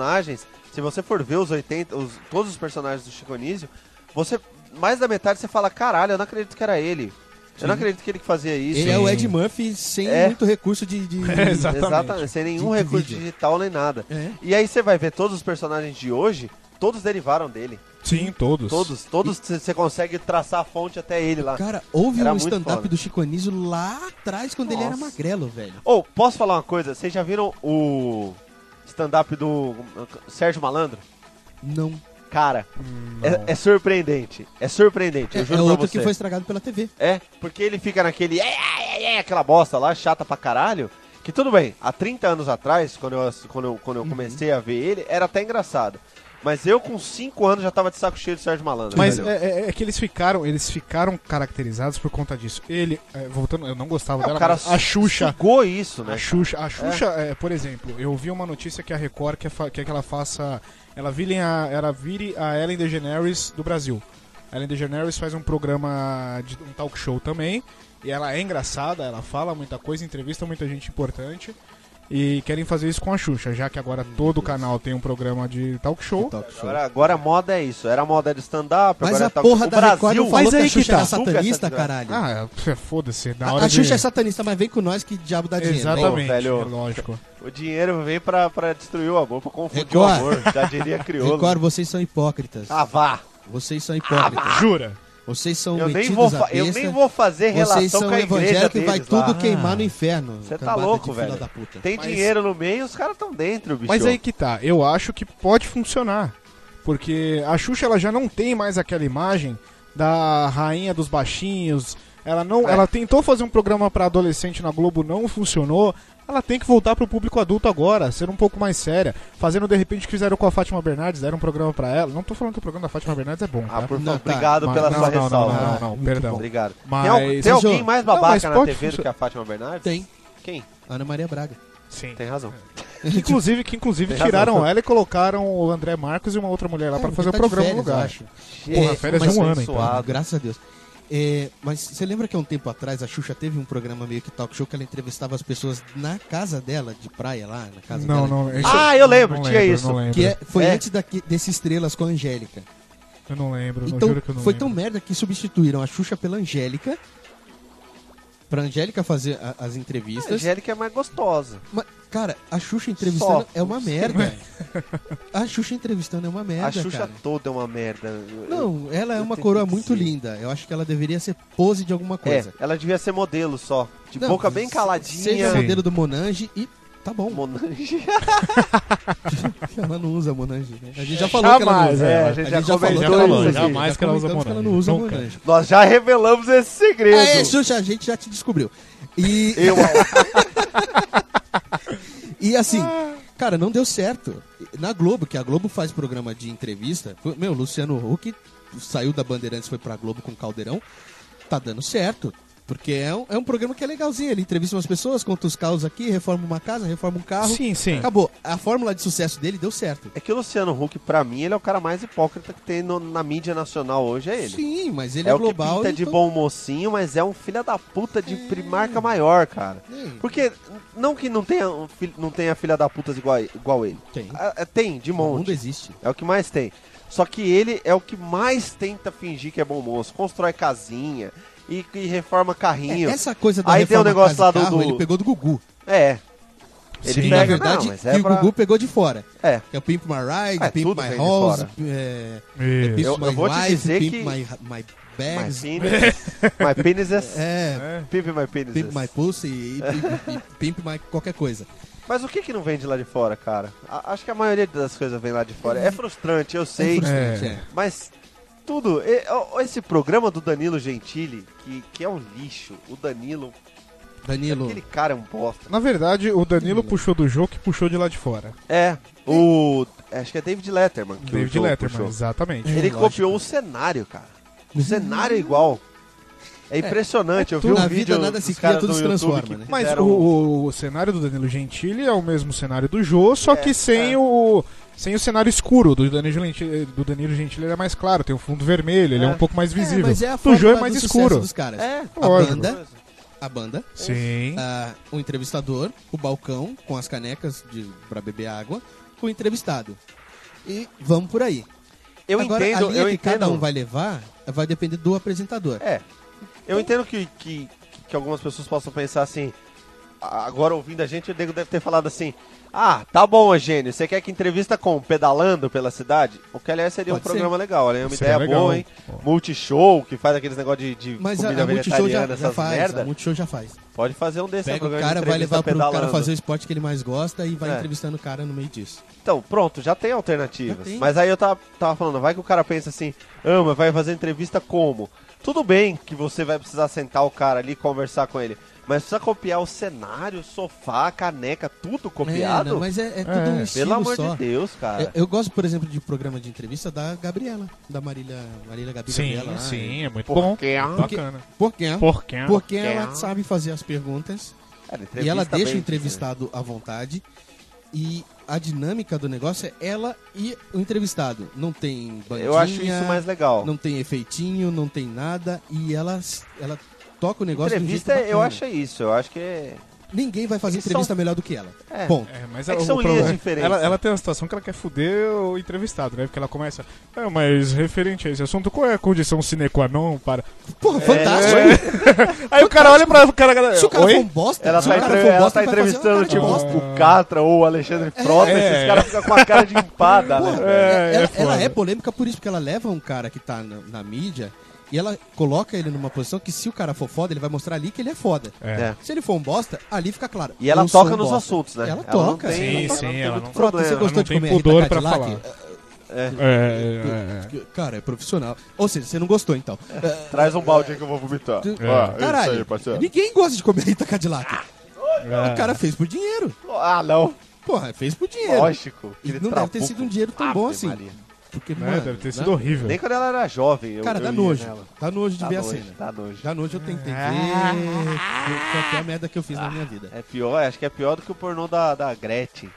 Speaker 5: se você for ver os 80, os- todos os personagens do Chico Anísio, você, mais da metade você fala, caralho, eu não acredito que era ele. Eu não acredito que ele que fazia isso.
Speaker 3: Ele é o
Speaker 2: Sim.
Speaker 3: Ed Murphy sem
Speaker 5: É.
Speaker 3: muito recurso de. de-
Speaker 2: É, exato.
Speaker 5: Exatamente.
Speaker 2: Exatamente.
Speaker 5: sem nenhum
Speaker 3: De- de
Speaker 5: recurso
Speaker 3: vídeo.
Speaker 5: digital nem nada.
Speaker 3: É.
Speaker 5: E aí você vai ver todos os personagens de hoje, todos derivaram dele.
Speaker 2: Sim, todos.
Speaker 5: é Todos, todos você você consegue traçar a fonte até ele lá.
Speaker 3: Cara, houve
Speaker 5: Era
Speaker 3: um
Speaker 5: muito
Speaker 3: stand-up
Speaker 5: foda.
Speaker 3: do Chico Anísio lá atrás, quando ele era
Speaker 5: Nossa.
Speaker 3: magrelo, velho.
Speaker 5: Ou, posso falar uma coisa? Vocês já viram o stand-up do Sérgio Malandro?
Speaker 3: Não.
Speaker 5: Cara, é, é surpreendente. É surpreendente,
Speaker 3: É,
Speaker 5: eu juro
Speaker 3: é
Speaker 5: pra
Speaker 3: outro
Speaker 5: você.
Speaker 3: que foi estragado pela TV.
Speaker 5: É, porque ele fica naquele. É, é, é, é, aquela bosta lá, chata pra caralho. Que tudo bem, há 30 anos atrás, quando eu, ass- quando eu, quando eu
Speaker 3: Uhum.
Speaker 5: comecei a ver ele, era até engraçado. Mas eu, com 5 anos, já tava de saco cheio do Sérgio Malandro.
Speaker 2: Mas
Speaker 5: velho.
Speaker 2: é, é- é que eles ficaram, eles ficaram caracterizados por conta disso. Ele, é, voltando, eu não gostava
Speaker 5: É,
Speaker 2: dela,
Speaker 5: o cara
Speaker 2: mas a Xuxa.
Speaker 5: sugou isso, né?
Speaker 2: A Xuxa, a Xuxa é, por exemplo, eu vi uma notícia que a Record quer, fa- quer que ela faça. Ela vire, a, ela vire a Ellen DeGeneres do Brasil. A Ellen DeGeneres faz um programa, de, um talk show também. E ela é engraçada, ela fala muita coisa, entrevista muita gente importante. E querem fazer isso com a Xuxa, já que agora todo canal tem um programa de talk show.
Speaker 3: Talk show.
Speaker 5: Agora, agora a moda é isso. Era a moda de stand-up,
Speaker 3: Mas
Speaker 5: agora
Speaker 3: a
Speaker 5: tá
Speaker 3: porra
Speaker 5: o
Speaker 3: da
Speaker 5: Brasil. né?
Speaker 3: Record não
Speaker 2: mas
Speaker 3: falou que a
Speaker 2: aí que
Speaker 3: Xuxa
Speaker 2: tá.
Speaker 3: era
Speaker 5: Nunca
Speaker 3: satanista,
Speaker 5: essa-
Speaker 3: caralho.
Speaker 2: Ah, foda-se. Na
Speaker 3: A-
Speaker 2: hora
Speaker 3: a Xuxa
Speaker 2: de...
Speaker 3: é né? satanista, mas vem com nós que diabo dá dinheiro.
Speaker 2: Exatamente,
Speaker 5: Pô, velho.
Speaker 2: é lógico.
Speaker 5: O dinheiro vem pra, pra destruir o amor, pra confundir
Speaker 3: Record.
Speaker 5: o amor. Já diria
Speaker 3: Vem.
Speaker 5: crioulo.
Speaker 3: Record, vocês são hipócritas.
Speaker 5: Ah, vá.
Speaker 3: Vocês são hipócritas.
Speaker 2: Jura?
Speaker 3: Vocês são
Speaker 5: Ah, Eu nem,
Speaker 3: metidos
Speaker 5: vou
Speaker 3: à
Speaker 5: fa- eu
Speaker 3: besta.
Speaker 5: nem vou fazer
Speaker 3: Vocês
Speaker 5: relação
Speaker 3: são
Speaker 5: com a igreja
Speaker 3: evangélicos e
Speaker 5: deles
Speaker 3: vai tudo
Speaker 5: lá.
Speaker 3: queimar no inferno.
Speaker 5: Você tá
Speaker 3: cambada de
Speaker 5: louco,
Speaker 3: fila
Speaker 5: velho.
Speaker 3: da puta.
Speaker 5: Tem
Speaker 2: Mas-
Speaker 5: dinheiro no meio, os caras estão dentro, bicho.
Speaker 2: Mas aí que tá, eu acho que pode funcionar. Porque a Xuxa ela já não tem mais aquela imagem da rainha dos baixinhos. Ela não,
Speaker 5: É.
Speaker 2: ela tentou fazer um programa pra adolescente na Globo, não funcionou. Ela tem que voltar pro público adulto agora, ser um pouco mais séria, fazendo de repente o que fizeram com a Fátima Bernardes, deram um programa pra ela. Não tô falando que o programa da Fátima Bernardes é bom,
Speaker 5: Ah,
Speaker 2: tá?
Speaker 5: por favor,
Speaker 3: Não, tá.
Speaker 5: obrigado
Speaker 2: Mas-
Speaker 5: pela
Speaker 2: não,
Speaker 5: sua
Speaker 2: não,
Speaker 5: ressalva.
Speaker 2: não, não,
Speaker 3: Ah,
Speaker 2: não,
Speaker 3: muito
Speaker 2: perdão.
Speaker 3: bom.
Speaker 5: Obrigado.
Speaker 2: Mas-
Speaker 5: Tem, al- tem
Speaker 2: Sérgio,
Speaker 5: alguém mais
Speaker 2: não, mas
Speaker 5: babaca na
Speaker 2: pode
Speaker 5: TV do
Speaker 2: funcionar.
Speaker 5: que a Fátima Bernardes?
Speaker 3: Tem.
Speaker 5: Quem?
Speaker 3: Ana Maria Braga.
Speaker 2: Sim.
Speaker 5: Tem razão.
Speaker 2: Inclusive, que inclusive
Speaker 5: Tem razão.
Speaker 2: tiraram ela e colocaram o André Marcos e uma outra mulher lá pra
Speaker 3: É,
Speaker 2: fazer o
Speaker 3: tá de
Speaker 2: programa no
Speaker 3: férias, eu
Speaker 2: lugar.
Speaker 3: acho.
Speaker 2: Porra, férias de
Speaker 3: mas
Speaker 2: um ano, então.
Speaker 5: sensual.
Speaker 3: Ah, graças a Deus. É, mas você lembra que há um tempo atrás a Xuxa teve um programa meio que talk show que ela entrevistava as pessoas na casa dela, de praia lá, na casa
Speaker 2: Não,
Speaker 3: dela?
Speaker 2: não. isso-
Speaker 5: Ah, eu lembro,
Speaker 2: não
Speaker 5: tinha
Speaker 2: lembro,
Speaker 5: isso.
Speaker 2: Não lembro.
Speaker 3: Que é- foi
Speaker 5: É.
Speaker 3: antes daqui, desse Estrelas com a Angélica.
Speaker 2: Eu não lembro, não
Speaker 3: Então,
Speaker 2: juro que eu não
Speaker 3: foi
Speaker 2: lembro.
Speaker 3: tão merda que substituíram a Xuxa pela Angélica. Pra Angélica fazer a- as
Speaker 5: A
Speaker 3: entrevistas.
Speaker 5: Angélica é mais gostosa.
Speaker 3: Mas, cara, a Xuxa entrevistando
Speaker 5: Só.
Speaker 3: é uma merda. A Xuxa entrevistando é uma merda,
Speaker 5: a Xuxa
Speaker 3: cara.
Speaker 5: toda é uma merda. Eu-
Speaker 3: Não, ela é
Speaker 5: eu
Speaker 3: uma
Speaker 5: tenho
Speaker 3: coroa
Speaker 5: que
Speaker 3: muito
Speaker 5: dizer.
Speaker 3: linda. Eu acho que ela deveria ser pose de alguma
Speaker 5: É,
Speaker 3: coisa.
Speaker 5: ela devia ser modelo só. De
Speaker 3: Não,
Speaker 5: boca bem
Speaker 3: se- Seja
Speaker 5: caladinha.
Speaker 2: Sim.
Speaker 3: modelo do Monange e Tá bom.
Speaker 5: Monange.
Speaker 3: Ela não usa Monange, né? A gente já falou que ela não
Speaker 2: jamais,
Speaker 3: usa.
Speaker 2: é,
Speaker 5: a
Speaker 3: ela.
Speaker 5: gente já comentou
Speaker 3: que ela não
Speaker 5: isso
Speaker 3: usa.
Speaker 5: aqui.
Speaker 2: Jamais
Speaker 3: Já
Speaker 2: que ela usa
Speaker 3: comentamos que ela não
Speaker 2: Monange,
Speaker 3: usa
Speaker 2: nunca.
Speaker 3: Monange.
Speaker 5: Nós já revelamos esse segredo.
Speaker 3: Ah, é, Xuxa, a gente já te descobriu. E,
Speaker 5: Eu,
Speaker 3: e assim, cara, não deu certo. Na Globo, que a Globo faz programa de entrevista, foi- meu, Luciano Huck saiu da Bandeirantes foi pra Globo com Caldeirão, tá dando certo. Porque é um, é um programa que é legalzinho. Ele entrevista umas pessoas, conta os carros aqui, reforma uma casa, reforma um carro.
Speaker 2: Sim, sim.
Speaker 3: Acabou. A fórmula de sucesso dele deu certo.
Speaker 5: é que o Luciano Huck, pra mim, ele é o cara mais hipócrita que tem no- na mídia nacional hoje, é ele.
Speaker 3: Sim, mas ele
Speaker 5: é
Speaker 3: é,
Speaker 5: o
Speaker 3: global.
Speaker 5: que pinta
Speaker 3: e
Speaker 5: de
Speaker 3: todo-
Speaker 5: bom mocinho, mas é um filho da puta de pri- marca maior, cara.
Speaker 3: Sim.
Speaker 5: Porque, não que não tenha, um fil- não tenha filha da puta igual, a- igual ele.
Speaker 3: Tem.
Speaker 5: Ah, é, Tem, de
Speaker 3: O mundo
Speaker 5: monte.
Speaker 3: existe.
Speaker 5: É o que mais tem. Só que ele é o que mais tenta fingir que é bom moço. Constrói casinha e, e reforma carrinho.
Speaker 3: É, essa coisa da
Speaker 5: Aí tem o
Speaker 3: reforma
Speaker 5: negócio
Speaker 3: casa
Speaker 5: lá
Speaker 3: e
Speaker 5: do-
Speaker 3: carro,
Speaker 5: do-
Speaker 3: ele pegou do Gugu.
Speaker 5: É. Ele
Speaker 2: Sim.
Speaker 3: E
Speaker 5: pega,
Speaker 3: na verdade,
Speaker 5: não, mas
Speaker 3: que
Speaker 5: é
Speaker 3: o
Speaker 5: pra...
Speaker 3: Gugu pegou de fora.
Speaker 5: É.
Speaker 3: Que é o Pimp My Ride,
Speaker 5: É,
Speaker 3: Pimp
Speaker 5: tudo
Speaker 3: My
Speaker 5: vem de
Speaker 3: House,
Speaker 5: fora.
Speaker 3: é,
Speaker 2: Isso.
Speaker 3: Pimp
Speaker 5: Eu- eu
Speaker 3: My
Speaker 5: vou te
Speaker 3: Wife,
Speaker 5: dizer
Speaker 3: Pimp
Speaker 5: que-
Speaker 3: My, my
Speaker 5: My
Speaker 3: Bags,
Speaker 5: penis. my penis is...
Speaker 3: é,
Speaker 5: Pimp my penis.
Speaker 3: Pimp My Pussy e, e- e Pimp My qualquer coisa.
Speaker 5: Mas o que que não vende lá de fora, cara? A- acho que a maioria das coisas vem lá de fora. É frustrante, eu sei.
Speaker 3: frustrante,
Speaker 2: É.
Speaker 3: é.
Speaker 5: Mas tudo. e- ó, Esse programa do Danilo Gentili, que, que é um lixo. O Danilo,
Speaker 3: Danilo,
Speaker 5: aquele cara é um bosta.
Speaker 2: Na verdade, o Danilo puxou do jogo que puxou de lá de fora.
Speaker 5: É, o... Acho que é David Letterman. Que o
Speaker 2: David
Speaker 5: Joe
Speaker 2: Letterman,
Speaker 5: puxou. É.
Speaker 2: exatamente.
Speaker 5: Ele
Speaker 3: Lógico.
Speaker 5: copiou o cenário, cara. O cenário é igual. É impressionante. eu vi
Speaker 3: tudo.
Speaker 5: um
Speaker 3: Na
Speaker 5: vídeo
Speaker 3: vida nada
Speaker 5: dos
Speaker 3: se cria,
Speaker 5: caras
Speaker 3: tudo
Speaker 5: do
Speaker 3: se
Speaker 5: YouTube
Speaker 3: transforma,
Speaker 5: que
Speaker 3: né?
Speaker 2: Mas
Speaker 5: fizeram- um-
Speaker 2: o, o cenário do Danilo Gentili é o mesmo cenário do Jô,
Speaker 5: É,
Speaker 2: só que sem o. Sem o cenário escuro do Danilo Gentili, do Danilo Gentili ele é mais claro, tem o fundo vermelho, ele é, um pouco mais
Speaker 3: é,
Speaker 2: visível.
Speaker 3: mas é a
Speaker 2: do Jô é
Speaker 3: fórmula
Speaker 2: mais
Speaker 3: do sucesso
Speaker 2: escuro.
Speaker 3: dos caras.
Speaker 5: É,
Speaker 3: a
Speaker 2: lógico.
Speaker 3: banda, a banda,
Speaker 2: Sim.
Speaker 3: ah, o entrevistador, o balcão com as canecas de, pra beber água, o entrevistado. E vamos por aí.
Speaker 5: Eu
Speaker 3: Agora,
Speaker 5: entendo,
Speaker 3: a linha
Speaker 5: eu
Speaker 3: que
Speaker 5: entendo.
Speaker 3: cada um vai levar vai depender do apresentador.
Speaker 5: É. Eu entendo que, que, que algumas pessoas possam pensar assim. a- Agora ouvindo a gente, o Diego deve ter falado assim. Ah, tá bom, Eugênio. Você quer que entrevista com Pedalando pela cidade? O que, aliás, seria um
Speaker 3: Pode ser.
Speaker 5: programa legal. Olha, é uma
Speaker 2: Seria
Speaker 5: ideia
Speaker 2: legal.
Speaker 5: boa, hein? Multishow, que faz aqueles negócios de, de
Speaker 3: Mas a,
Speaker 5: comida
Speaker 3: a Multishow já,
Speaker 5: vegetariana,
Speaker 3: já
Speaker 5: essas
Speaker 3: faz. A
Speaker 5: merda.
Speaker 3: Multishow já faz.
Speaker 5: Pode fazer um desses. um
Speaker 3: Pega o
Speaker 5: programa de
Speaker 3: cara, vai
Speaker 5: entrevista
Speaker 3: levar pro cara
Speaker 5: pedalando.
Speaker 3: fazer o esporte que ele mais gosta e vai
Speaker 5: É.
Speaker 3: entrevistando o cara no meio disso.
Speaker 5: Então, pronto, já tem alternativas.
Speaker 3: Já tem.
Speaker 5: Mas aí eu tava, tava falando, vai que o cara pensa assim, ama, vai fazer entrevista como? Tudo bem que você vai precisar sentar o cara ali e conversar com ele. Mas precisa copiar o cenário, o sofá, a caneca, tudo
Speaker 3: É,
Speaker 5: copiado?
Speaker 3: não, mas é, é tudo um
Speaker 2: É.
Speaker 3: estilo
Speaker 5: Pelo amor
Speaker 3: só. É,
Speaker 5: de Deus,
Speaker 3: Eu,
Speaker 5: cara.
Speaker 3: eu gosto, por exemplo, de programa de entrevista da Gabriela, da Marília, Marília Gabi Gabriela.
Speaker 2: Sim,
Speaker 3: lá,
Speaker 2: sim, é muito bom.
Speaker 5: Porque a
Speaker 2: Bacana.
Speaker 3: é. Porque,
Speaker 2: Porque.
Speaker 3: porque ela sabe fazer as perguntas
Speaker 5: cara,
Speaker 3: e ela
Speaker 5: entrevista
Speaker 3: deixa
Speaker 5: bem-
Speaker 3: o entrevistado à vontade. E a dinâmica do negócio é ela e o entrevistado. Não tem bandinha,
Speaker 5: Eu acho isso mais legal.
Speaker 3: não tem efeitinho, não tem nada. E ela, ela toca o negócio
Speaker 5: Entrevista,
Speaker 3: do jeito
Speaker 5: eu
Speaker 3: bacana.
Speaker 5: acho é isso. Eu acho que é.
Speaker 3: Ninguém vai fazer
Speaker 5: Eles
Speaker 3: entrevista melhor do que ela.
Speaker 5: É.
Speaker 3: Ponto.
Speaker 2: É, mas
Speaker 5: É que
Speaker 2: ela-
Speaker 5: são
Speaker 2: o
Speaker 5: linhas
Speaker 2: problema-
Speaker 5: diferentes.
Speaker 2: Ela, ela tem uma situação que ela quer foder o entrevistado, né? Porque ela começa. É, mas referente a esse assunto, qual é a condição sine qua non para.
Speaker 5: É.
Speaker 3: Porra, fantástico.
Speaker 2: Aí o cara olha pra o cara. cara
Speaker 3: Se o cara for um
Speaker 2: Oi?
Speaker 3: bosta,
Speaker 5: Ela
Speaker 3: se
Speaker 5: tá,
Speaker 3: o cara
Speaker 5: entre-
Speaker 3: for um
Speaker 5: ela
Speaker 3: bosta,
Speaker 5: tá
Speaker 3: ele vai fazer um
Speaker 5: entrevistando
Speaker 3: cara de
Speaker 5: tipo
Speaker 3: bosta.
Speaker 5: o Catra ou o Alexandre Frota,
Speaker 2: É.
Speaker 5: esses caras ficam com a cara de empada,
Speaker 3: Porra,
Speaker 5: né?
Speaker 2: É,
Speaker 3: ela,
Speaker 2: é foda.
Speaker 3: ela é polêmica por isso, porque ela leva um cara que tá na, na mídia e ela coloca ele numa posição que se o cara for foda, ele vai mostrar ali que ele é foda.
Speaker 2: É.
Speaker 3: Se ele for um bosta, ali fica claro.
Speaker 5: E ela
Speaker 3: eu sou
Speaker 5: toca
Speaker 3: um
Speaker 5: nos
Speaker 3: bosta.
Speaker 5: assuntos, né?
Speaker 3: Ela
Speaker 5: não
Speaker 3: toca.
Speaker 5: tem-
Speaker 2: Sim, sim,
Speaker 5: tem
Speaker 2: ela
Speaker 5: muito
Speaker 2: não-
Speaker 3: Frota,
Speaker 5: É, problema.
Speaker 3: você gostou
Speaker 2: não
Speaker 3: de
Speaker 2: tem
Speaker 3: comer
Speaker 2: pudor
Speaker 3: Rita
Speaker 2: pra
Speaker 3: Cadillac?
Speaker 5: É.
Speaker 2: É, é, é,
Speaker 3: Eh, Cara, é profissional. Ou seja, você não gostou então. Eh,
Speaker 5: Traz um balde aí que eu vou vomitar.
Speaker 3: Tu-
Speaker 5: Ó, É, isso aí,
Speaker 3: Caralho,
Speaker 5: parceiro.
Speaker 3: ninguém gosta de comer Rita Cadillac.
Speaker 2: é.
Speaker 3: O cara fez por dinheiro.
Speaker 5: Ah, não.
Speaker 3: Porra, fez por dinheiro.
Speaker 5: Lógico.
Speaker 3: E
Speaker 5: Aquele
Speaker 3: não deve ter
Speaker 5: trabuco.
Speaker 3: sido um dinheiro tão bom
Speaker 5: Ah, Ave
Speaker 3: assim.
Speaker 5: Maria.
Speaker 3: Porque,
Speaker 2: Né,
Speaker 3: mano,
Speaker 2: Deve ter
Speaker 3: né?
Speaker 2: sido horrível.
Speaker 5: Nem quando ela era jovem. Eu,
Speaker 3: Cara,
Speaker 5: eu Tá
Speaker 3: dá
Speaker 5: ia
Speaker 3: nojo.
Speaker 5: nela.
Speaker 3: Dá nojo de
Speaker 5: Dá
Speaker 3: ver assim.
Speaker 5: nojo,
Speaker 3: a cena.
Speaker 5: dá nojo.
Speaker 3: Dá nojo eu tentei ver. Foi até a merda que eu fiz na minha vida.
Speaker 2: Ah.
Speaker 5: É pior, acho que é pior do que o pornô da, da Gretchen.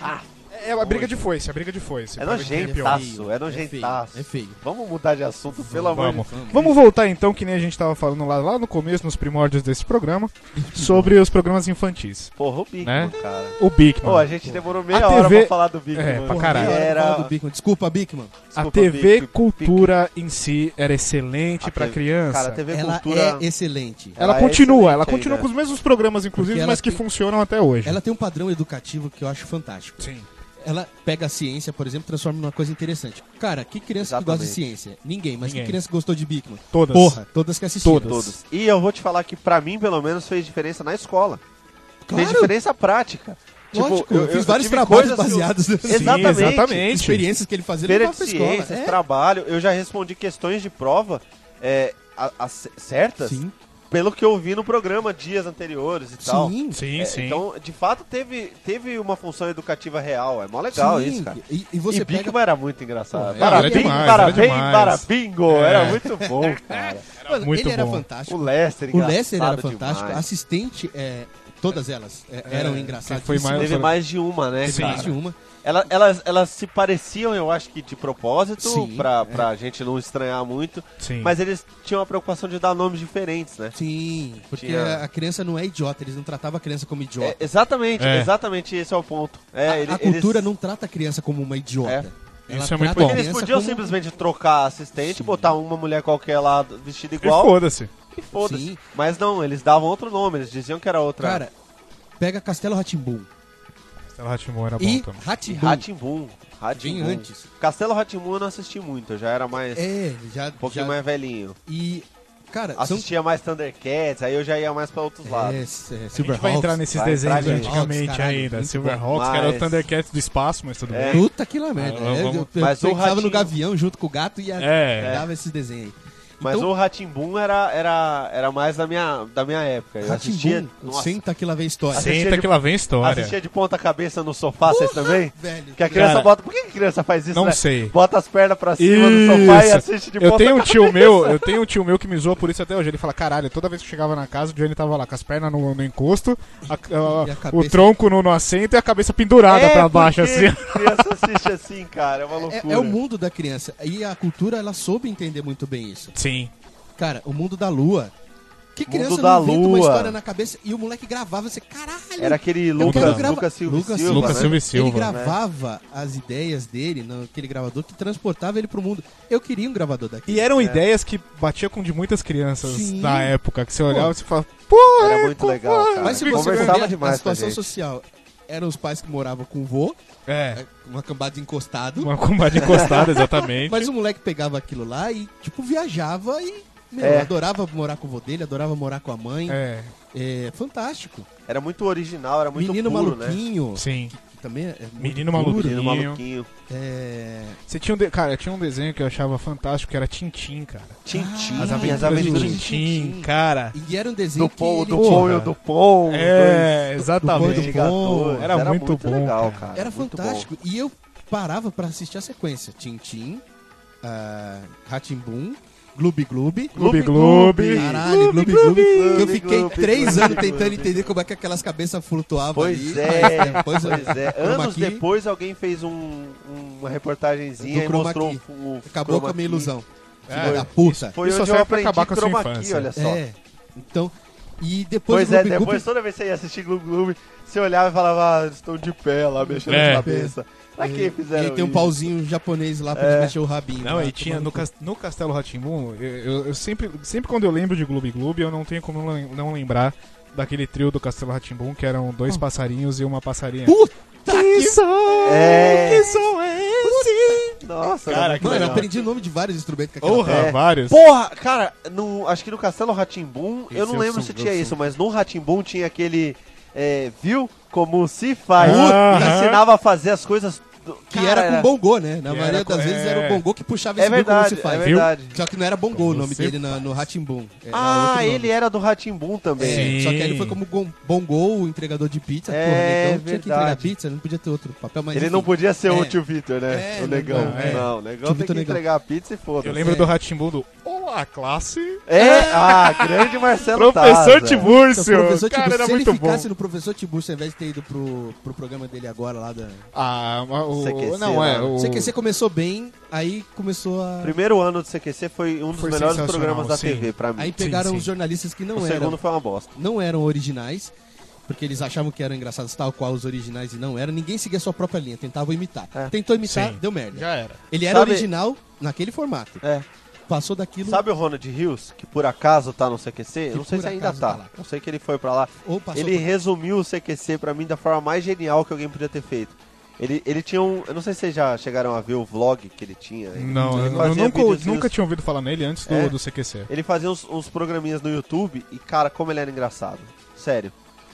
Speaker 5: Ah,
Speaker 2: É a briga de foice, é a briga de foice.
Speaker 5: é
Speaker 2: Pra ver quem
Speaker 3: é
Speaker 5: nojentaço,
Speaker 3: pior.
Speaker 5: é
Speaker 3: É
Speaker 5: nojentaço.
Speaker 3: feio, é feio.
Speaker 5: Vamos mudar de assunto, pelo amor de
Speaker 2: Vamos. Vamos voltar então, que nem a gente tava falando lá, lá no começo, nos primórdios desse programa, sobre os programas infantis.
Speaker 5: Porra, o Big,
Speaker 2: Né?
Speaker 5: cara.
Speaker 2: O Big,
Speaker 5: Pô, a gente demorou meia
Speaker 2: A
Speaker 5: hora
Speaker 2: TV
Speaker 5: pra falar do Big,
Speaker 2: É,
Speaker 5: mano.
Speaker 2: pra caralho.
Speaker 3: Meia hora
Speaker 5: Era-
Speaker 3: pra falar do Bigman. Desculpa, Bigman.
Speaker 2: a
Speaker 5: Desculpa,
Speaker 2: TV
Speaker 5: Big,
Speaker 2: Cultura em si era excelente
Speaker 5: A
Speaker 2: pra
Speaker 5: TV
Speaker 2: criança.
Speaker 5: Cara, a TV
Speaker 3: Ela
Speaker 5: Cultura...
Speaker 3: é excelente.
Speaker 2: Ela,
Speaker 5: Ela é
Speaker 2: continua,
Speaker 5: excelente
Speaker 2: ela continua
Speaker 5: ainda.
Speaker 2: com os mesmos programas, inclusive,
Speaker 3: Porque
Speaker 2: mas
Speaker 3: ela
Speaker 2: que
Speaker 3: tem-
Speaker 2: funcionam até hoje.
Speaker 3: Ela tem um padrão educativo que eu acho fantástico.
Speaker 2: Sim.
Speaker 3: Ela pega a ciência, por exemplo, e transforma numa coisa interessante. Cara, que criança que
Speaker 5: Exatamente.
Speaker 3: gosta de ciência? Ninguém, mas
Speaker 2: Ninguém.
Speaker 3: que criança que gostou de Bigman?
Speaker 2: Todas.
Speaker 3: Porra, todas que assistiram.
Speaker 2: Todas.
Speaker 5: Todos. E eu vou te falar que pra mim, pelo menos, fez diferença na escola.
Speaker 3: Claro.
Speaker 5: Fez diferença prática.
Speaker 3: Lógico, eu, fiz vários
Speaker 5: tive
Speaker 3: trabalhos
Speaker 5: coisas que eu-
Speaker 3: baseados nessas
Speaker 5: Exatamente.
Speaker 3: experiências que ele fazia na
Speaker 5: Feira de
Speaker 3: própria escola.
Speaker 5: ciências,
Speaker 3: É.
Speaker 5: trabalho. Eu já respondi questões de prova é, a- a- certas
Speaker 3: Sim,
Speaker 5: pelo que eu vi no programa dias anteriores e tal.
Speaker 3: sim.
Speaker 2: Sim,
Speaker 5: É,
Speaker 2: sim.
Speaker 5: Então, de fato, teve, teve uma função educativa real. É mó legal
Speaker 3: sim.
Speaker 5: isso, cara.
Speaker 3: E, e você
Speaker 5: e
Speaker 3: pega...
Speaker 5: Bigman era muito engraçado.
Speaker 3: Pô, é,
Speaker 2: era
Speaker 5: parabéns,
Speaker 2: demais, era
Speaker 5: parabéns,
Speaker 2: demais.
Speaker 5: parabingo. Era muito bom, cara.
Speaker 3: Mano,
Speaker 2: muito
Speaker 3: ele era
Speaker 2: bom.
Speaker 5: O
Speaker 3: fantástico.
Speaker 5: Lester,
Speaker 3: O Lester era
Speaker 5: engraçado
Speaker 3: fantástico. A
Speaker 5: demais.
Speaker 3: assistente, é, todas elas é,
Speaker 2: É,
Speaker 3: eram
Speaker 2: quem
Speaker 3: engraçadas.
Speaker 2: foi mais- assim,
Speaker 5: Teve mais de uma, né,
Speaker 2: Sim.
Speaker 5: cara?
Speaker 3: de uma.
Speaker 5: Ela- elas, elas se pareciam, eu acho que de propósito,
Speaker 3: Sim, É.
Speaker 5: pra, pra gente não estranhar muito,
Speaker 2: Sim.
Speaker 5: mas eles tinham a preocupação de dar nomes diferentes, né?
Speaker 3: Sim, porque
Speaker 5: Tinha-
Speaker 3: a criança não é idiota, eles não tratavam a criança como idiota.
Speaker 5: É, exatamente,
Speaker 2: É.
Speaker 5: exatamente esse é o ponto. É,
Speaker 3: a,
Speaker 5: ele-
Speaker 3: a cultura
Speaker 5: eles-
Speaker 3: não trata a criança como uma idiota. Ela
Speaker 2: Isso é muito
Speaker 3: trata
Speaker 2: bom.
Speaker 3: a
Speaker 5: Porque eles
Speaker 3: criança
Speaker 5: podiam
Speaker 3: como- um
Speaker 5: simplesmente trocar a assistente, botar uma mulher qualquer lá vestida
Speaker 2: E
Speaker 5: igual
Speaker 2: foda-se.
Speaker 5: e foda-se.
Speaker 3: Sim.
Speaker 5: Mas não, eles davam outro nome, eles diziam que era outra.
Speaker 3: Cara, pega Castelo Ratimbum
Speaker 5: Tá
Speaker 2: Castelo Ratimbo
Speaker 5: é
Speaker 2: era
Speaker 3: e
Speaker 2: bom também.
Speaker 3: Ratimbum.
Speaker 5: Ratimbum.
Speaker 3: Vem
Speaker 5: Ratimbum.
Speaker 3: antes.
Speaker 5: Castelo Ratimbum eu não assisti muito, eu já era mais.
Speaker 3: É, já.
Speaker 5: Um pouquinho
Speaker 3: já-
Speaker 5: mais velhinho.
Speaker 3: E. Cara,
Speaker 5: Assistia mais Thundercats, aí eu já ia mais pra outros
Speaker 3: são.
Speaker 5: lados.
Speaker 3: É, é,
Speaker 2: A gente
Speaker 3: Silver
Speaker 2: vai entrar nesses
Speaker 5: vai entrar
Speaker 2: desenhos de
Speaker 5: nisso.
Speaker 2: antigamente
Speaker 3: Caralho,
Speaker 2: ainda.
Speaker 3: muito
Speaker 2: Silverhawks,
Speaker 5: bom.
Speaker 2: que era o
Speaker 5: Mas- É,
Speaker 2: Thundercats do espaço, mas tudo bem.
Speaker 3: Puta que lá merda.
Speaker 2: Ah,
Speaker 3: É,
Speaker 2: vamos-
Speaker 3: eu, eu
Speaker 5: Mas o
Speaker 3: pensava
Speaker 5: Ratinho-
Speaker 3: no Gavião junto com o gato e a...
Speaker 2: É.
Speaker 3: dava esses desenhos aí.
Speaker 5: Mas
Speaker 3: Então-
Speaker 5: o Ratimbum era, era era mais da minha da minha época. Eu assistia,
Speaker 3: Ratimbum,
Speaker 5: nossa,
Speaker 3: senta que lá vem a história.
Speaker 5: Assim-
Speaker 2: Senta
Speaker 5: assistia
Speaker 2: que lá vem história.
Speaker 5: assistia de ponta cabeça no sofá, vocês também?
Speaker 3: Velho,
Speaker 5: Que a criança
Speaker 2: Cara,
Speaker 5: bota. Por que a criança faz isso?
Speaker 2: não
Speaker 5: né?
Speaker 2: sei.
Speaker 5: Bota as pernas pra cima no sofá e
Speaker 2: Isso.
Speaker 5: assiste de
Speaker 2: Eu
Speaker 5: ponta
Speaker 2: tenho um
Speaker 5: cabeça.
Speaker 2: tio meu, eu tenho um tio meu que me zoa por isso até hoje. Ele fala, caralho, toda vez que eu chegava na casa, o Johnny tava lá com as pernas no, no encosto, a- a-
Speaker 3: E a cabeça-
Speaker 2: o tronco no, no assento e a cabeça pendurada
Speaker 5: É,
Speaker 2: pra baixo, assim.
Speaker 5: porque A criança assiste assim, cara. É uma
Speaker 3: É-
Speaker 5: loucura.
Speaker 3: é, o mundo da criança. E a cultura, ela soube entender muito bem isso.
Speaker 2: Sim.
Speaker 3: Cara, o mundo da lua. Que
Speaker 5: Mundo
Speaker 3: criança
Speaker 5: da
Speaker 3: não inventa uma
Speaker 5: Lua.
Speaker 3: história na cabeça e o moleque gravava, você, caralho!
Speaker 5: Era aquele
Speaker 3: Eu quero
Speaker 5: Lucas,
Speaker 3: gravar-
Speaker 5: Lucas Silva.
Speaker 3: Lucas
Speaker 5: Silva,
Speaker 2: Lucas
Speaker 5: né?
Speaker 2: Silva e
Speaker 3: Ele
Speaker 2: Silva.
Speaker 3: gravava as ideias dele naquele gravador que transportava ele pro mundo. Eu queria um gravador daqui.
Speaker 2: E
Speaker 5: é-
Speaker 2: eram ideias que batia com de muitas crianças
Speaker 3: Sim.
Speaker 2: da época, que você olhava e você falava, pô,
Speaker 5: Era
Speaker 2: é,
Speaker 5: muito
Speaker 2: como
Speaker 5: legal,
Speaker 2: foi?"
Speaker 5: cara.
Speaker 3: Mas se
Speaker 5: Ele
Speaker 3: você
Speaker 5: conversava
Speaker 3: for ver
Speaker 5: demais
Speaker 3: a
Speaker 5: com a
Speaker 3: situação
Speaker 5: gente.
Speaker 3: social, eram os pais que moravam com o vô,
Speaker 2: É,
Speaker 3: uma cambada de encostado,
Speaker 2: uma combate encostada, exatamente.
Speaker 3: mas o moleque pegava aquilo lá e, tipo, viajava e, meu,
Speaker 5: É.
Speaker 3: adorava morar com o vô dele, adorava morar com a mãe. É,
Speaker 2: É,
Speaker 3: fantástico.
Speaker 5: Era muito original, era muito
Speaker 3: Menino
Speaker 5: puro, né?
Speaker 3: maluquinho,
Speaker 2: sim.
Speaker 3: que também é muito
Speaker 2: Menino
Speaker 3: puro.
Speaker 2: maluquinho.
Speaker 5: Menino maluquinho.
Speaker 3: É...
Speaker 2: Você tinha um de... Cara, tinha um desenho que eu achava fantástico, que era Tintim, cara.
Speaker 5: Tintim.
Speaker 3: Ah,
Speaker 2: As
Speaker 3: Ih,
Speaker 2: aventuras,
Speaker 5: as aventuras
Speaker 2: de
Speaker 5: de
Speaker 2: Tintim,
Speaker 5: Tintim.
Speaker 2: cara.
Speaker 3: E era um desenho
Speaker 5: Do
Speaker 3: que
Speaker 5: Pão,
Speaker 3: ele-
Speaker 5: do
Speaker 2: Porra.
Speaker 5: Pão, do Pão.
Speaker 2: É,
Speaker 3: do
Speaker 2: exatamente.
Speaker 3: Pão,
Speaker 5: Vingadores.
Speaker 2: Era muito bom,
Speaker 5: legal,
Speaker 2: cara.
Speaker 5: cara.
Speaker 3: Era
Speaker 5: muito bom.
Speaker 3: fantástico. E eu parava pra assistir a sequência. Tintim, ah, Ratimbum, Gloob Gloob.
Speaker 2: Gloob Gloob.
Speaker 3: Caralho, Gloob Gloob. Eu
Speaker 5: Gloob,
Speaker 3: fiquei
Speaker 5: Gloob,
Speaker 3: três
Speaker 5: Gloob,
Speaker 3: anos
Speaker 5: Gloob.
Speaker 3: tentando entender como é que aquelas cabeças flutuavam
Speaker 5: Pois
Speaker 3: ali.
Speaker 5: é,
Speaker 3: Mas depois eu-
Speaker 5: pois é.
Speaker 3: chroma
Speaker 5: Anos
Speaker 3: key,
Speaker 5: depois alguém fez um- uma reportagenzinha
Speaker 3: Do
Speaker 5: e
Speaker 3: chroma
Speaker 5: mostrou
Speaker 3: key.
Speaker 5: o, o
Speaker 3: Acabou
Speaker 5: chroma
Speaker 3: com a minha
Speaker 5: key.
Speaker 3: ilusão.
Speaker 2: É.
Speaker 3: Filha da puta.
Speaker 5: Foi
Speaker 2: Isso só
Speaker 5: onde eu
Speaker 2: serve pra
Speaker 5: aprendi
Speaker 2: acabar com a sua
Speaker 5: chroma key,
Speaker 2: infância.
Speaker 5: olha só.
Speaker 3: É. Então, e depois
Speaker 5: Pois é,
Speaker 3: Gloob Gloob-
Speaker 5: depois toda vez que você ia assistir Gloob Gloob, você olhava e falava, ah, estão de pé lá, mexendo
Speaker 2: É.
Speaker 5: a cabeça. Pra que fizeram
Speaker 3: Ele tem um
Speaker 5: isso?
Speaker 3: pauzinho japonês lá pra
Speaker 5: É.
Speaker 3: mexer o rabinho.
Speaker 2: Não,
Speaker 3: lá,
Speaker 2: e tinha
Speaker 3: tomando
Speaker 2: no,
Speaker 3: cu.
Speaker 2: cas- no Castelo Ratimbun, eu, eu- eu sempre, sempre quando eu lembro de Gloob Gloob, eu não tenho como lem- não lembrar daquele trio do Castelo Ratimbun, que eram dois passarinhos e uma passarinha.
Speaker 3: Hum. Puta
Speaker 2: Que
Speaker 3: que
Speaker 2: som!
Speaker 5: É.
Speaker 2: Que som é esse?
Speaker 5: Nossa,
Speaker 2: Cara,
Speaker 5: era muito
Speaker 2: que
Speaker 3: Mano, eu
Speaker 5: legal.
Speaker 3: aprendi o nome de vários instrumentos com aquela
Speaker 2: Porra,
Speaker 5: É.
Speaker 2: vários.
Speaker 5: Porra, cara, no, acho que no Castelo Ratimbum, eu
Speaker 2: Esse
Speaker 5: não
Speaker 2: eu
Speaker 5: lembro
Speaker 2: sou-
Speaker 5: se
Speaker 2: eu
Speaker 5: tinha
Speaker 2: sou.
Speaker 5: isso, mas no Ratimbum tinha aquele. é, viu como se faz?
Speaker 2: Puta!
Speaker 5: que ensinava a fazer as coisas. do-
Speaker 3: Que
Speaker 5: Cara,
Speaker 3: era com bongô, né? Na
Speaker 2: que
Speaker 3: maioria
Speaker 2: era com-
Speaker 3: das vezes
Speaker 2: é.
Speaker 3: era o bongô que puxava
Speaker 5: É
Speaker 3: esse bico como
Speaker 5: verdade,
Speaker 3: se
Speaker 5: é
Speaker 3: faz.
Speaker 2: Viu?
Speaker 5: verdade.
Speaker 3: Só que não era bongô
Speaker 2: Como
Speaker 3: o nome
Speaker 2: se
Speaker 3: dele na- no Ratimbum. É, Era
Speaker 5: Ah,
Speaker 3: outro nome.
Speaker 5: ele era do Ratimbum
Speaker 3: É,
Speaker 5: também.
Speaker 2: Sim.
Speaker 3: Só que aí ele foi como gon- bongô, o entregador de pizza.
Speaker 5: É,
Speaker 3: porra, negão, tinha
Speaker 5: verdade.
Speaker 3: que entregar pizza, não podia ter outro papel. Mas
Speaker 5: Ele
Speaker 3: enfim.
Speaker 5: não podia ser o
Speaker 3: É.
Speaker 5: tio Vitor, né?
Speaker 3: É,
Speaker 5: o negão.
Speaker 3: não,
Speaker 2: é.
Speaker 5: Não, o
Speaker 3: Tio
Speaker 5: negão tem
Speaker 3: Vitor
Speaker 5: que
Speaker 3: Negão.
Speaker 5: entregar a pizza e foda
Speaker 2: Eu lembro
Speaker 3: É.
Speaker 2: do Ratimbun do Olá, classe.
Speaker 5: É, ah, grande Marcelo
Speaker 2: Professor
Speaker 5: Taza.
Speaker 3: Então,
Speaker 2: Tibúrcio.
Speaker 3: o professor
Speaker 2: Cara,
Speaker 3: Tiburcio,
Speaker 2: era
Speaker 3: se
Speaker 2: muito
Speaker 3: ele
Speaker 2: bom.
Speaker 3: ficasse no professor Tiburcio, ao invés de ter ido pro, pro programa dele agora lá da.
Speaker 2: Ah, o...
Speaker 5: CQC,
Speaker 2: não é.
Speaker 5: né?
Speaker 2: O...
Speaker 3: CQC começou bem, aí começou a.
Speaker 5: Primeiro ano do CQC foi um dos
Speaker 2: Foi
Speaker 5: melhores
Speaker 2: sensacional,
Speaker 5: programas da
Speaker 2: sim.
Speaker 5: TV pra mim.
Speaker 3: Aí pegaram
Speaker 2: sim.
Speaker 3: os jornalistas que não
Speaker 5: o
Speaker 3: eram.
Speaker 5: segundo foi uma bosta.
Speaker 3: não eram originais, porque eles achavam que eram engraçados tal qual os originais e não eram. Ninguém seguia a sua própria linha, tentava imitar.
Speaker 5: É.
Speaker 3: Tentou imitar,
Speaker 2: Sim.
Speaker 3: deu merda.
Speaker 2: Já era.
Speaker 3: Ele era
Speaker 5: Sabe-
Speaker 3: original naquele formato.
Speaker 5: É.
Speaker 3: Passou daquilo
Speaker 5: Sabe o Ronald Rios, que por acaso tá no CQC?
Speaker 3: Que
Speaker 5: Eu não sei
Speaker 3: por
Speaker 5: se ainda
Speaker 3: acaso
Speaker 5: tá.
Speaker 3: tá lá.
Speaker 5: eu sei que ele foi pra lá.
Speaker 3: ou passou
Speaker 5: ele
Speaker 3: por-
Speaker 5: resumiu o CQC pra mim da forma mais genial que alguém podia ter feito. Ele, ele tinha um. Eu não sei se vocês já chegaram a ver o vlog que ele tinha. Ele-
Speaker 2: Não,
Speaker 5: ele
Speaker 2: eu, eu
Speaker 5: fazia
Speaker 2: nunca,
Speaker 5: videozinhos-
Speaker 2: nunca tinha ouvido falar nele antes do,
Speaker 5: É.
Speaker 2: do CQC.
Speaker 5: Ele fazia uns, uns programinhas no YouTube e, cara, como ele era engraçado. Sério.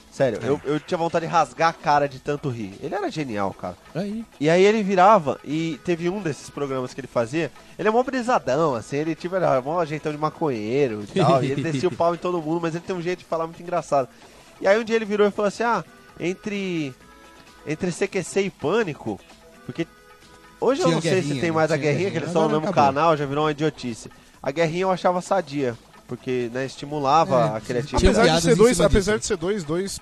Speaker 5: Sério,
Speaker 3: É.
Speaker 5: eu, eu tinha vontade de rasgar a cara de tanto rir. Ele era genial, cara.
Speaker 3: Aí.
Speaker 5: E aí ele virava e teve um desses programas que ele fazia. Ele é mó brisadão, assim, ele tipo, era mó jeitão de maconheiro e tal. e ele descia o pau em todo mundo, mas ele tem um jeito de falar muito engraçado. E aí um dia ele virou e falou assim: ah, entre. Entre CQC e pânico, porque. Hoje eu
Speaker 3: Tinha
Speaker 5: não sei se
Speaker 3: guerrinha,
Speaker 5: tem
Speaker 3: né?
Speaker 5: mais a
Speaker 3: Tinha
Speaker 5: guerrinha, que
Speaker 3: guerrinha.
Speaker 5: eles estão no
Speaker 3: Agora
Speaker 5: mesmo
Speaker 3: acabou.
Speaker 5: canal, já virou uma idiotice. A guerrinha eu achava sadia, porque né, estimulava
Speaker 3: É,
Speaker 5: a criatividade.
Speaker 2: Apesar de
Speaker 3: piadas
Speaker 2: ser
Speaker 3: em
Speaker 2: dois,
Speaker 3: cima
Speaker 2: apesar
Speaker 3: disso.
Speaker 2: de ser dois, dois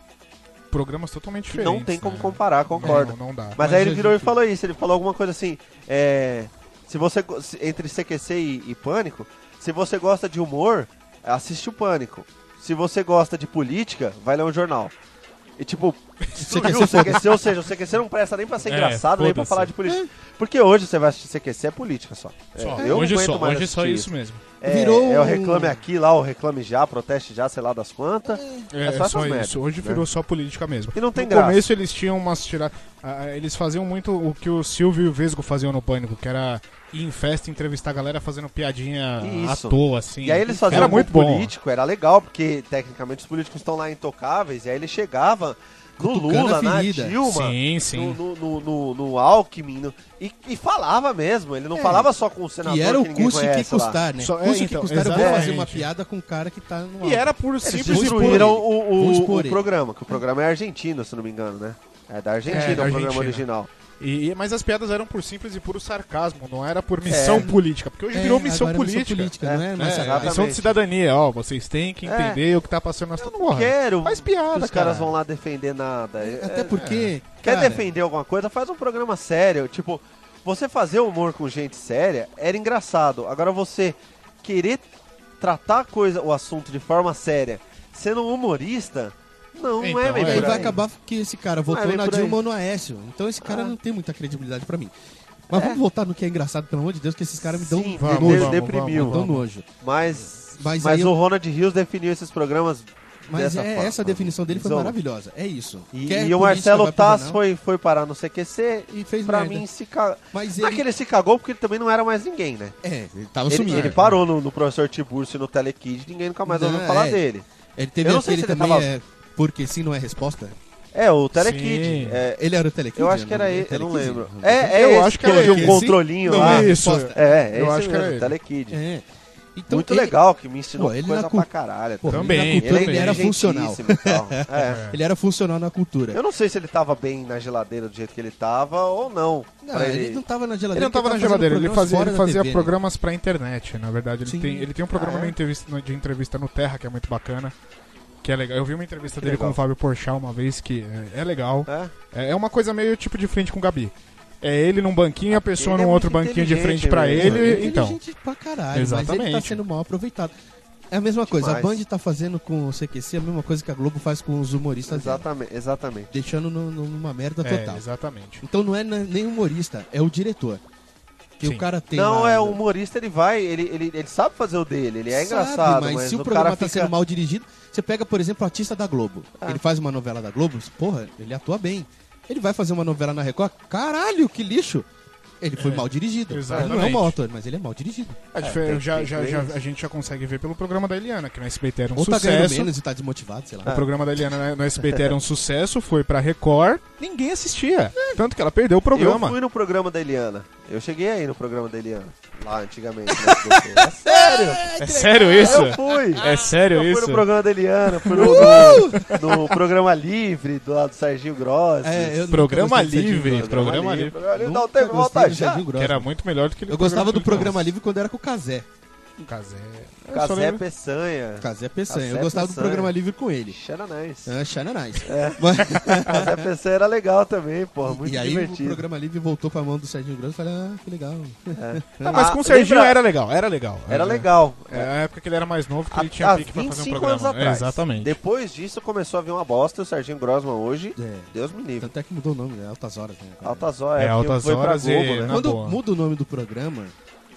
Speaker 2: programas totalmente
Speaker 5: Que
Speaker 2: diferentes.
Speaker 5: não tem como
Speaker 2: né?
Speaker 5: comparar, concordo.
Speaker 3: É,
Speaker 2: Não, não dá.
Speaker 5: Mas,
Speaker 3: Mas
Speaker 5: aí
Speaker 3: a
Speaker 5: ele virou
Speaker 3: gente-
Speaker 5: e falou isso, ele falou alguma coisa assim, é, se você go- se- entre CQC e, e Pânico, se você gosta de humor, assiste o Pânico. Se você gosta de política, vai ler um jornal. E tipo, subiu o CQC, ou seja, o CQC não presta nem pra ser
Speaker 6: É,
Speaker 5: engraçado, nem pra
Speaker 6: foda-se.
Speaker 5: falar de política. Porque hoje você vai assistir CQC é política só. É,
Speaker 2: Só.
Speaker 5: eu não
Speaker 6: hoje
Speaker 5: aguento
Speaker 6: só,
Speaker 5: mais
Speaker 6: hoje só
Speaker 5: assistir
Speaker 6: isso mesmo.
Speaker 5: É,
Speaker 3: Virou
Speaker 5: é o
Speaker 3: um-
Speaker 5: reclame aqui, lá, o reclame já, proteste já, sei lá das quantas.
Speaker 2: É,
Speaker 5: É só
Speaker 2: só,
Speaker 5: essas
Speaker 2: isso.
Speaker 5: merdas,
Speaker 2: Hoje
Speaker 5: né?
Speaker 2: virou só política mesmo.
Speaker 5: E não tem
Speaker 2: no
Speaker 5: graça.
Speaker 2: começo eles tinham umas tiradas. eles faziam muito o que o Silvio e o Vesgo faziam no Pânico, que era ir em festa e entrevistar a galera fazendo piadinha
Speaker 5: Isso.
Speaker 2: à toa, assim.
Speaker 5: E aí eles faziam
Speaker 2: era
Speaker 5: um
Speaker 2: muito bom.
Speaker 5: político, era legal, porque tecnicamente os políticos estão lá intocáveis, e aí ele chegava no
Speaker 3: Cutucando
Speaker 5: Lula,
Speaker 3: a
Speaker 5: na
Speaker 3: ferida.
Speaker 5: Dilma,
Speaker 6: Sim, sim.
Speaker 5: No, no, no, no- no Alckmin, no- e, e falava mesmo, ele não falava só com o senador
Speaker 3: É. E era
Speaker 5: que
Speaker 3: o
Speaker 5: ninguém
Speaker 3: custe que
Speaker 5: conhece lá.
Speaker 3: custar, né?
Speaker 2: Só- é,
Speaker 3: custe
Speaker 2: então,
Speaker 3: que custar, eu vou fazer uma
Speaker 2: exatamente.
Speaker 3: piada com um cara que tá no
Speaker 2: E
Speaker 3: alto.
Speaker 2: era por
Speaker 5: Eles
Speaker 2: simples
Speaker 5: destruíram
Speaker 2: escolha.
Speaker 5: o,
Speaker 3: Vou
Speaker 5: o,
Speaker 3: expor
Speaker 5: o
Speaker 3: ele.
Speaker 5: programa, que o programa é argentino, se não me engano, né? É da Argentina,
Speaker 2: É, da
Speaker 5: o programa
Speaker 2: Argentina.
Speaker 5: original.
Speaker 2: E, e- mas as piadas eram por simples e puro sarcasmo, não era por missão
Speaker 5: É.
Speaker 2: política, porque hoje virou
Speaker 3: É,
Speaker 2: missão
Speaker 3: agora é
Speaker 2: política.
Speaker 5: É,
Speaker 3: não é?
Speaker 2: É,
Speaker 3: mais
Speaker 5: exatamente.
Speaker 3: sarcasmo.
Speaker 2: missão de cidadania, ó, vocês têm que
Speaker 5: É.
Speaker 2: entender o que tá passando na
Speaker 5: Eu
Speaker 2: sua
Speaker 5: não
Speaker 2: porra.
Speaker 5: quero
Speaker 2: Faz
Speaker 5: que
Speaker 2: piada,
Speaker 5: os
Speaker 2: cara.
Speaker 5: caras vão lá defender nada. É-
Speaker 3: Até porque.
Speaker 5: Quer
Speaker 3: cara,
Speaker 5: defender alguma coisa? Faz um programa sério. Tipo, você fazer humor com gente séria era engraçado. Agora você querer tratar a coisa, o assunto de forma séria, sendo um humorista, não
Speaker 6: Então,
Speaker 5: é bem
Speaker 6: é,
Speaker 5: por
Speaker 3: Aí
Speaker 5: aí.
Speaker 3: vai acabar que esse cara votou
Speaker 5: Não é bem
Speaker 3: na
Speaker 5: por aí.
Speaker 3: Dilma ou no Aécio. Então esse cara
Speaker 5: Ah.
Speaker 3: não tem muita credibilidade pra mim. Mas vamos voltar no que é engraçado, pelo amor de Deus, que esses caras me um dão
Speaker 5: Sim,
Speaker 2: vamos,
Speaker 5: ele
Speaker 2: vamos,
Speaker 5: deprimiu.
Speaker 3: me dão um nojo.
Speaker 5: Mas, mas,
Speaker 3: Mas aí
Speaker 5: o
Speaker 3: eu-
Speaker 5: Ronald Rios definiu esses programas
Speaker 3: Mas
Speaker 5: dessa
Speaker 3: é,
Speaker 5: forma.
Speaker 3: essa definição dele foi
Speaker 5: Isolou.
Speaker 3: maravilhosa. É isso.
Speaker 5: E,
Speaker 3: Quer
Speaker 5: e
Speaker 3: política,
Speaker 5: o
Speaker 3: vai
Speaker 5: Marcelo
Speaker 3: pro
Speaker 5: Tass
Speaker 3: jornal.
Speaker 5: foi, foi parar no CQC e
Speaker 3: E fez
Speaker 5: pra
Speaker 3: merda.
Speaker 5: mim se cagou.
Speaker 3: Mas
Speaker 5: Não é que
Speaker 3: ele.
Speaker 5: ele se cagou porque ele também não era mais ninguém, né?
Speaker 3: É, ele tava
Speaker 5: Ele,
Speaker 3: sumindo.
Speaker 5: ele parou no, no Professor Tiburcio e no Telekid, ninguém nunca mais
Speaker 3: Não,
Speaker 5: ouviu falar
Speaker 3: é.
Speaker 5: dele.
Speaker 3: Ele teve
Speaker 5: Eu não sei
Speaker 3: aquele
Speaker 5: se ele
Speaker 3: também,
Speaker 5: tava-
Speaker 3: é, porque sim não é resposta.
Speaker 5: É, o Telekid.
Speaker 6: Sim.
Speaker 5: É,
Speaker 3: Ele era o Telekid?
Speaker 5: eu acho que era
Speaker 3: Não,
Speaker 5: ele, eu não
Speaker 3: Telekid?
Speaker 5: lembro. É, é
Speaker 2: Eu
Speaker 5: esse
Speaker 2: acho que
Speaker 5: ele
Speaker 2: era
Speaker 5: tinha um
Speaker 2: esse.
Speaker 5: controlinho
Speaker 2: Não,
Speaker 5: lá.
Speaker 2: é
Speaker 3: isso.
Speaker 2: resposta.
Speaker 5: É, é
Speaker 2: Eu
Speaker 5: esse
Speaker 2: acho que
Speaker 5: mesmo,
Speaker 2: era ele.
Speaker 5: Telekid.
Speaker 3: É. Então,
Speaker 5: Muito
Speaker 3: ele-
Speaker 5: legal, que me ensinou
Speaker 3: Pô, ele
Speaker 5: coisa
Speaker 3: na
Speaker 5: pra
Speaker 3: cul-
Speaker 5: caralho. é
Speaker 3: Pô,
Speaker 2: Também,
Speaker 3: ele, na cultura,
Speaker 2: também.
Speaker 3: ele era funcional.
Speaker 5: inteligentíssimo e tal. É.
Speaker 3: Ele era funcional na cultura.
Speaker 5: Eu não sei se ele tava bem na geladeira do jeito que ele tava ou não.
Speaker 3: Não,
Speaker 5: Pra
Speaker 3: ele não tava na
Speaker 2: Ele
Speaker 3: geladeira.
Speaker 2: não tava na
Speaker 3: fazendo
Speaker 2: geladeira, ele
Speaker 3: programas
Speaker 2: fazia,
Speaker 3: fora
Speaker 2: ele
Speaker 3: da
Speaker 2: fazia
Speaker 3: TV, né?
Speaker 2: programas pra internet, na verdade. Ele
Speaker 3: Sim.
Speaker 2: tem, ele tem um programa
Speaker 5: Ah, é?
Speaker 2: no entrevista- no- de entrevista no Terra, que é muito bacana. Que é legal. Eu vi uma entrevista dele
Speaker 5: legal.
Speaker 2: com o Fábio Porchat uma vez, que é, é legal.
Speaker 5: É.
Speaker 2: É, é uma coisa meio tipo de frente com o Gabi. É ele num
Speaker 3: Ah,
Speaker 2: banquinho, a pessoa
Speaker 5: ele é
Speaker 2: num
Speaker 5: muito
Speaker 2: outro banquinho de
Speaker 5: inteligente,
Speaker 2: frente pra
Speaker 5: velho.
Speaker 2: ele.
Speaker 3: Ele é
Speaker 2: então,
Speaker 3: inteligente pra caralho, mas ele tá
Speaker 2: Exatamente.
Speaker 3: sendo mal aproveitado. É a mesma coisa, a
Speaker 5: Demais.
Speaker 3: Band tá fazendo com o CQC, a mesma coisa que a Globo faz com os humoristas dela,
Speaker 5: Exatamente, exatamente.
Speaker 3: deixando no- no- numa merda
Speaker 2: é,
Speaker 3: total.
Speaker 2: exatamente.
Speaker 3: Então não é na- nem humorista, é o diretor. Que
Speaker 2: Sim.
Speaker 3: o cara tem
Speaker 5: não,
Speaker 3: lá-
Speaker 5: é o humorista, ele vai, ele, ele, ele sabe fazer o dele, ele
Speaker 3: Sabe,
Speaker 5: é engraçado, mas,
Speaker 3: mas, se o,
Speaker 5: o,
Speaker 3: programa
Speaker 5: cara
Speaker 3: tá
Speaker 5: fica...
Speaker 3: sendo mal dirigido, você pega, por exemplo, o artista da Globo.
Speaker 5: Ah.
Speaker 3: Ele faz uma novela da Globo, porra, ele atua bem. Ele vai fazer uma novela na Record, caralho, que lixo! Ele foi mal dirigido.
Speaker 2: É, exatamente.
Speaker 3: Ele não é um mau ator, mas ele é mal dirigido.
Speaker 2: A, diferença-
Speaker 5: tem-
Speaker 2: já-
Speaker 5: tem
Speaker 2: já-
Speaker 5: três.
Speaker 2: já- a gente já consegue ver pelo programa da Eliana, que no SBT era um
Speaker 3: Ou tá ganhando
Speaker 2: sucesso.
Speaker 3: menos e tá desmotivado, sei lá.
Speaker 2: O programa da Eliana no SBT era um sucesso, foi pra Record, ninguém assistia.
Speaker 3: É.
Speaker 2: Tanto que ela perdeu o
Speaker 5: Eu
Speaker 2: programa.
Speaker 5: fui no programa da Eliana. Eu cheguei aí no programa da Eliana. Lá antigamente. no SBT. é sério!
Speaker 2: É sério isso?
Speaker 5: Eu fui!
Speaker 6: É sério
Speaker 5: eu fui
Speaker 6: isso?
Speaker 5: no programa da Eliana, fui no,
Speaker 3: Uh!
Speaker 5: no- no programa livre do lado do Serginho Gross.
Speaker 3: É, eu nunca
Speaker 2: Programa
Speaker 3: gostei do Serginho
Speaker 2: livre,
Speaker 3: Grosso.
Speaker 2: né? programa livre.
Speaker 5: Programa livre,
Speaker 3: É, Nunca
Speaker 5: dá o tempo,
Speaker 3: gostei
Speaker 5: volta
Speaker 3: do
Speaker 5: já.
Speaker 3: Serginho Grosso.
Speaker 2: Que era muito melhor do que
Speaker 3: Eu gostava do programa livre quando era com o Kazé.
Speaker 2: livre. Casé. Eu só
Speaker 5: Casé
Speaker 2: lembro-
Speaker 5: Peçanha.
Speaker 3: Kazé Peçanha.
Speaker 5: Kazé
Speaker 3: Eu gostava do
Speaker 5: Peçanha.
Speaker 3: programa livre com ele.
Speaker 5: Xana Nice.
Speaker 3: Ah, China Nice. Mas-
Speaker 5: Casé Peçanha era legal também, porra. É. Muito
Speaker 3: e aí o
Speaker 5: divertido.
Speaker 3: programa livre voltou pra mão do Serginho Grosso e falei, ah, que legal.
Speaker 2: Ah, mas com
Speaker 5: Ah,
Speaker 2: o Serginho
Speaker 5: lembra-
Speaker 2: era legal, era legal.
Speaker 5: Era legal. Ah,
Speaker 2: É a época que ele era mais novo, que
Speaker 5: Há-
Speaker 2: ele tinha
Speaker 5: há
Speaker 2: pique pra fazer um
Speaker 5: 25
Speaker 2: programa.
Speaker 5: anos atrás.
Speaker 2: É, exatamente.
Speaker 5: Depois disso começou a vir uma bosta. e O Serginho Grossman hoje,
Speaker 3: É.
Speaker 5: Deus me livre.
Speaker 3: Tanto é que mudou o nome, né? Altas Horas, né?
Speaker 5: Altas horas,
Speaker 2: É,
Speaker 5: porque
Speaker 2: Altas
Speaker 5: foi pra
Speaker 2: Horas e-
Speaker 5: Globo, né?
Speaker 2: na
Speaker 3: Quando
Speaker 2: boa.
Speaker 3: muda o nome do programa,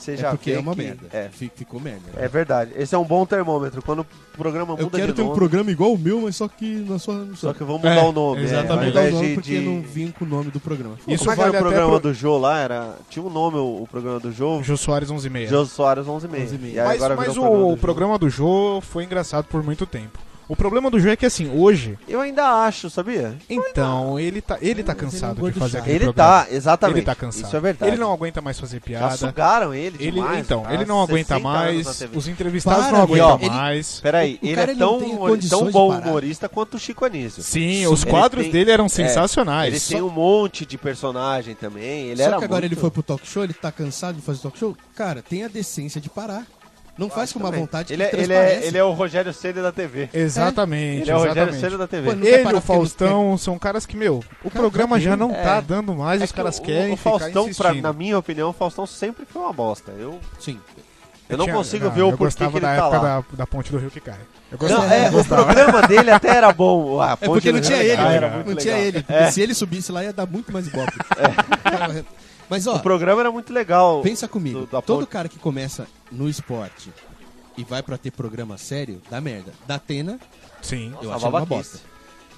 Speaker 5: Você
Speaker 3: é porque
Speaker 5: vê
Speaker 3: é uma
Speaker 5: que-
Speaker 3: merda.
Speaker 5: É,
Speaker 3: Fi- Ficou merda.
Speaker 5: é verdade. Esse é um bom termômetro. Quando o programa muda
Speaker 3: Eu quero
Speaker 5: de
Speaker 3: ter um
Speaker 5: nome,
Speaker 3: programa igual o meu, mas só que na sua... na
Speaker 5: só
Speaker 3: sua-
Speaker 5: que vão mudar
Speaker 2: É,
Speaker 5: o nome.
Speaker 3: Vai
Speaker 2: exatamente.
Speaker 5: É,
Speaker 3: mudar
Speaker 5: ao
Speaker 3: o
Speaker 5: invés
Speaker 3: nome
Speaker 5: de-
Speaker 3: porque
Speaker 5: de-
Speaker 3: não vim com o nome do programa. Foda-se.
Speaker 2: Isso
Speaker 5: Como é que era
Speaker 2: vale
Speaker 5: o
Speaker 2: até
Speaker 5: programa
Speaker 2: pro-
Speaker 5: do Jô lá? Era... Tinha um nome o, o programa do Jô.
Speaker 2: Jô Soares 11 e meia.
Speaker 5: Jô Soares 11 e meia.
Speaker 3: 11 e meia.
Speaker 5: E aí
Speaker 2: Mas,
Speaker 5: agora
Speaker 2: mas
Speaker 5: virou
Speaker 2: o
Speaker 5: do Jô.
Speaker 2: programa do Jô foi engraçado por muito tempo. O problema do Joe é que assim, hoje,
Speaker 5: Eu ainda acho, sabia?
Speaker 2: então, ele tá, ele tá cansado
Speaker 3: é gordo
Speaker 2: de fazer
Speaker 3: chato.
Speaker 2: aquele
Speaker 5: Ele
Speaker 2: programa.
Speaker 5: tá, exatamente.
Speaker 2: Ele tá cansado.
Speaker 5: Isso é verdade.
Speaker 2: Ele não aguenta mais fazer
Speaker 5: Já
Speaker 2: piada.
Speaker 5: sugaram ele
Speaker 2: Ele,
Speaker 5: demais.
Speaker 2: então,
Speaker 5: tá?
Speaker 2: ele não aguenta
Speaker 5: 60 anos na
Speaker 2: mais,
Speaker 5: TV.
Speaker 2: os entrevistados
Speaker 3: Para,
Speaker 2: não
Speaker 5: e, ó,
Speaker 2: aguentam
Speaker 3: ele-
Speaker 2: mais.
Speaker 5: Peraí,
Speaker 3: o
Speaker 5: ele
Speaker 3: cara,
Speaker 5: é
Speaker 3: ele não
Speaker 5: tão,
Speaker 3: tem
Speaker 5: humor-
Speaker 3: condições
Speaker 5: tão
Speaker 3: de
Speaker 5: bom
Speaker 3: parar.
Speaker 5: humorista quanto o Chico Anísio.
Speaker 2: Sim, os
Speaker 5: ele
Speaker 2: quadros
Speaker 5: tem-
Speaker 2: dele eram
Speaker 5: Ele
Speaker 2: sensacionais.
Speaker 5: tem um monte de personagem também. Ele
Speaker 3: Só
Speaker 5: era
Speaker 3: que agora
Speaker 5: muito-
Speaker 3: ele foi pro talk show, ele tá cansado de fazer talk show. Cara, tem a decência de parar. Não faz com uma
Speaker 5: Também.
Speaker 3: vontade
Speaker 5: ele
Speaker 3: que
Speaker 5: é, ele, é, ele é o Rogério Ceni da TV.
Speaker 2: Exatamente,
Speaker 5: Ele é o Rogério
Speaker 2: exatamente.
Speaker 5: Ceni da TV.
Speaker 3: Pô, não quer
Speaker 2: Ele,
Speaker 3: parar
Speaker 2: o
Speaker 3: porque não
Speaker 2: Faustão, são caras que, meu, o
Speaker 3: Cara,
Speaker 2: programa já não
Speaker 5: é.
Speaker 2: tá dando mais,
Speaker 5: É
Speaker 2: os
Speaker 5: que
Speaker 2: caras
Speaker 5: o-
Speaker 2: querem
Speaker 5: o
Speaker 2: ficar
Speaker 5: Faustão, pra-
Speaker 2: insistindo.
Speaker 5: na minha opinião, o Faustão sempre foi uma bosta. Eu,
Speaker 3: Sim.
Speaker 5: eu não
Speaker 2: Tinha-
Speaker 5: consigo
Speaker 2: não,
Speaker 5: ver o
Speaker 2: eu
Speaker 5: porquê
Speaker 2: gostava
Speaker 5: que ele
Speaker 2: da
Speaker 5: tá
Speaker 2: época
Speaker 5: lá.
Speaker 2: Da, da ponte do rio que cai. Eu
Speaker 5: Não,
Speaker 2: gostava.
Speaker 5: é, o programa dele até era bom. Ah,
Speaker 3: É
Speaker 5: Ponte
Speaker 3: porque não
Speaker 5: do
Speaker 3: tinha
Speaker 5: Rio
Speaker 3: ele,
Speaker 5: Legal,
Speaker 2: né?
Speaker 5: era
Speaker 3: não
Speaker 5: muito
Speaker 3: tinha
Speaker 5: legal.
Speaker 3: ele.
Speaker 5: É.
Speaker 3: Se ele subisse lá, ia dar muito mais ibope. Mas ó,
Speaker 5: O programa era muito legal.
Speaker 3: pensa comigo.
Speaker 5: do- da
Speaker 3: Todo
Speaker 5: ponte.
Speaker 3: cara que começa no esporte e vai pra ter programa sério, dá merda. Da Atena,
Speaker 2: Sim.
Speaker 3: eu
Speaker 5: Nossa,
Speaker 3: acho uma
Speaker 5: babaquice.
Speaker 3: bosta.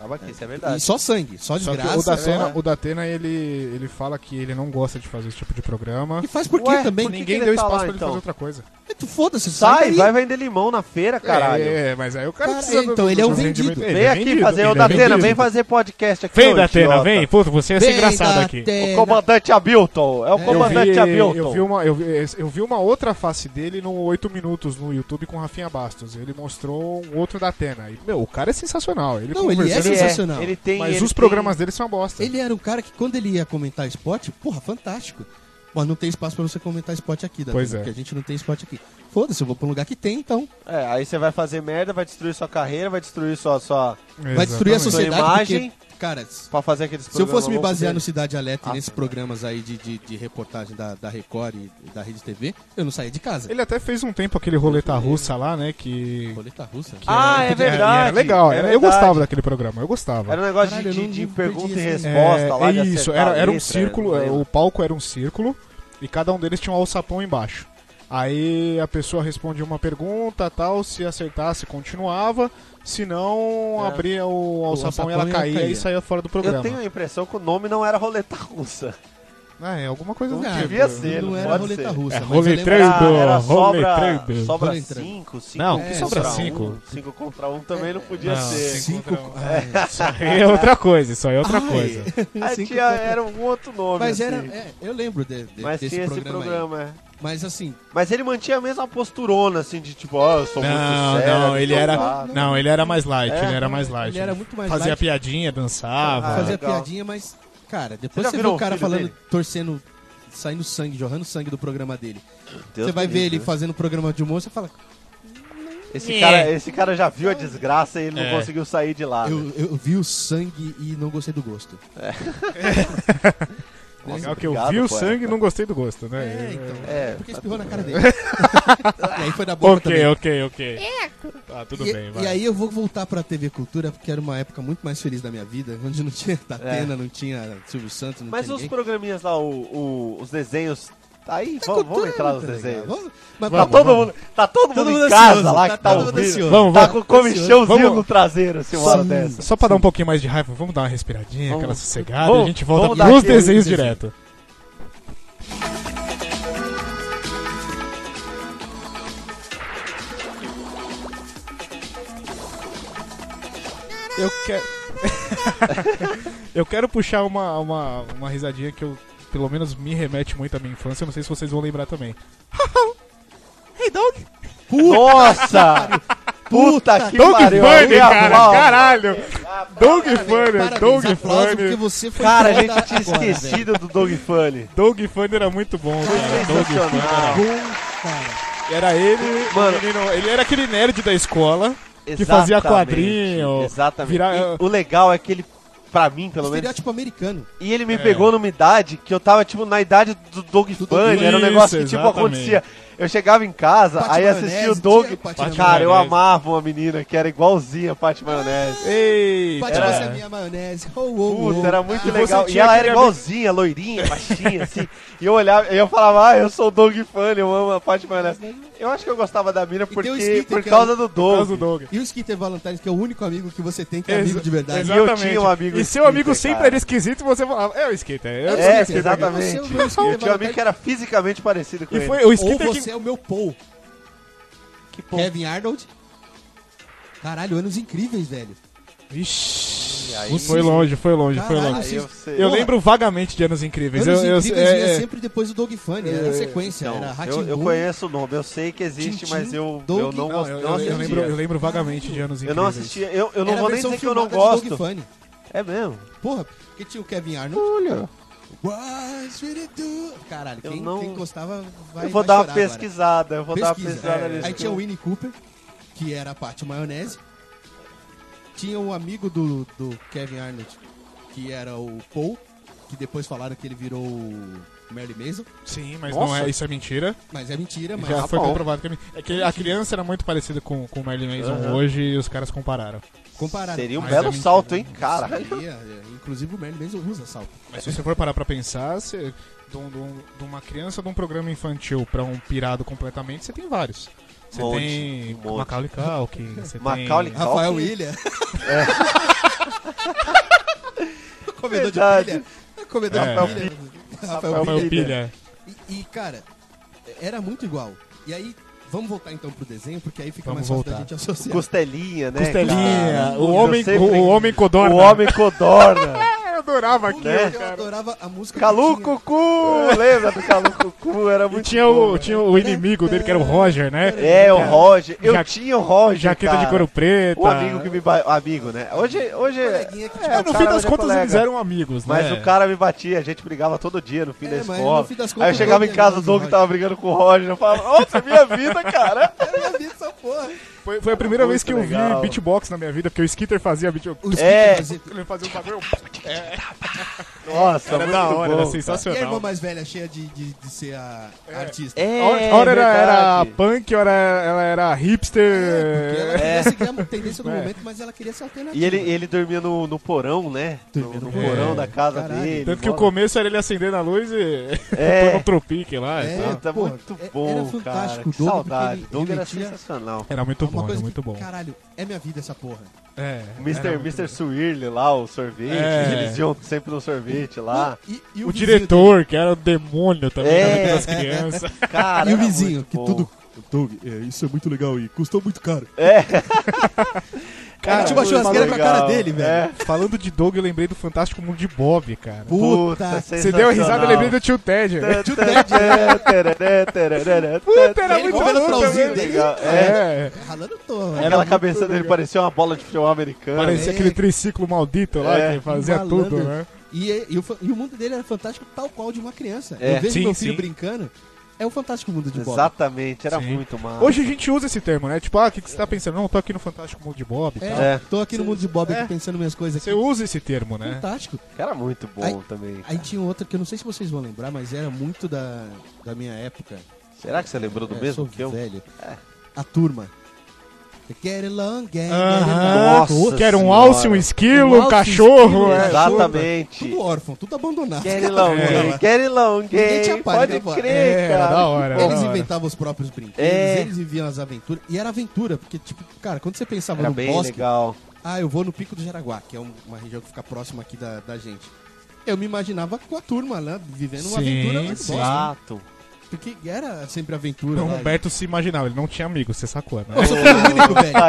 Speaker 5: Babaquice, é
Speaker 3: E
Speaker 5: verdade.
Speaker 3: só sangue, só
Speaker 2: Só que
Speaker 3: desgraça. né? É.
Speaker 2: o da
Speaker 3: só-
Speaker 2: Atena, o da Atena, ele, ele fala que ele não gosta de fazer esse tipo de programa.
Speaker 3: E faz por quê
Speaker 5: Ué,
Speaker 3: também?
Speaker 5: por que
Speaker 2: Ninguém
Speaker 5: que ele
Speaker 2: deu
Speaker 5: tá
Speaker 2: espaço
Speaker 5: lá,
Speaker 2: pra ele
Speaker 5: então?
Speaker 2: fazer outra coisa.
Speaker 3: É, tu Foda-se,
Speaker 5: Sai,
Speaker 3: daí.
Speaker 5: vai vender limão na feira, caralho.
Speaker 2: É, é, mas aí o cara
Speaker 3: Cara,
Speaker 2: precisa
Speaker 3: então, ele é um vendido.
Speaker 2: rendimento. Ele
Speaker 5: Vem
Speaker 2: é
Speaker 5: aqui
Speaker 2: vendido,
Speaker 5: fazer,
Speaker 2: ele
Speaker 5: ô
Speaker 2: é
Speaker 5: Datena,
Speaker 2: vendido.
Speaker 5: vem fazer podcast aqui.
Speaker 2: Vem,
Speaker 5: ô
Speaker 2: Datena,
Speaker 5: idiota.
Speaker 2: vem. Puta, você ia ser
Speaker 3: Vem,
Speaker 2: engraçado aqui.
Speaker 5: O
Speaker 3: Datena.
Speaker 5: comandante Abilton, é o
Speaker 2: Eu
Speaker 5: comandante
Speaker 2: vi,
Speaker 5: Abilton.
Speaker 2: eu, vi um uma, eu, vi- eu vi uma outra face dele no 8 minutos no YouTube com Rafinha Bastos. Ele mostrou um outro da Atena. E, meu, o cara é sensacional. Ele
Speaker 3: Não, ele é
Speaker 2: conversando-
Speaker 5: Ele é,
Speaker 3: sensacional.
Speaker 5: ele tem,
Speaker 2: Mas
Speaker 5: ele
Speaker 2: os
Speaker 5: tem-
Speaker 2: programas dele são uma bosta.
Speaker 3: Ele era um cara que quando ele ia comentar esporte, porra, fantástico. Mas não tem espaço pra você comentar esporte aqui, Datena,
Speaker 2: Pois é.
Speaker 3: porque a gente não tem esporte aqui. Foda-se, eu vou pra um lugar que tem, então.
Speaker 5: É, aí você vai fazer merda, vai destruir sua carreira, vai destruir sua. sua
Speaker 3: Vai destruir a
Speaker 2: Exatamente.
Speaker 3: sociedade.
Speaker 5: Sua imagem.
Speaker 3: Porque, cara, se
Speaker 5: pra fazer aqueles
Speaker 3: eu
Speaker 5: programas
Speaker 3: fosse me
Speaker 5: loucos
Speaker 3: basear no
Speaker 5: dele.
Speaker 3: Cidade Alerta e
Speaker 5: Ah,
Speaker 3: nesses programas aí de, de, de reportagem da, da Record e da Rede TV, eu não saía de casa.
Speaker 2: Ele até fez um tempo aquele roleta russa lá, né? Que.
Speaker 3: Coleta russa.
Speaker 5: Ah, é
Speaker 2: que era-
Speaker 5: verdade.
Speaker 2: Era legal.
Speaker 5: é
Speaker 2: era- eu
Speaker 5: verdade.
Speaker 2: gostava daquele programa, eu gostava.
Speaker 5: Era um negócio
Speaker 3: Caralho, eu
Speaker 5: de,
Speaker 3: não-
Speaker 5: de
Speaker 3: não
Speaker 5: pergunta e
Speaker 3: perdi esse-
Speaker 5: resposta
Speaker 2: É,
Speaker 5: lá.
Speaker 2: é
Speaker 5: de
Speaker 2: isso,
Speaker 5: acertar
Speaker 2: era, era
Speaker 5: a
Speaker 2: um
Speaker 5: letra,
Speaker 2: círculo,
Speaker 5: eu não
Speaker 2: é,
Speaker 5: lembro.
Speaker 2: o palco era um círculo e cada um deles tinha um alçapão embaixo. Aí a pessoa respondia uma pergunta, tal, se acertasse continuava, se não
Speaker 5: É.
Speaker 2: abria o alçapão,
Speaker 3: alçapão
Speaker 2: e ela
Speaker 3: e
Speaker 2: caía,
Speaker 3: caía.
Speaker 2: e saía fora do
Speaker 5: Eu
Speaker 2: programa.
Speaker 5: tenho a impressão que o nome não era roleta russa.
Speaker 2: Ah, é alguma coisa
Speaker 3: Não
Speaker 2: do tipo.
Speaker 5: devia ser,
Speaker 3: não
Speaker 5: não
Speaker 3: era
Speaker 5: pode
Speaker 3: roleta
Speaker 5: ser. Ah,
Speaker 3: russa.
Speaker 2: É,
Speaker 3: mas eu
Speaker 2: roletrei
Speaker 3: lembrava-
Speaker 5: Era,
Speaker 2: do-
Speaker 5: era
Speaker 2: rolê
Speaker 5: sobra
Speaker 2: três,
Speaker 5: sobra um,
Speaker 3: rolê três.
Speaker 5: 5, 5
Speaker 2: Não,
Speaker 3: que
Speaker 2: sobra cinco?
Speaker 5: 5? 5 contra 1 um também não podia
Speaker 2: Não,
Speaker 5: ser.
Speaker 2: cinco
Speaker 3: Cinco-
Speaker 2: contra um.
Speaker 3: Ah,
Speaker 2: Isso aí é outra coisa, isso aí é outra coisa.
Speaker 5: Aí
Speaker 3: cinco
Speaker 5: tinha,
Speaker 3: contra-
Speaker 5: era um outro nome.
Speaker 3: Mas
Speaker 5: assim.
Speaker 3: era. é, eu lembro de- de-
Speaker 5: Mas
Speaker 3: desse
Speaker 5: tinha esse
Speaker 3: programa,
Speaker 5: programa, é.
Speaker 3: aí. Mas assim,
Speaker 5: Mas ele mantinha a mesma posturona, assim, de tipo, ó, eu sou
Speaker 2: Não,
Speaker 5: muito sério. então
Speaker 2: não, ele
Speaker 5: sou
Speaker 2: era,
Speaker 5: gato.
Speaker 2: não, ele era mais light,
Speaker 5: É?
Speaker 2: ele era mais light.
Speaker 3: Ele era muito mais
Speaker 2: Fazia
Speaker 3: light.
Speaker 2: piadinha, dançava.
Speaker 5: Ah,
Speaker 3: fazia
Speaker 5: legal.
Speaker 3: piadinha, mas, cara, depois
Speaker 5: já
Speaker 3: você vê
Speaker 5: virou um
Speaker 3: o cara
Speaker 5: filho
Speaker 3: falando,
Speaker 5: dele?
Speaker 3: torcendo, saindo sangue, jorrando sangue do programa dele.
Speaker 5: Deus
Speaker 3: você vai
Speaker 5: me
Speaker 3: ver
Speaker 5: livre. né?
Speaker 3: ele fazendo programa de humor, você fala,
Speaker 5: Esse cara, esse cara já viu a desgraça e ele
Speaker 2: É.
Speaker 5: não conseguiu sair de lá. né?
Speaker 3: É. eu, eu vi o sangue e não gostei do gosto.
Speaker 2: Legal que eu
Speaker 5: obrigado,
Speaker 2: vi É, o
Speaker 5: pô,
Speaker 2: sangue e
Speaker 5: é.
Speaker 2: não gostei do gosto, né?
Speaker 3: É, então.
Speaker 5: É.
Speaker 3: Porque espirrou na cara dele. e aí foi na boca
Speaker 2: ok,
Speaker 3: também.
Speaker 2: ok, ok. Tá, tudo
Speaker 3: e,
Speaker 2: bem, vai.
Speaker 3: e aí eu vou voltar pra TV Cultura, porque era uma época muito mais feliz da minha vida, onde não tinha Tatena, não tinha Silvio Santos, não
Speaker 5: É. Mas
Speaker 3: tinha
Speaker 5: os
Speaker 3: ninguém.
Speaker 5: programinhas lá, o- o- os desenhos. Tá aí,
Speaker 3: Tá
Speaker 5: vamos, vamos
Speaker 3: cultura,
Speaker 5: entrar nos
Speaker 3: tá ligado?
Speaker 5: desenhos.
Speaker 3: Vamos- mas
Speaker 2: Vamos,
Speaker 5: tá, todo mundo, tá todo
Speaker 3: Todo
Speaker 5: mundo
Speaker 3: mundo
Speaker 5: em casa
Speaker 3: ansioso,
Speaker 5: lá
Speaker 3: tá
Speaker 5: que tá
Speaker 3: todo mundo ansioso.
Speaker 5: ouvindo.
Speaker 2: Vamos,
Speaker 5: Tá
Speaker 2: vamos.
Speaker 5: com o comichãozinho
Speaker 2: Vamos.
Speaker 5: no traseiro, se uma hora dessa.
Speaker 2: Só pra dar um pouquinho mais de raiva, vamos dar uma respiradinha,
Speaker 5: Vamos.
Speaker 2: aquela sossegada,
Speaker 5: Vamos-
Speaker 2: a gente volta
Speaker 5: vamos dar
Speaker 2: pros
Speaker 5: aquele
Speaker 2: desenhos
Speaker 5: desenho.
Speaker 2: direto. Eu quero. eu quero puxar uma, uma, uma risadinha que eu, pelo menos me remete muito à minha infância, eu não sei se vocês vão lembrar também. hey dog!
Speaker 5: Nossa! Puta que
Speaker 2: Doug
Speaker 5: pariu!
Speaker 2: Funny,
Speaker 5: eu
Speaker 2: cara,
Speaker 5: aplaudo.
Speaker 2: caralho! Doug Funny,
Speaker 3: Parabéns,
Speaker 2: Doug
Speaker 3: aplauso, porque
Speaker 2: Funny.
Speaker 3: você foi
Speaker 5: Cara, a
Speaker 3: foda
Speaker 5: gente tinha
Speaker 3: agora, velho.
Speaker 5: esquecido do Dog Funny.
Speaker 2: Doug Funny era muito bom, cara. Doug Funny
Speaker 5: Sensacional.
Speaker 2: era...
Speaker 3: Cara,
Speaker 2: era ele,
Speaker 5: Mano.
Speaker 2: o menino- ele era aquele nerd da escola. Que fazia
Speaker 5: Exatamente,
Speaker 2: quadrinho,
Speaker 5: Exatamente.
Speaker 2: virar-
Speaker 5: E o legal é que ele, pra mim, pelo menos.
Speaker 3: estereótipo americano.
Speaker 5: E ele me
Speaker 2: É.
Speaker 5: pegou numa idade que eu tava, tipo, na idade do Dog
Speaker 3: Do Doug
Speaker 5: Funny. Era um
Speaker 2: Isso,
Speaker 5: negócio que, tipo,
Speaker 2: exatamente.
Speaker 5: acontecia. Eu chegava em casa,
Speaker 3: Pati
Speaker 5: aí
Speaker 3: Maionese,
Speaker 5: assistia o
Speaker 3: tinha
Speaker 5: Dog.
Speaker 3: Pati
Speaker 5: Cara,
Speaker 2: Maionese.
Speaker 5: eu amava uma menina que era igualzinha a Paty Maionese.
Speaker 2: Ei,
Speaker 3: Pode você é minha maionese. Oh, oh,
Speaker 5: Puta,
Speaker 3: oh.
Speaker 5: era muito
Speaker 2: E
Speaker 5: legal.
Speaker 2: você
Speaker 5: E
Speaker 2: tinha
Speaker 5: ela
Speaker 2: aquele
Speaker 5: era igualzinha, loirinha, baixinha, assim. E eu olhava, e eu falava, ah, eu sou o Dog Funny, eu amo a Paty Maionese. Eu acho que eu gostava da mina
Speaker 3: tem o
Speaker 5: porque,
Speaker 3: Skeeter,
Speaker 5: por
Speaker 3: que
Speaker 5: causa
Speaker 3: é
Speaker 5: do
Speaker 2: Por causa do
Speaker 5: Dog.
Speaker 2: Doug.
Speaker 3: E o Skeeter Valentine, que é o único amigo que você tem, que é
Speaker 2: Ex-
Speaker 3: amigo de verdade.
Speaker 5: exa- eu tinha um amigo
Speaker 2: e seu
Speaker 5: skater,
Speaker 2: amigo sempre
Speaker 5: cara.
Speaker 2: era esquisito e você falava, é o skater. É o
Speaker 3: É,
Speaker 5: É,
Speaker 2: skater.
Speaker 5: exatamente.
Speaker 3: Você é o meu
Speaker 5: Eu tinha um amigo
Speaker 3: Valentine.
Speaker 5: que era fisicamente parecido com
Speaker 2: E
Speaker 5: ele.
Speaker 2: foi o
Speaker 3: Ou
Speaker 2: skater
Speaker 3: você
Speaker 2: que...
Speaker 3: é o meu Paul.
Speaker 5: que pô,
Speaker 3: Kevin Arnold. Caralho, anos incríveis, velho.
Speaker 2: Ixi,
Speaker 5: E aí-
Speaker 2: foi longe, foi longe, foi
Speaker 3: Caralho,
Speaker 2: longe.
Speaker 5: Aí
Speaker 3: vocês-
Speaker 5: eu sei.
Speaker 2: Eu
Speaker 3: Porra.
Speaker 2: lembro vagamente de Anos Incríveis.
Speaker 3: Anos
Speaker 2: eu, eu-
Speaker 3: incríveis
Speaker 2: é,
Speaker 3: vinha
Speaker 2: é,
Speaker 3: sempre depois do Dog Funny, era a sequência,
Speaker 5: Então,
Speaker 3: era
Speaker 5: eu, eu
Speaker 3: Rá-Tim-Bum.
Speaker 5: conheço o nome, eu sei que existe,
Speaker 3: Tintim,
Speaker 5: mas eu,
Speaker 3: Doug.
Speaker 5: eu
Speaker 2: Não,
Speaker 5: não, gosto-
Speaker 2: eu,
Speaker 5: não
Speaker 2: eu- eu
Speaker 5: assistia.
Speaker 2: lembro, eu lembro vagamente de Anos
Speaker 5: Eu
Speaker 2: Incríveis.
Speaker 5: não assistia, eu, eu não
Speaker 3: Era a
Speaker 5: vou nem
Speaker 3: versão
Speaker 5: dizer que eu não
Speaker 3: filmada de
Speaker 5: gosto.
Speaker 3: Dog Funny.
Speaker 5: É mesmo.
Speaker 3: Porra, porque tinha o Kevin Arnold.
Speaker 5: Olha.
Speaker 3: What should it do? Caralho,
Speaker 5: Eu
Speaker 3: quem,
Speaker 5: não-
Speaker 3: quem gostava vai
Speaker 5: Eu vou
Speaker 3: vai
Speaker 5: dar uma
Speaker 3: chorar agora.
Speaker 5: pesquisada, eu vou dar uma
Speaker 3: Pesquisa,
Speaker 5: pesquisada
Speaker 3: é.
Speaker 5: nisso.
Speaker 3: Aí tinha o Winnie Cooper, que era a parte maionese. Tinha o amigo do, do Kevin Arnold, que era o Paul, que depois falaram que ele virou o Merry Mason.
Speaker 2: Sim, mas não
Speaker 5: Nossa.
Speaker 2: é, isso é mentira.
Speaker 3: Mas é mentira, mas
Speaker 2: Já
Speaker 5: tá
Speaker 2: foi
Speaker 5: bom.
Speaker 2: comprovado que é mentira. É que a criança era muito parecida com, com o Marilyn Manson
Speaker 5: Aham.
Speaker 2: hoje e os caras compararam.
Speaker 3: comparado.
Speaker 5: Seria um
Speaker 2: Mas é
Speaker 5: belo
Speaker 2: mentira.
Speaker 3: né?
Speaker 5: salto, hein, cara.
Speaker 3: Seria, é, inclusive o Merry Mason usa salto.
Speaker 2: Mas se você for parar pra pensar, você- de, um- de um- de uma criança de um programa infantil pra um pirado completamente, você tem vários. Você
Speaker 5: Monte,
Speaker 2: tem
Speaker 5: um monte.
Speaker 2: Macaulay Culkin, você tem...
Speaker 5: Macaulay Culkin.
Speaker 3: Rafael William. Comedor de
Speaker 5: Verdade.
Speaker 3: pilha. Comedor
Speaker 2: Rafael
Speaker 3: de pilha. Rafael Pilha.
Speaker 5: Rafael
Speaker 2: Rafael Pilha.
Speaker 3: E, e, cara, era muito igual. E aí, vamos voltar então pro desenho, porque aí fica
Speaker 2: Vamos
Speaker 3: mais fácil
Speaker 2: voltar.
Speaker 3: da gente associar.
Speaker 5: Costelinha, né?
Speaker 2: Costelinha,
Speaker 5: cara?
Speaker 2: o
Speaker 5: Eu
Speaker 2: homem,
Speaker 5: sempre-
Speaker 2: o, o homem codorna.
Speaker 5: O homem codorna.
Speaker 2: Eu adorava
Speaker 3: Puta,
Speaker 2: aquilo,
Speaker 5: né?
Speaker 3: Eu adorava a música. que
Speaker 5: Calu
Speaker 3: tinha.
Speaker 5: Cucu! Lembra do Calu Cucu? Era
Speaker 2: E
Speaker 5: muito
Speaker 2: tinha
Speaker 5: bom,
Speaker 2: o,
Speaker 5: né?
Speaker 2: tinha o inimigo dele, que era o Roger, né?
Speaker 5: É, o Roger. Eu
Speaker 2: Ja-
Speaker 5: tinha o Roger,
Speaker 2: Jaqueta
Speaker 5: cara.
Speaker 2: de couro preta.
Speaker 5: O amigo que me... ba- Amigo, né? Hoje... hoje
Speaker 3: Coleguinha que
Speaker 2: É,
Speaker 5: o
Speaker 2: no
Speaker 5: cara
Speaker 2: fim das
Speaker 5: hoje é
Speaker 2: contas
Speaker 5: colega.
Speaker 2: eles eram amigos, né?
Speaker 5: Mas o cara me batia, a gente brigava todo dia no fim
Speaker 3: É,
Speaker 5: da
Speaker 3: mas no
Speaker 5: escola.
Speaker 3: fim das contas,
Speaker 5: Aí eu chegava
Speaker 3: o
Speaker 5: em
Speaker 3: Roger
Speaker 5: casa, o
Speaker 3: gosta
Speaker 5: Doug
Speaker 3: do
Speaker 5: tava brigando com o Roger. Eu falava, nossa, é minha vida, cara.
Speaker 3: Era minha vida essa porra.
Speaker 2: Foi, foi a primeira
Speaker 5: Muito
Speaker 2: vez que eu
Speaker 5: legal.
Speaker 2: vi beatbox na minha vida, porque o Skitter fazia beatbox.
Speaker 3: Os
Speaker 5: É.
Speaker 3: Beatles,
Speaker 2: Ele fazia um bagulho.
Speaker 5: Nossa,
Speaker 2: Era
Speaker 5: muito
Speaker 2: da hora,
Speaker 5: bom,
Speaker 2: era
Speaker 3: E a irmã
Speaker 2: sensacional.
Speaker 3: mais velha, cheia de, de, de ser a artista.
Speaker 5: cara. É,
Speaker 2: A hora- a hora era, era
Speaker 5: verdade.
Speaker 2: punk, a hora ela era É,
Speaker 3: É, Porque ela
Speaker 2: hipster.
Speaker 3: queria seguir a tendência do
Speaker 2: É.
Speaker 3: momento, mas ela queria ser alternativa.
Speaker 5: E ele, ele dormia no, no porão, né? No, no
Speaker 2: porão.
Speaker 5: porão da casa
Speaker 3: Caralho.
Speaker 5: dele.
Speaker 2: Tanto que o
Speaker 5: mó-
Speaker 2: começo era ele acendendo a luz e pôr
Speaker 5: É,
Speaker 2: no tropique lá e
Speaker 3: É.
Speaker 2: tal.
Speaker 5: tá
Speaker 3: Pô,
Speaker 5: muito
Speaker 3: é-
Speaker 5: bom,
Speaker 3: era fantástico,
Speaker 5: cara. Que
Speaker 3: Doug, porque
Speaker 5: saudade.
Speaker 3: ele-
Speaker 5: Doug
Speaker 3: ele
Speaker 5: era
Speaker 3: tinha-
Speaker 5: sensacional.
Speaker 2: Era muito bom, era
Speaker 3: É que,
Speaker 2: muito bom.
Speaker 3: Caralho, é minha vida essa porra.
Speaker 2: É, era
Speaker 5: Mr.
Speaker 2: muito
Speaker 5: Mr. Swirly lá, o sorvete.
Speaker 2: É.
Speaker 5: Eles iam sempre no sorvete lá.
Speaker 3: E, e
Speaker 2: bom.
Speaker 3: o,
Speaker 2: O
Speaker 3: vizinho
Speaker 2: diretor, que era o demônio também
Speaker 5: É.
Speaker 2: na vida das crianças.
Speaker 5: Cara,
Speaker 3: dele. E o
Speaker 5: era
Speaker 3: vizinho,
Speaker 5: muito
Speaker 3: que
Speaker 5: bom.
Speaker 3: tudo. Doug, é, isso é muito legal e custou muito caro.
Speaker 5: É.
Speaker 3: Cara, tinha uma
Speaker 5: muito
Speaker 3: churrasqueira com a cara
Speaker 5: legal.
Speaker 3: dele, velho.
Speaker 5: É.
Speaker 2: Falando de Doug, eu lembrei do Fantástico Mundo de Bob, cara.
Speaker 5: Puta,
Speaker 2: Você deu a risada, eu lembrei do tio né? Ted.
Speaker 5: Tio Ted.
Speaker 2: Puta, era
Speaker 3: Ele
Speaker 2: muito
Speaker 3: comendo
Speaker 2: bom
Speaker 3: frauzinho
Speaker 2: também.
Speaker 3: dele.
Speaker 5: É.
Speaker 2: É.
Speaker 3: Ralando todo.
Speaker 5: Aquela cabeça dele parecia uma bola de futebol americano.
Speaker 2: Parecia aquele triciclo maldito lá
Speaker 5: É.
Speaker 2: que fazia
Speaker 3: Malandro.
Speaker 2: tudo, né?
Speaker 3: E, e o, fa- e o mundo dele era fantástico, tal qual de uma criança.
Speaker 5: É,
Speaker 3: Eu vejo
Speaker 2: sim,
Speaker 3: meu filho
Speaker 2: sim.
Speaker 3: brincando. É o fantástico mundo de Bob.
Speaker 5: Exatamente, era
Speaker 2: Sim.
Speaker 5: muito mal.
Speaker 2: Hoje a gente usa esse termo, né? Tipo, ah, o que, que você tá pensando? Não, eu tô aqui no Fantástico Mundo de Bob e tal.
Speaker 3: É,
Speaker 5: É.
Speaker 3: tô aqui no mundo de Bob
Speaker 2: É.
Speaker 3: aqui pensando minhas coisas
Speaker 2: Você
Speaker 3: aqui. É
Speaker 2: usa esse termo, né?
Speaker 3: Fantástico.
Speaker 5: era muito bom
Speaker 3: Aí-
Speaker 5: também.
Speaker 3: Aí tinha outra que eu não sei se vocês vão lembrar, mas era muito da, da minha época.
Speaker 5: Será que você lembrou do
Speaker 3: É,
Speaker 5: mesmo
Speaker 3: sou
Speaker 5: que eu? É.
Speaker 3: velho. A turma. Get along, get
Speaker 2: Aham.
Speaker 3: along.
Speaker 5: Nossa
Speaker 2: que era um
Speaker 5: senhora.
Speaker 2: alce, um esquilo,
Speaker 3: Um
Speaker 2: um,
Speaker 3: alce,
Speaker 2: cachorro.
Speaker 3: esquilo,
Speaker 2: é.
Speaker 3: exato.
Speaker 5: Exatamente.
Speaker 3: Tudo órfão, tudo abandonado.
Speaker 5: Get along,
Speaker 2: É.
Speaker 5: gay. Get along,
Speaker 3: Ninguém
Speaker 5: gay.
Speaker 3: tinha paz,
Speaker 5: Pode
Speaker 3: né, mano?
Speaker 5: crer,
Speaker 2: É,
Speaker 5: cara.
Speaker 2: era da hora. era
Speaker 3: Eles
Speaker 2: da hora.
Speaker 3: inventavam os próprios brinquedos,
Speaker 5: É.
Speaker 3: eles viviam as aventuras. E era aventura, porque, tipo, cara, quando você pensava
Speaker 5: Era
Speaker 3: no
Speaker 5: bem
Speaker 3: bosque,
Speaker 5: legal.
Speaker 3: ah, eu vou no Pico do Jaraguá, que é um- uma região que fica próxima aqui da, da gente. Eu me imaginava com a turma lá, vivendo uma
Speaker 2: Sim,
Speaker 3: aventura lá no
Speaker 2: sim. Então,
Speaker 3: bosque. né?
Speaker 5: Exato.
Speaker 3: Porque era sempre aventura. né?
Speaker 2: O
Speaker 3: lá.
Speaker 2: Humberto se imaginava, ele não tinha amigo, você sacou, né?
Speaker 3: Eu sou filho único, velho. Eu sou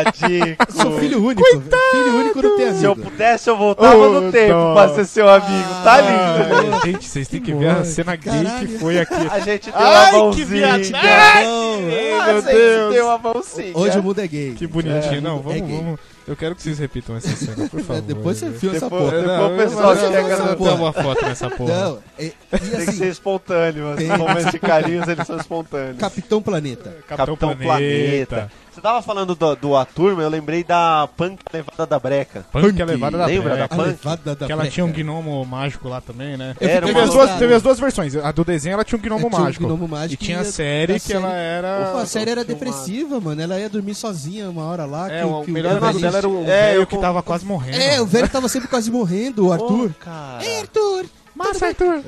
Speaker 5: Tadico.
Speaker 3: filho único. velho. Filho único não tem
Speaker 5: Se eu
Speaker 3: amigo.
Speaker 5: pudesse, eu voltava
Speaker 2: Ô,
Speaker 5: no tempo
Speaker 2: dó.
Speaker 5: pra ser seu amigo.
Speaker 2: Ah.
Speaker 5: Tá lindo.
Speaker 2: Ai, gente, vocês têm que ver a cena gay que
Speaker 3: Caralho.
Speaker 2: foi aqui.
Speaker 5: A gente tem uma
Speaker 2: Ai, que
Speaker 5: mãozinha.
Speaker 2: viadinha!
Speaker 5: Ah,
Speaker 2: Meu
Speaker 5: a gente
Speaker 2: Deus.
Speaker 5: tem uma mãozinha.
Speaker 3: Hoje o mundo é gay.
Speaker 2: Que bonitinho. não, vamos,
Speaker 3: é gay.
Speaker 2: vamos. Eu quero que vocês repitam essa cena, por
Speaker 3: É,
Speaker 2: favor.
Speaker 3: depois você viu essa
Speaker 5: Depois-
Speaker 3: porra.
Speaker 5: depois o É, pessoal
Speaker 2: eu-
Speaker 5: chega
Speaker 2: eu-
Speaker 5: na
Speaker 2: eu-
Speaker 3: porra.
Speaker 2: eu- uma foto nessa porra.
Speaker 3: Não, é- e
Speaker 5: Tem que ser
Speaker 3: assim,
Speaker 5: espontâneo. Esses
Speaker 3: Tem.
Speaker 5: momentos de carinhos, eles são espontâneos.
Speaker 3: Capitão Planeta.
Speaker 2: Capitão, Planeta.
Speaker 5: Você tava falando do, do A Turma, eu lembrei da Punk Levada da Breca.
Speaker 2: Punk é levada da
Speaker 5: Lembra
Speaker 2: Breca.
Speaker 5: da
Speaker 3: A
Speaker 5: Punk?
Speaker 3: levada da
Speaker 2: Que ela
Speaker 3: breca.
Speaker 2: tinha um gnomo mágico lá também, né?
Speaker 3: Eu
Speaker 5: Era
Speaker 3: fiquei
Speaker 2: Teve as,
Speaker 5: gostado.
Speaker 2: duas,
Speaker 3: assustado.
Speaker 2: teve as duas versões. A do desenho ela tinha um gnomo
Speaker 3: É, tinha um
Speaker 2: mágico.
Speaker 3: gnomo mágico
Speaker 2: E tinha a
Speaker 3: e a-
Speaker 2: série
Speaker 3: a
Speaker 2: que ela
Speaker 3: série-
Speaker 2: era.
Speaker 3: Pô, a série era
Speaker 5: tinha uma-
Speaker 3: depressiva, mano. Ela ia dormir sozinha uma hora lá.
Speaker 2: É,
Speaker 3: que,
Speaker 2: o,
Speaker 3: que É,
Speaker 2: melhor amigo
Speaker 3: velhinho-
Speaker 2: dela era o
Speaker 5: É,
Speaker 2: velho
Speaker 5: eu
Speaker 2: que
Speaker 5: com-
Speaker 2: tava quase morrendo.
Speaker 3: É, o velho tava sempre quase morrendo, o Arthur.
Speaker 5: Pô, cara.
Speaker 3: Ei, Arthur!
Speaker 2: Massa, Arthur.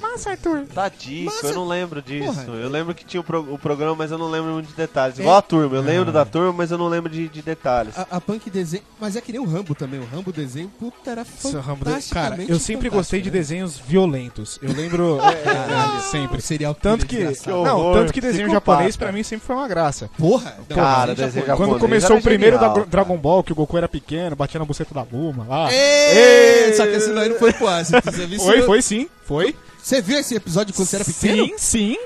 Speaker 2: Massa, Arthur.
Speaker 5: Tadinho,
Speaker 3: Mas
Speaker 5: eu
Speaker 3: é-
Speaker 5: não lembro disso.
Speaker 3: Porra.
Speaker 5: Eu lembro que tinha o, pro- o programa, mas eu não lembro muito de detalhes. Igual a turma, eu
Speaker 2: Ah.
Speaker 5: lembro da turma, mas eu não lembro de, de detalhes.
Speaker 3: A, a punk desenho. Mas é que nem o Rambo também. O Rambo desenho, puta, era
Speaker 2: Esse Rambo
Speaker 3: fantasticamente
Speaker 2: de- Cara, eu sempre
Speaker 3: fantástico,
Speaker 2: gostei de
Speaker 3: né?
Speaker 2: desenhos violentos. Eu lembro. é, sempre.
Speaker 3: O um serial
Speaker 2: Tanto
Speaker 3: killer
Speaker 2: que.
Speaker 3: desgraçado.
Speaker 2: Não,
Speaker 5: horror,
Speaker 2: tanto que desenho
Speaker 5: psicopata.
Speaker 2: japonês pra mim sempre foi uma graça.
Speaker 3: Porra! não,
Speaker 5: Cara,
Speaker 3: desenho japonês.
Speaker 5: desenho Japonês
Speaker 2: Quando começou
Speaker 5: era
Speaker 2: o primeiro
Speaker 5: genial,
Speaker 2: da Gro-
Speaker 5: cara.
Speaker 2: Dragon Ball, que o Goku era pequeno, batia na buceta da Luma lá.
Speaker 3: Ei, Só que esse daí não foi pro ácido. Você viu,
Speaker 2: Foi,
Speaker 3: É, isso?
Speaker 2: foi sim, foi.
Speaker 3: Você viu esse episódio quando você era pequeno?
Speaker 2: Sim,
Speaker 3: Ah,
Speaker 2: sim.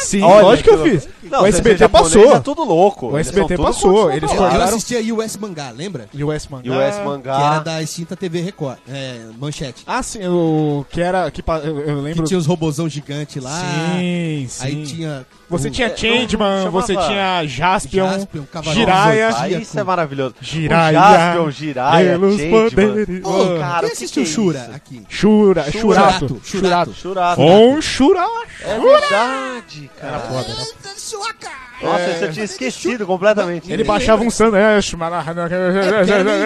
Speaker 2: Sim,
Speaker 5: Olha
Speaker 2: lógico que eu
Speaker 5: que
Speaker 2: fiz.
Speaker 5: Não,
Speaker 2: o
Speaker 5: desenho
Speaker 2: SBT
Speaker 5: japonês
Speaker 2: passou.
Speaker 5: É tudo louco.
Speaker 2: O
Speaker 5: Eles
Speaker 2: SBT
Speaker 5: são tudo
Speaker 2: passou, eles
Speaker 3: Eu, eu
Speaker 5: controlados.
Speaker 3: assistia US Mangá, lembra?
Speaker 2: E o S-Manga.
Speaker 5: US
Speaker 3: Que era
Speaker 2: Tá.
Speaker 5: Mangá.
Speaker 3: da extinta TV Record. É, manchete.
Speaker 2: Ah, sim, o que era. Que, pa- eu, eu
Speaker 3: Que
Speaker 2: lembro.
Speaker 3: tinha os robozão gigante lá.
Speaker 2: Sim, sim.
Speaker 3: Aí tinha.
Speaker 2: Você
Speaker 3: o
Speaker 2: tinha Changeman,
Speaker 5: chamava-
Speaker 2: você tinha Jaspion,
Speaker 3: Jaspion, Cavaleiro
Speaker 2: Jiraya.
Speaker 3: Zodíaco.
Speaker 5: Aí
Speaker 3: Zodíaco.
Speaker 5: isso é maravilhoso.
Speaker 2: Jiraiya.
Speaker 5: O Jaspion, Jiraiya,
Speaker 2: Pelos
Speaker 5: Changeman.
Speaker 2: poderes.
Speaker 5: Ô,
Speaker 3: Quem
Speaker 5: cara, o que
Speaker 3: assistiu
Speaker 5: que é
Speaker 3: Shura
Speaker 5: isso?
Speaker 3: aqui?
Speaker 2: Shura, Shurato.
Speaker 3: Shurato, Shurato.
Speaker 5: Churado.
Speaker 2: Um Shurato.
Speaker 5: É verdade, cara. Nossa, isso eu tinha esquecido completamente.
Speaker 2: Ele baixava um sanduíche.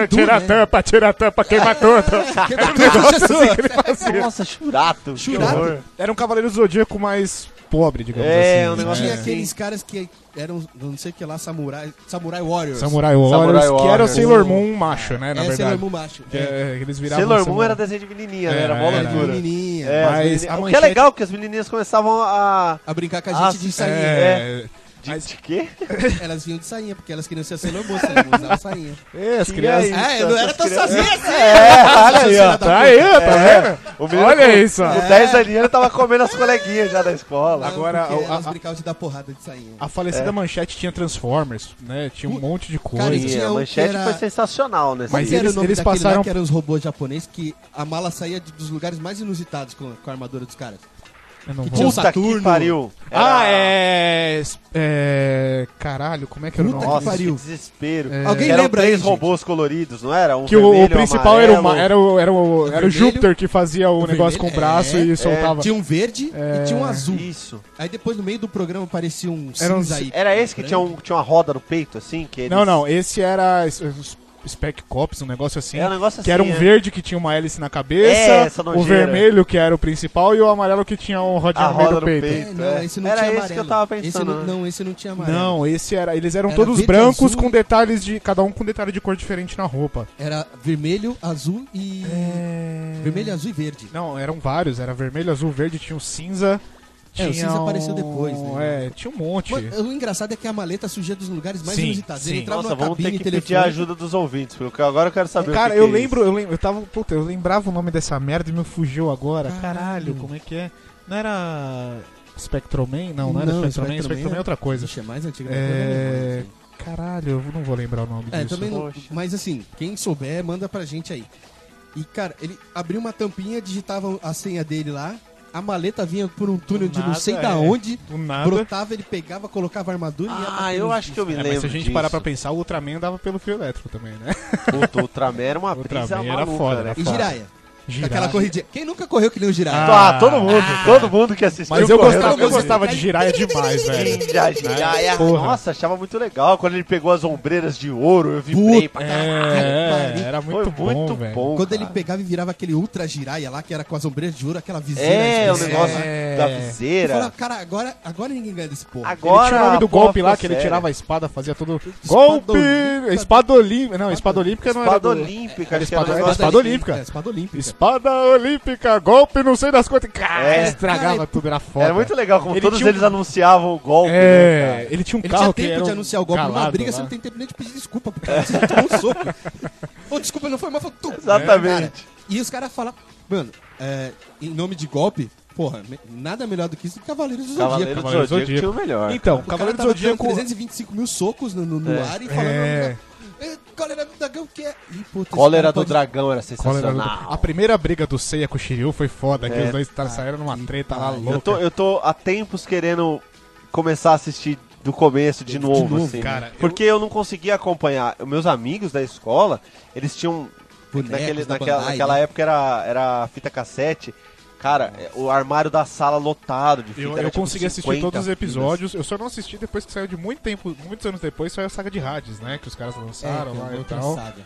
Speaker 2: Tira a tampa, tira a tampa, queima tudo. um
Speaker 3: Que da Xuxa
Speaker 2: assim
Speaker 3: sua.
Speaker 5: Nossa, Churato.
Speaker 3: Churato.
Speaker 2: Era um Cavaleiro do Zodíaco mais pobre, digamos
Speaker 5: É, um
Speaker 2: assim.
Speaker 5: negócio
Speaker 3: Tinha
Speaker 5: assim.
Speaker 3: aqueles caras que eram, não sei o que lá, Samurai, Samurai Warriors.
Speaker 2: Samurai Warriors,
Speaker 5: Samurai
Speaker 2: que era o
Speaker 5: Warriors.
Speaker 2: Sailor Moon macho, né, na
Speaker 3: é, Sailor
Speaker 2: verdade.
Speaker 3: Moon macho.
Speaker 2: É, eles viravam
Speaker 5: Sailor Moon
Speaker 2: samurai.
Speaker 5: era desenho de menininha, né?
Speaker 2: É,
Speaker 5: Era mó
Speaker 2: era.
Speaker 5: loucura.
Speaker 3: Menininha.
Speaker 5: É, as
Speaker 2: Mas a
Speaker 5: meni- O que é
Speaker 2: manchete-
Speaker 5: legal que as menininhas começavam a...
Speaker 3: A brincar com a
Speaker 5: Ah,
Speaker 3: gente de sainha.
Speaker 2: É,
Speaker 5: De,
Speaker 2: Mas-
Speaker 5: de quê?
Speaker 3: Elas vinham de sainha, porque elas queriam ser Sailor Moon, Sailor Moon usava sainha.
Speaker 2: é, as
Speaker 5: Tinha
Speaker 2: crianças.
Speaker 5: isso,
Speaker 3: É, eu não era
Speaker 5: essas
Speaker 3: tão
Speaker 5: crianças-
Speaker 3: sozinha assim.
Speaker 5: É, olha aí, ó.
Speaker 2: Tá aí, tá vendo?
Speaker 5: O menino
Speaker 2: Olha
Speaker 5: com-
Speaker 2: isso, ó.
Speaker 5: Com 10 anos ele tava comendo as coleguinhas já da escola.
Speaker 2: Agora,
Speaker 3: Agora,
Speaker 2: a-
Speaker 3: elas
Speaker 2: a-
Speaker 3: brincavam de dar porrada de sainha.
Speaker 2: A falecida
Speaker 5: É.
Speaker 2: manchete tinha Transformers, né? Tinha um monte de coisa.
Speaker 3: Cara,
Speaker 5: Sim,
Speaker 3: isso tinha
Speaker 5: a
Speaker 3: um que
Speaker 5: manchete
Speaker 3: era-
Speaker 5: foi sensacional nesse
Speaker 2: Mas
Speaker 3: que era
Speaker 2: eles-
Speaker 3: o nome
Speaker 2: eles
Speaker 3: daquele
Speaker 2: passaram-
Speaker 3: lá que eram os robôs japoneses que a mala saía de- dos lugares mais inusitados com, com a armadura dos caras?
Speaker 2: Eu não
Speaker 3: que
Speaker 2: vou-
Speaker 3: tinha um
Speaker 5: Puta que
Speaker 3: Saturno.
Speaker 5: pariu.
Speaker 2: Ah,
Speaker 5: Era- um
Speaker 2: é... é... Caralho, como é que era o
Speaker 3: Puta
Speaker 2: nome?
Speaker 5: Nossa, que,
Speaker 3: pariu.
Speaker 5: desespero.
Speaker 2: É.
Speaker 3: Alguém
Speaker 5: Eram
Speaker 3: lembra aí,
Speaker 5: três
Speaker 3: gente?
Speaker 5: robôs coloridos, não era? Um
Speaker 2: Que o- o,
Speaker 5: vermelho, um
Speaker 2: principal era o, ma-
Speaker 5: amarelo.
Speaker 2: era o, era o, era o
Speaker 3: vermelho.
Speaker 2: Júpiter que fazia o,
Speaker 3: O
Speaker 2: negócio com o
Speaker 3: vermelho,
Speaker 2: braço
Speaker 3: é.
Speaker 2: e soltava.
Speaker 3: Tinha um verde
Speaker 5: É,
Speaker 3: e tinha um azul.
Speaker 5: Isso.
Speaker 3: Aí depois, no meio do programa, parecia um
Speaker 2: Era um-
Speaker 3: cinza aí.
Speaker 5: Era esse que tinha, um, tinha uma roda no peito, assim? Que eles-
Speaker 2: Não, não, esse era es- es- Spec Cops, um negócio assim.
Speaker 5: Era um negócio assim.
Speaker 2: que era um
Speaker 5: é.
Speaker 2: verde que tinha uma hélice na
Speaker 5: É,
Speaker 2: cabeça,
Speaker 5: essa
Speaker 2: o
Speaker 5: nojeira.
Speaker 2: vermelho que era o principal e o amarelo que tinha um rodinho
Speaker 5: A
Speaker 2: no meio
Speaker 5: roda
Speaker 2: do
Speaker 5: no
Speaker 2: peito.
Speaker 5: peito.
Speaker 3: É, não,
Speaker 5: É.
Speaker 3: esse não
Speaker 5: Era
Speaker 3: tinha
Speaker 5: esse
Speaker 3: amarelo.
Speaker 5: que eu tava
Speaker 3: Esse
Speaker 5: pensando,
Speaker 3: não,
Speaker 5: né?
Speaker 3: não, esse não tinha amarelo.
Speaker 2: Não, esse era. Eles eram
Speaker 3: Era
Speaker 2: todos
Speaker 3: verde,
Speaker 2: brancos
Speaker 3: azul.
Speaker 2: com detalhes de. Cada um com detalhe de cor diferente na roupa.
Speaker 3: Era vermelho, azul e...
Speaker 5: É.
Speaker 3: Vermelho, azul e verde.
Speaker 2: Não, eram vários. Era vermelho, azul, verde, tinha o cinza.
Speaker 3: É, o
Speaker 2: tinha
Speaker 3: cinza apareceu
Speaker 2: um-
Speaker 3: depois, né?
Speaker 2: É, tinha um monte.
Speaker 3: Mano, o engraçado é que a maleta surgia dos lugares mais
Speaker 2: Sim,
Speaker 3: inusitados. Ele
Speaker 2: sim.
Speaker 3: entrava
Speaker 5: Nossa,
Speaker 3: numa
Speaker 5: vamos ter
Speaker 3: cabine
Speaker 5: que pedir a
Speaker 3: telefônica.
Speaker 5: ajuda dos ouvintes, porque agora eu quero saber o
Speaker 2: Cara,
Speaker 5: que
Speaker 2: eu
Speaker 5: que é
Speaker 2: lembro, eu lembro, eu tava, puta, eu lembrava o nome dessa merda e me fugiu agora. Caralho, como é que é? Não era Spectroman? Não, não era Spectroman, Spectroman é outra coisa.
Speaker 3: Ixi, é mais antiga.
Speaker 2: É, Caralho, eu não vou lembrar o nome
Speaker 3: É,
Speaker 2: disso.
Speaker 3: também não,
Speaker 5: Poxa.
Speaker 3: mas assim, quem souber, manda pra gente aí. E, cara, ele abriu uma tampinha, digitava a senha dele lá, a maleta vinha por um túnel de não
Speaker 2: Nada,
Speaker 3: sei
Speaker 2: é.
Speaker 3: da onde,
Speaker 2: Do nada.
Speaker 3: brotava, ele pegava, colocava a armadura e ia
Speaker 5: Ah,
Speaker 3: batendo
Speaker 5: eu
Speaker 3: nos-
Speaker 5: acho que eu me
Speaker 2: É,
Speaker 5: lembro
Speaker 2: mas se a gente
Speaker 5: disso.
Speaker 2: parar pra pensar, o Ultraman dava pelo fio elétrico também, né?
Speaker 5: Puta, o Ultraman era uma
Speaker 2: Ultraman
Speaker 5: brisa
Speaker 2: era
Speaker 5: maluca,
Speaker 2: é foda,
Speaker 5: né?
Speaker 2: era
Speaker 3: E Jiraya,
Speaker 2: Girar.
Speaker 3: aquela corridinha. Quem nunca correu que nem o Jiraya?
Speaker 5: Ah, todo mundo, todo mundo que assistiu
Speaker 2: Ah, Mas eu
Speaker 5: correu
Speaker 2: gostava,
Speaker 5: na
Speaker 2: eu
Speaker 5: corrida.
Speaker 2: gostava de girar é demais, velho.
Speaker 5: Já, já, já.
Speaker 2: Porra.
Speaker 5: Nossa, achava muito legal quando ele pegou as ombreiras de ouro, eu vibrei pra
Speaker 2: É, era
Speaker 5: Foi
Speaker 2: muito
Speaker 5: muito,
Speaker 2: bom,
Speaker 5: bom,
Speaker 2: velho.
Speaker 3: Quando ele
Speaker 5: cara.
Speaker 3: pegava e virava aquele ultra Jiraya lá, que era com as ombreiras de ouro, aquela viseira.
Speaker 5: É, o
Speaker 3: especial,
Speaker 5: negócio
Speaker 3: né?
Speaker 5: da
Speaker 3: Eu
Speaker 5: viseira.
Speaker 3: falava, cara, agora, agora ninguém ganha desse porra.
Speaker 2: Ele
Speaker 5: Agora
Speaker 2: tinha o nome do
Speaker 5: a porra
Speaker 2: golpe lá,
Speaker 5: ficou
Speaker 2: que ele
Speaker 5: séria.
Speaker 2: tirava a espada, fazia todo.
Speaker 3: Espada
Speaker 2: Golpe!
Speaker 3: olímpica.
Speaker 2: Espada olímpica. Não, espada olímpica não era.
Speaker 5: Espada
Speaker 2: do-
Speaker 5: olímpica, acho que
Speaker 2: espada-
Speaker 5: era um
Speaker 2: era
Speaker 5: negócio
Speaker 2: espada olímpica.
Speaker 3: É, espada olímpica.
Speaker 2: Espada olímpica, golpe, não sei das quantas. Cara,
Speaker 5: É.
Speaker 2: estragava
Speaker 3: Cara,
Speaker 2: tudo, era foda.
Speaker 5: Era muito legal como
Speaker 2: Ele
Speaker 5: todos
Speaker 2: tinha um-
Speaker 5: eles anunciavam o golpe. né,
Speaker 2: É,
Speaker 5: cara?
Speaker 2: ele tinha um
Speaker 3: Ele
Speaker 2: carro
Speaker 3: tinha
Speaker 2: que era
Speaker 3: tempo de
Speaker 2: um
Speaker 3: anunciar o golpe numa
Speaker 2: galado
Speaker 3: briga,
Speaker 2: lá.
Speaker 3: você não tem tempo nem de pedir desculpa pro cara. Você tomou um soco. Ô, desculpa, não foi mal, foi tu. Cara,
Speaker 5: Exatamente.
Speaker 3: e os caras falam, mano, é, em nome de golpe, porra, me- nada melhor do que isso do que Cavaleiros do
Speaker 5: Cavaleiro
Speaker 3: Zodíaco.
Speaker 5: do
Speaker 2: Cavaleiro do
Speaker 5: Zodíaco
Speaker 2: Zodíaco.
Speaker 5: tinha o melhor.
Speaker 2: Então, o
Speaker 3: O cara
Speaker 2: Cavaleiro do
Speaker 3: tava dando
Speaker 2: Zodíaco.
Speaker 3: 325 mil socos no, no- no ar e falando...
Speaker 2: É.
Speaker 3: "É, Cólera do dragão que é... Ih, puta, esse
Speaker 5: Cólera
Speaker 3: cara
Speaker 5: do
Speaker 3: pode-
Speaker 5: Dragão era
Speaker 2: Cólera do-
Speaker 5: sensacional.
Speaker 2: A primeira briga do Seiya com o Shiryu foi foda, que
Speaker 5: É.
Speaker 2: os dois tá- saíram numa treta lá
Speaker 5: Eu tô,
Speaker 2: louca.
Speaker 5: eu tô há tempos querendo começar a assistir do começo de novo,
Speaker 3: novo,
Speaker 5: assim.
Speaker 2: cara. Eu-
Speaker 5: Porque eu não conseguia acompanhar. Meus amigos da escola, eles tinham.
Speaker 3: Bonecos
Speaker 5: naquele-
Speaker 3: da
Speaker 5: naquela
Speaker 3: Bandai,
Speaker 5: naquela
Speaker 3: né?
Speaker 5: época era, era fita cassete. Cara, é, o armário da sala lotado de fita.
Speaker 2: Eu,
Speaker 5: era,
Speaker 2: eu
Speaker 5: tipo,
Speaker 2: consegui assistir
Speaker 5: 50
Speaker 2: todos os
Speaker 5: fitas.
Speaker 2: episódios. Eu só não assisti depois que saiu de muito tempo, muitos anos depois, saiu a saga de Hades, né? Que os caras
Speaker 3: É,
Speaker 5: É,
Speaker 2: lançaram lá e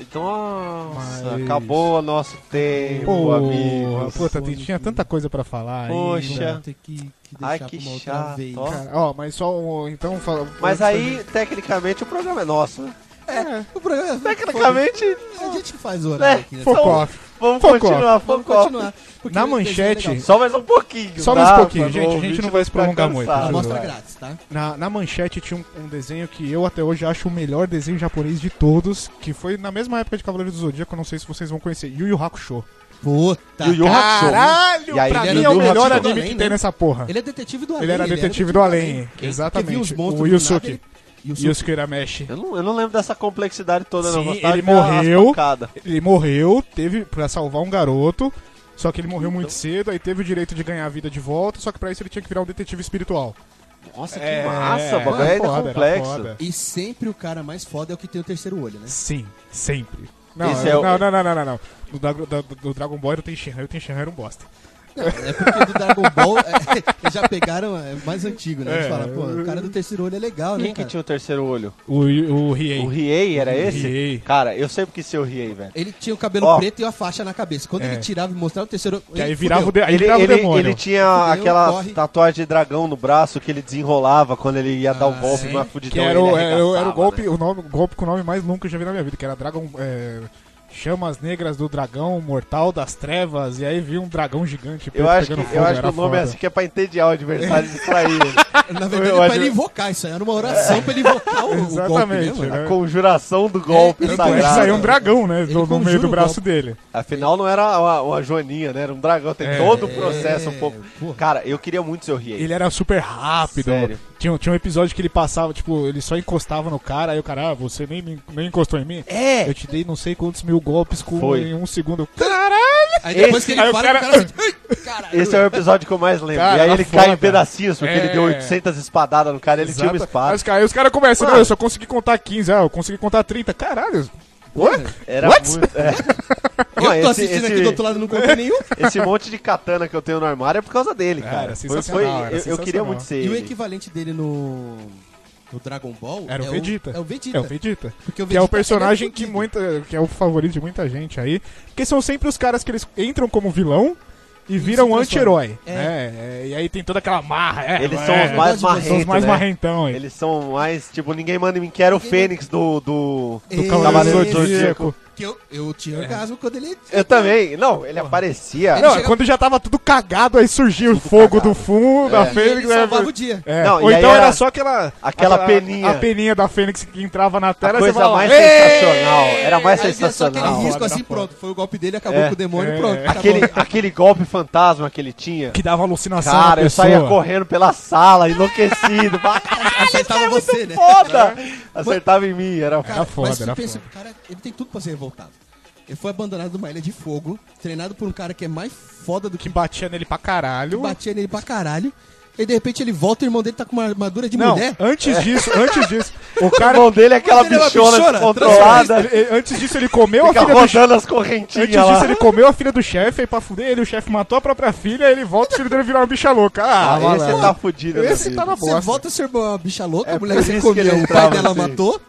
Speaker 2: tal.
Speaker 5: Nossa,
Speaker 2: Mas-
Speaker 5: acabou o nosso tempo,
Speaker 2: Pô,
Speaker 5: amigos.
Speaker 2: puta, tem- tinha tanta coisa pra falar.
Speaker 5: Poxa.
Speaker 2: ainda.
Speaker 5: Poxa.
Speaker 3: Poxa. Que, que deixar
Speaker 5: Ai,
Speaker 3: pra
Speaker 5: que
Speaker 3: uma outra
Speaker 5: chato,
Speaker 3: vez.
Speaker 5: ó.
Speaker 2: Cara, ó, mas só um, então fala. antes
Speaker 5: Mas
Speaker 2: da gente-
Speaker 5: aí, tecnicamente, o programa é nosso. né?
Speaker 2: É.
Speaker 3: O programa,
Speaker 5: Tecnicamente,
Speaker 3: a gente faz o horário
Speaker 5: É,
Speaker 3: aqui, né?
Speaker 5: foi-
Speaker 2: Foco
Speaker 5: então,
Speaker 2: off.
Speaker 5: vamos
Speaker 2: Focou.
Speaker 5: continuar,
Speaker 3: Vamos
Speaker 5: focou.
Speaker 3: continuar. porque
Speaker 2: Na
Speaker 3: o desenho é
Speaker 2: manchete,
Speaker 3: legal.
Speaker 5: Só mais um pouquinho.
Speaker 2: Só mais um
Speaker 5: dá,
Speaker 2: pouquinho,
Speaker 5: pra-
Speaker 2: gente, a
Speaker 5: o
Speaker 2: gente
Speaker 5: ouvinte
Speaker 2: não vai se prolongar
Speaker 5: tá
Speaker 2: muito,
Speaker 5: cansado.
Speaker 3: Amostra
Speaker 2: vai.
Speaker 3: grátis, tá?
Speaker 2: Na, na manchete tinha um, um desenho que eu até hoje acho o melhor desenho japonês de todos, que foi na mesma época de Cavaleiro do Zodíaco, eu não sei se vocês vão conhecer, Yu Yu Hakusho.
Speaker 3: Puta.
Speaker 5: E o Yu Hakusho.
Speaker 2: Caralho,
Speaker 5: E aí
Speaker 2: pra
Speaker 5: ele
Speaker 2: mim
Speaker 5: era
Speaker 2: é o
Speaker 5: do
Speaker 2: melhor
Speaker 5: Hakusho.
Speaker 2: anime que
Speaker 3: Além,
Speaker 2: tem
Speaker 3: né?
Speaker 2: nessa porra.
Speaker 3: Ele é detetive do além.
Speaker 2: Ele era detetive do além,
Speaker 3: Que viu os
Speaker 2: exatamente.
Speaker 3: monstros
Speaker 2: O
Speaker 3: do
Speaker 2: Yusuke.
Speaker 3: nada,
Speaker 5: é
Speaker 2: Yusuke Yusuke Urameshi.
Speaker 5: Eu não, eu não lembro dessa complexidade toda, não.
Speaker 2: Sim,
Speaker 5: Gostava
Speaker 2: ele
Speaker 5: de ver as
Speaker 2: morreu.
Speaker 5: pancadas.
Speaker 2: Ele morreu, teve pra salvar um garoto, só que ele morreu
Speaker 5: Então.
Speaker 2: muito cedo, aí teve o direito de ganhar a vida de volta, só que pra isso ele tinha que virar um detetive espiritual.
Speaker 5: Nossa, que
Speaker 2: É,
Speaker 5: massa, o bagulho
Speaker 2: era
Speaker 5: é
Speaker 2: foda, era
Speaker 5: complexo.
Speaker 2: foda.
Speaker 3: E sempre o cara mais foda é o que tem o terceiro olho, né?
Speaker 2: Sim, sempre. Não,
Speaker 5: Esse é
Speaker 2: eu-
Speaker 5: o-
Speaker 2: não, não, não, não, não, não. Do, Dra- da- do- do Dragon Ball eu tenho Shinhan, eu tenho Shinhan era um bosta.
Speaker 3: Não, é porque do Dragon Ball é, já pegaram é, mais antigo, né?
Speaker 2: É.
Speaker 3: Eles falam, pô, o cara do terceiro olho é legal, né?
Speaker 5: Quem que
Speaker 3: Cara?
Speaker 5: tinha o terceiro olho?
Speaker 2: O, o Riei.
Speaker 5: O Riei era
Speaker 2: O
Speaker 5: esse?
Speaker 2: Riei.
Speaker 5: Cara, eu sei porque ser o Riei, velho.
Speaker 3: Ele tinha o cabelo
Speaker 5: Ó.
Speaker 3: preto e a faixa na cabeça. Quando
Speaker 2: É.
Speaker 3: ele tirava e mostrava o terceiro olho.
Speaker 2: Que aí
Speaker 3: ele
Speaker 2: virava, o,
Speaker 3: fudeu.
Speaker 2: de, aí
Speaker 5: Ele,
Speaker 2: virava
Speaker 5: ele,
Speaker 2: o demônio.
Speaker 5: ele tinha
Speaker 3: Fudeu,
Speaker 5: aquela
Speaker 3: corre.
Speaker 5: tatuagem de dragão no braço que ele desenrolava quando ele ia dar o
Speaker 3: Ah,
Speaker 5: golpe
Speaker 3: sim.
Speaker 5: na fudidão.
Speaker 2: Que era
Speaker 5: então ele
Speaker 2: o, era, o- era
Speaker 5: arregaçava,
Speaker 2: o golpe,
Speaker 5: né?
Speaker 2: o nome, o golpe com o nome mais longo que eu já vi na minha vida, que era Dragon. é, Chamas negras do dragão mortal das trevas, e aí vi um dragão gigante
Speaker 5: Eu
Speaker 2: preto
Speaker 5: acho,
Speaker 2: pegando
Speaker 5: que,
Speaker 2: fogo.
Speaker 5: eu acho que
Speaker 2: era
Speaker 5: o nome é
Speaker 2: foda.
Speaker 5: assim que é pra entediar o adversário né? e distrair ele.
Speaker 3: Na
Speaker 5: Eu
Speaker 3: verdade, era
Speaker 5: acho-
Speaker 3: pra ele invocar isso aí. Era uma oração pra ele invocar o, o golpe, né,
Speaker 2: É. Exatamente,
Speaker 3: mano?
Speaker 2: né?
Speaker 5: A conjuração do golpe
Speaker 3: ele
Speaker 2: Tanto é que
Speaker 5: sagrado.
Speaker 2: saiu um dragão, né?
Speaker 3: Ele
Speaker 2: do- no
Speaker 3: conjura
Speaker 2: meio do
Speaker 3: o
Speaker 2: braço dele.
Speaker 5: Afinal, não era uma, uma joaninha, né? Era um dragão. Tem
Speaker 2: É.
Speaker 5: todo o processo um pouco.
Speaker 3: É, porra.
Speaker 5: Cara, eu queria muito ser o Riei.
Speaker 2: Ele era super rápido.
Speaker 5: Sério.
Speaker 2: Tinha, um- tinha um episódio que ele passava, tipo, ele só encostava no cara, aí o cara, ah, você nem, me- nem encostou em mim?
Speaker 5: É!
Speaker 2: Eu te dei não sei quantos mil golpes com
Speaker 5: Foi.
Speaker 2: em um segundo. Caralho!
Speaker 3: Aí depois que
Speaker 2: Aí
Speaker 3: ele
Speaker 2: o
Speaker 3: fala,
Speaker 2: cara-
Speaker 3: o cara assim, "Ai, caralho.
Speaker 5: Esse é o episódio que eu mais lembro.
Speaker 2: Cara,
Speaker 5: e aí
Speaker 2: era
Speaker 5: ele
Speaker 2: foda.
Speaker 5: cai em pedacinhos, porque ele deu
Speaker 2: É.
Speaker 5: 800 espadadas no cara, ele tinha uma
Speaker 2: Aí
Speaker 5: espada.
Speaker 2: os, cara- Tipo, aí os caras começam,
Speaker 5: Mano.
Speaker 2: não, eu só consegui contar 15, ah, eu consegui contar 30. Caralho! What?
Speaker 5: Era
Speaker 2: What?
Speaker 5: muito. é. Não,
Speaker 3: Eu tô assistindo aqui do outro lado, não comprei nenhum.
Speaker 5: esse monte de katana que eu tenho no armário é por causa dele,
Speaker 2: Era
Speaker 5: cara. Foi-
Speaker 2: sensacional,
Speaker 5: foi-
Speaker 2: era
Speaker 5: eu- eu,
Speaker 2: sensacional.
Speaker 5: queria muito ser
Speaker 3: E o
Speaker 5: ele.
Speaker 3: equivalente dele no, no Dragon Ball
Speaker 2: Era o
Speaker 3: é
Speaker 2: Vegeta.
Speaker 3: É o Vegeta.
Speaker 2: É o Vegeta.
Speaker 3: Porque o
Speaker 2: Que é o
Speaker 3: Vegeta,
Speaker 2: personagem
Speaker 3: ele é
Speaker 2: que
Speaker 3: fudido.
Speaker 2: muita. que é o favorito de muita gente aí. Porque são sempre os caras que eles entram como vilão e viram um
Speaker 3: transformam.
Speaker 2: anti-herói.
Speaker 3: É.
Speaker 2: né? É, E aí tem toda aquela marra. é,
Speaker 5: Eles
Speaker 2: é,
Speaker 5: são os mais
Speaker 3: São os
Speaker 5: marrentos.
Speaker 2: são os mais
Speaker 5: né?
Speaker 2: marrentão aí.
Speaker 5: Eles são mais. Tipo, ninguém manda em mim. Que era o Fênix do. do...
Speaker 2: Do
Speaker 3: Ei,
Speaker 2: Cavaleiro do
Speaker 5: Cavaleiro do Zodíaco.
Speaker 2: Zodíaco. É.
Speaker 3: Que eu, eu tinha orgasmo quando ele...
Speaker 5: Eu também. Não, ele aparecia.
Speaker 3: Ele
Speaker 2: Não,
Speaker 3: chega-
Speaker 2: quando já tava tudo cagado, aí surgiu o fogo do fundo, da
Speaker 3: É. e ele
Speaker 2: Fênix. né?
Speaker 3: salvava o dia.
Speaker 2: É,
Speaker 5: Não,
Speaker 2: Ou
Speaker 5: e aí
Speaker 2: então
Speaker 5: era
Speaker 2: era, só aquela.
Speaker 5: aquela
Speaker 2: a- a-
Speaker 5: peninha.
Speaker 2: A peninha da Fênix que entrava na
Speaker 5: A
Speaker 2: tela. e Então você
Speaker 5: coisa
Speaker 2: falava,
Speaker 5: mais
Speaker 2: "Ei!"
Speaker 5: sensacional. Era mais
Speaker 3: Aí vinha só aquele
Speaker 5: sensacional.
Speaker 3: risco
Speaker 2: Foda,
Speaker 3: assim,
Speaker 2: foda.
Speaker 3: pronto. Foi o golpe dele, acabou
Speaker 5: É,
Speaker 3: com o demônio,
Speaker 2: é,
Speaker 3: pronto.
Speaker 2: é.
Speaker 3: acabou.
Speaker 5: Aquele, aquele golpe fantasma que ele tinha.
Speaker 2: Que dava alucinação. na
Speaker 5: Cara, eu
Speaker 2: pessoa.
Speaker 5: saía correndo pela sala, enlouquecido. Vai,
Speaker 3: Acertava você, né?
Speaker 5: Foda! Acertava em mim, era
Speaker 2: é Era foda,
Speaker 3: mas
Speaker 2: era
Speaker 3: tu pensa, cara, ele tem tudo pra ser revoltado. Ele foi abandonado numa ilha de fogo, treinado por um cara que é mais foda do que
Speaker 2: Que batia nele pra caralho.
Speaker 3: batia nele pra caralho. E de repente ele volta e o irmão dele tá com uma armadura de
Speaker 2: Não,
Speaker 3: mulher.
Speaker 5: né? É.
Speaker 2: antes disso, antes disso, o
Speaker 5: O
Speaker 2: cara.
Speaker 5: irmão dele é aquela
Speaker 3: Ele é uma
Speaker 5: bichona
Speaker 3: bichona,
Speaker 5: descontrolada.
Speaker 2: ele- ele- antes disso, ele comeu a
Speaker 5: Fica
Speaker 2: filha do chefe.
Speaker 5: rodando as
Speaker 2: Antes
Speaker 5: correntinhas
Speaker 2: disso,
Speaker 5: lá.
Speaker 2: ele comeu a filha do chefe, aí pra fuder ele, o chefe matou a própria filha, aí ele volta e o filho dele virar uma bicha louca. Ah,
Speaker 5: Ah,
Speaker 2: malandro.
Speaker 5: esse tá fudido. né,
Speaker 2: Esse
Speaker 5: filho?
Speaker 2: tá na
Speaker 3: Você
Speaker 2: bosta.
Speaker 3: volta a ser uma bicha louca,
Speaker 5: É
Speaker 3: a mulher que
Speaker 5: por
Speaker 3: você
Speaker 5: isso que ele
Speaker 3: comeu, o
Speaker 5: entrava
Speaker 3: pai dela
Speaker 5: assim.
Speaker 3: matou.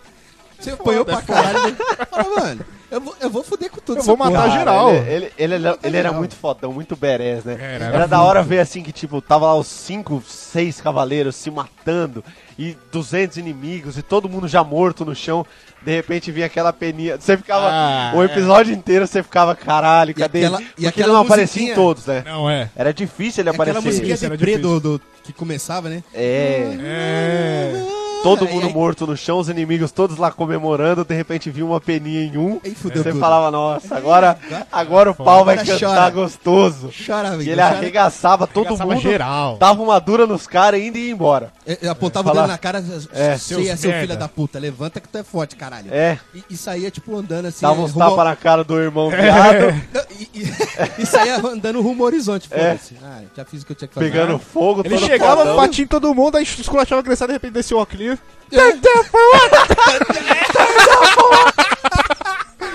Speaker 3: Você apanhou pra caralho. né? Fala, mano, eu vou, eu vou fuder com tudo.
Speaker 2: Eu vou
Speaker 3: essa porra.
Speaker 2: matar
Speaker 5: Cara,
Speaker 2: Tá geral.
Speaker 5: Ele, ele, ele era, ele era
Speaker 3: tá geral.
Speaker 5: muito fodão, muito berés, né?
Speaker 2: Era,
Speaker 5: Era,
Speaker 2: era
Speaker 5: da hora ver assim que, tipo, tava lá os cinco, seis cavaleiros se matando e 200 inimigos e todo mundo já morto no chão. De repente vinha aquela peninha. Você ficava.
Speaker 2: Ah,
Speaker 5: o episódio inteiro você ficava, caralho,
Speaker 3: E
Speaker 5: cadê
Speaker 3: aquela-
Speaker 5: ele?
Speaker 3: e
Speaker 5: Porque ele
Speaker 3: aquela
Speaker 5: não aparecia em
Speaker 3: musiquinha.
Speaker 5: todos, né?
Speaker 2: Não, é.
Speaker 5: Era difícil ele
Speaker 3: Aquela
Speaker 5: aparecer.
Speaker 3: musiquinha
Speaker 2: Isso era
Speaker 3: de pré
Speaker 2: difícil.
Speaker 3: do, do- que começava, né?
Speaker 5: É.
Speaker 2: É.
Speaker 5: Todo
Speaker 3: Aí-
Speaker 5: mundo
Speaker 3: aí-
Speaker 5: morto no chão, os inimigos todos lá comemorando, de repente viu uma peninha em um.
Speaker 3: Aí
Speaker 2: É
Speaker 3: fudeu
Speaker 5: Você
Speaker 3: tudo.
Speaker 5: falava, nossa, agora, agora o pau vai
Speaker 3: Agora
Speaker 5: cantar
Speaker 3: chora.
Speaker 5: gostoso.
Speaker 3: Chora,
Speaker 5: E
Speaker 3: amigo.
Speaker 5: ele
Speaker 3: chora.
Speaker 5: arregaçava todo
Speaker 2: Arregaçava
Speaker 5: mundo.
Speaker 2: geral.
Speaker 5: Dava uma dura nos caras e ainda ia embora.
Speaker 3: É, eu apontava o
Speaker 5: falar-
Speaker 3: dedo na cara,
Speaker 5: É,
Speaker 3: você ia
Speaker 2: seus
Speaker 3: seu
Speaker 2: merda.
Speaker 3: filho da puta, levanta que tu é forte, caralho.
Speaker 5: É.
Speaker 3: E, e saía, tipo, andando assim.
Speaker 5: Dava
Speaker 3: é,
Speaker 5: uns
Speaker 3: rumo ao-
Speaker 5: tapas na cara do
Speaker 2: É.
Speaker 5: irmão viado,
Speaker 3: Não, E, e- e saía andando rumo ao horizonte.
Speaker 5: É.
Speaker 3: Foda-se. Ah, já fiz o que eu tinha que fazer.
Speaker 5: pegando fogo,
Speaker 2: Ele
Speaker 5: todo
Speaker 2: chegava,
Speaker 5: fodão.
Speaker 2: batia em todo mundo, aí esculachava a criançada, de repente
Speaker 3: Ah,
Speaker 2: desceu o óculos.
Speaker 3: É.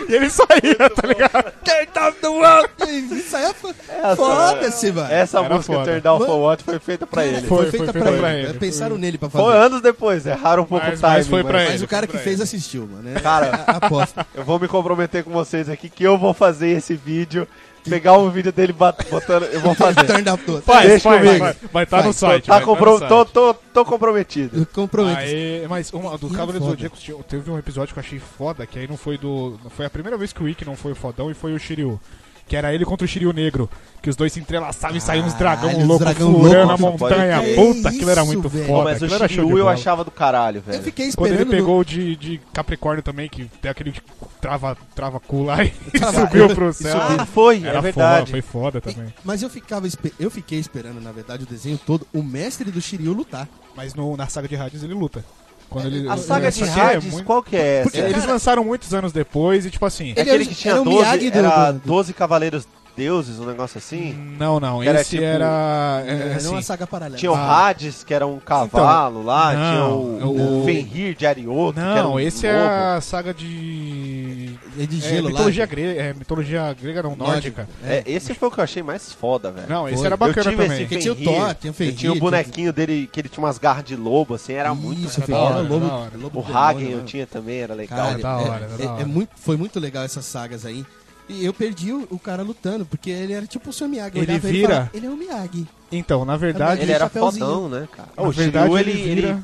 Speaker 5: E
Speaker 2: e ele saía, tá ligado?
Speaker 3: Turn off the world! E Isso aí é fo- foda-se, velho.
Speaker 5: Essa
Speaker 2: Era
Speaker 5: música
Speaker 2: foda.
Speaker 5: Turn Down for What foi feita pra
Speaker 2: Foi,
Speaker 5: ele.
Speaker 3: Foi,
Speaker 2: foi
Speaker 3: feita pra, ele. É, Pensaram nele pra fazer.
Speaker 5: Foi anos depois, erraram um pouco
Speaker 2: Mas-
Speaker 5: o timing.
Speaker 2: mas é, foi pra
Speaker 5: mas-
Speaker 2: ele.
Speaker 3: Mas o cara que
Speaker 2: Pra
Speaker 3: fez assistiu, mano. né?
Speaker 5: Cara.
Speaker 3: A- aposta.
Speaker 5: Eu vou me comprometer com vocês aqui que eu vou fazer esse vídeo, pegar um vídeo dele bat- botando, eu vou fazer.
Speaker 3: Turn down the world.
Speaker 2: Faz,
Speaker 5: Deixa
Speaker 2: faz,
Speaker 5: comigo.
Speaker 2: faz. Vai estar
Speaker 3: Faz.
Speaker 2: no site.
Speaker 5: Tá
Speaker 2: vai tá no
Speaker 5: compro...
Speaker 2: site.
Speaker 5: tô, tô, tô comprometido.
Speaker 3: Eu comprometo.
Speaker 2: Aí, mas uma, do
Speaker 3: Ih, é
Speaker 2: Cavaleiro do
Speaker 3: foda.
Speaker 2: Zodíaco tinha- teve um episódio que eu achei foda, que aí não foi do. Foi a primeira vez que o Ikki não foi o fodão e foi o Shiryu. Que era ele contra o Shiryu Negro. Que os dois se entrelaçavam e saíam uns dragão
Speaker 3: Caralho, uns
Speaker 2: louco
Speaker 3: dragão
Speaker 2: furando
Speaker 3: louco,
Speaker 2: a montanha.
Speaker 5: pode crer.
Speaker 2: Puta, aquilo era
Speaker 3: Isso,
Speaker 2: muito
Speaker 3: velho.
Speaker 5: Pô,
Speaker 2: foda.
Speaker 5: mas o
Speaker 2: aquilo era show de
Speaker 5: Shiryu eu
Speaker 2: bola.
Speaker 5: achava do caralho,
Speaker 3: Eu
Speaker 5: velho.
Speaker 3: fiquei
Speaker 2: Quando ele
Speaker 3: esperando.
Speaker 2: pegou o de, de Capricórnio também, que tem aquele de trava, trava cu lá e
Speaker 3: Trava-
Speaker 2: subiu pro céu.
Speaker 5: Ah, foi,
Speaker 2: Era
Speaker 5: é verdade.
Speaker 2: foda, foi foda também.
Speaker 3: no- Mas eu, ficava, espe- eu fiquei esperando, na verdade, o desenho todo, o mestre do Shiryu lutar.
Speaker 2: Mas no- na saga de Hades ele luta. Quando ele,
Speaker 5: A saga de
Speaker 2: essa aqui é
Speaker 5: Hades,
Speaker 2: muito-
Speaker 5: qual que é essa?
Speaker 2: Porque eles lançaram muitos anos depois e tipo assim.
Speaker 3: Ele
Speaker 5: É aquele
Speaker 3: era-
Speaker 5: que tinha
Speaker 3: era o
Speaker 5: 12,
Speaker 3: Miyagi do-
Speaker 5: era
Speaker 3: do-
Speaker 5: 12 cavaleiros deuses, um negócio assim?
Speaker 2: Não, não.
Speaker 5: Era
Speaker 2: esse
Speaker 5: tipo-
Speaker 2: era. é,
Speaker 3: Era
Speaker 2: assim,
Speaker 3: uma saga paralela. Ah,
Speaker 5: Tinha o Hades, que era um cavalo lá,
Speaker 2: Então, não, é
Speaker 5: tinha o,
Speaker 2: o-
Speaker 5: Fenrir de Arioto, que era
Speaker 2: Não,
Speaker 5: um
Speaker 2: esse
Speaker 5: lobo.
Speaker 2: é a saga de.
Speaker 3: É de
Speaker 2: é,
Speaker 3: gelo lá.
Speaker 2: mitologia grega. É, mitologia grega não, nórdica.
Speaker 5: É, esse foi o que eu achei mais foda, velho.
Speaker 2: Não, esse
Speaker 3: Foi.
Speaker 2: era bacana
Speaker 5: eu tive
Speaker 2: também.
Speaker 5: esse
Speaker 3: Porque tinha o
Speaker 5: Fenrir,
Speaker 3: Thor, tinha o Fenrir,
Speaker 5: Tinha o
Speaker 3: tinha-
Speaker 5: bonequinho dele, que ele tinha umas garras de lobo, assim, era muito
Speaker 3: Isso,
Speaker 5: foda.
Speaker 3: filho,
Speaker 2: hora,
Speaker 3: era lobo,
Speaker 2: da hora.
Speaker 3: lobo
Speaker 5: O
Speaker 3: demônio,
Speaker 5: Hagen eu
Speaker 3: né?
Speaker 5: tinha também, era legal.
Speaker 3: Cara,
Speaker 2: da
Speaker 3: é-
Speaker 2: hora,
Speaker 3: é-
Speaker 2: da hora.
Speaker 3: é muito, foi muito legal essas sagas aí. E eu perdi o, o cara lutando, porque ele era tipo o seu Miyagi. Eu
Speaker 2: Ele
Speaker 3: olhava
Speaker 2: vira-
Speaker 3: Ele, falava, ele é o Miyagi.
Speaker 2: Então, na verdade.
Speaker 3: É,
Speaker 5: ele era
Speaker 3: chapeuzinho.
Speaker 5: fodão, né, cara?
Speaker 2: na
Speaker 5: o
Speaker 2: verdade,
Speaker 5: Shiryu, ele, ele
Speaker 2: vira-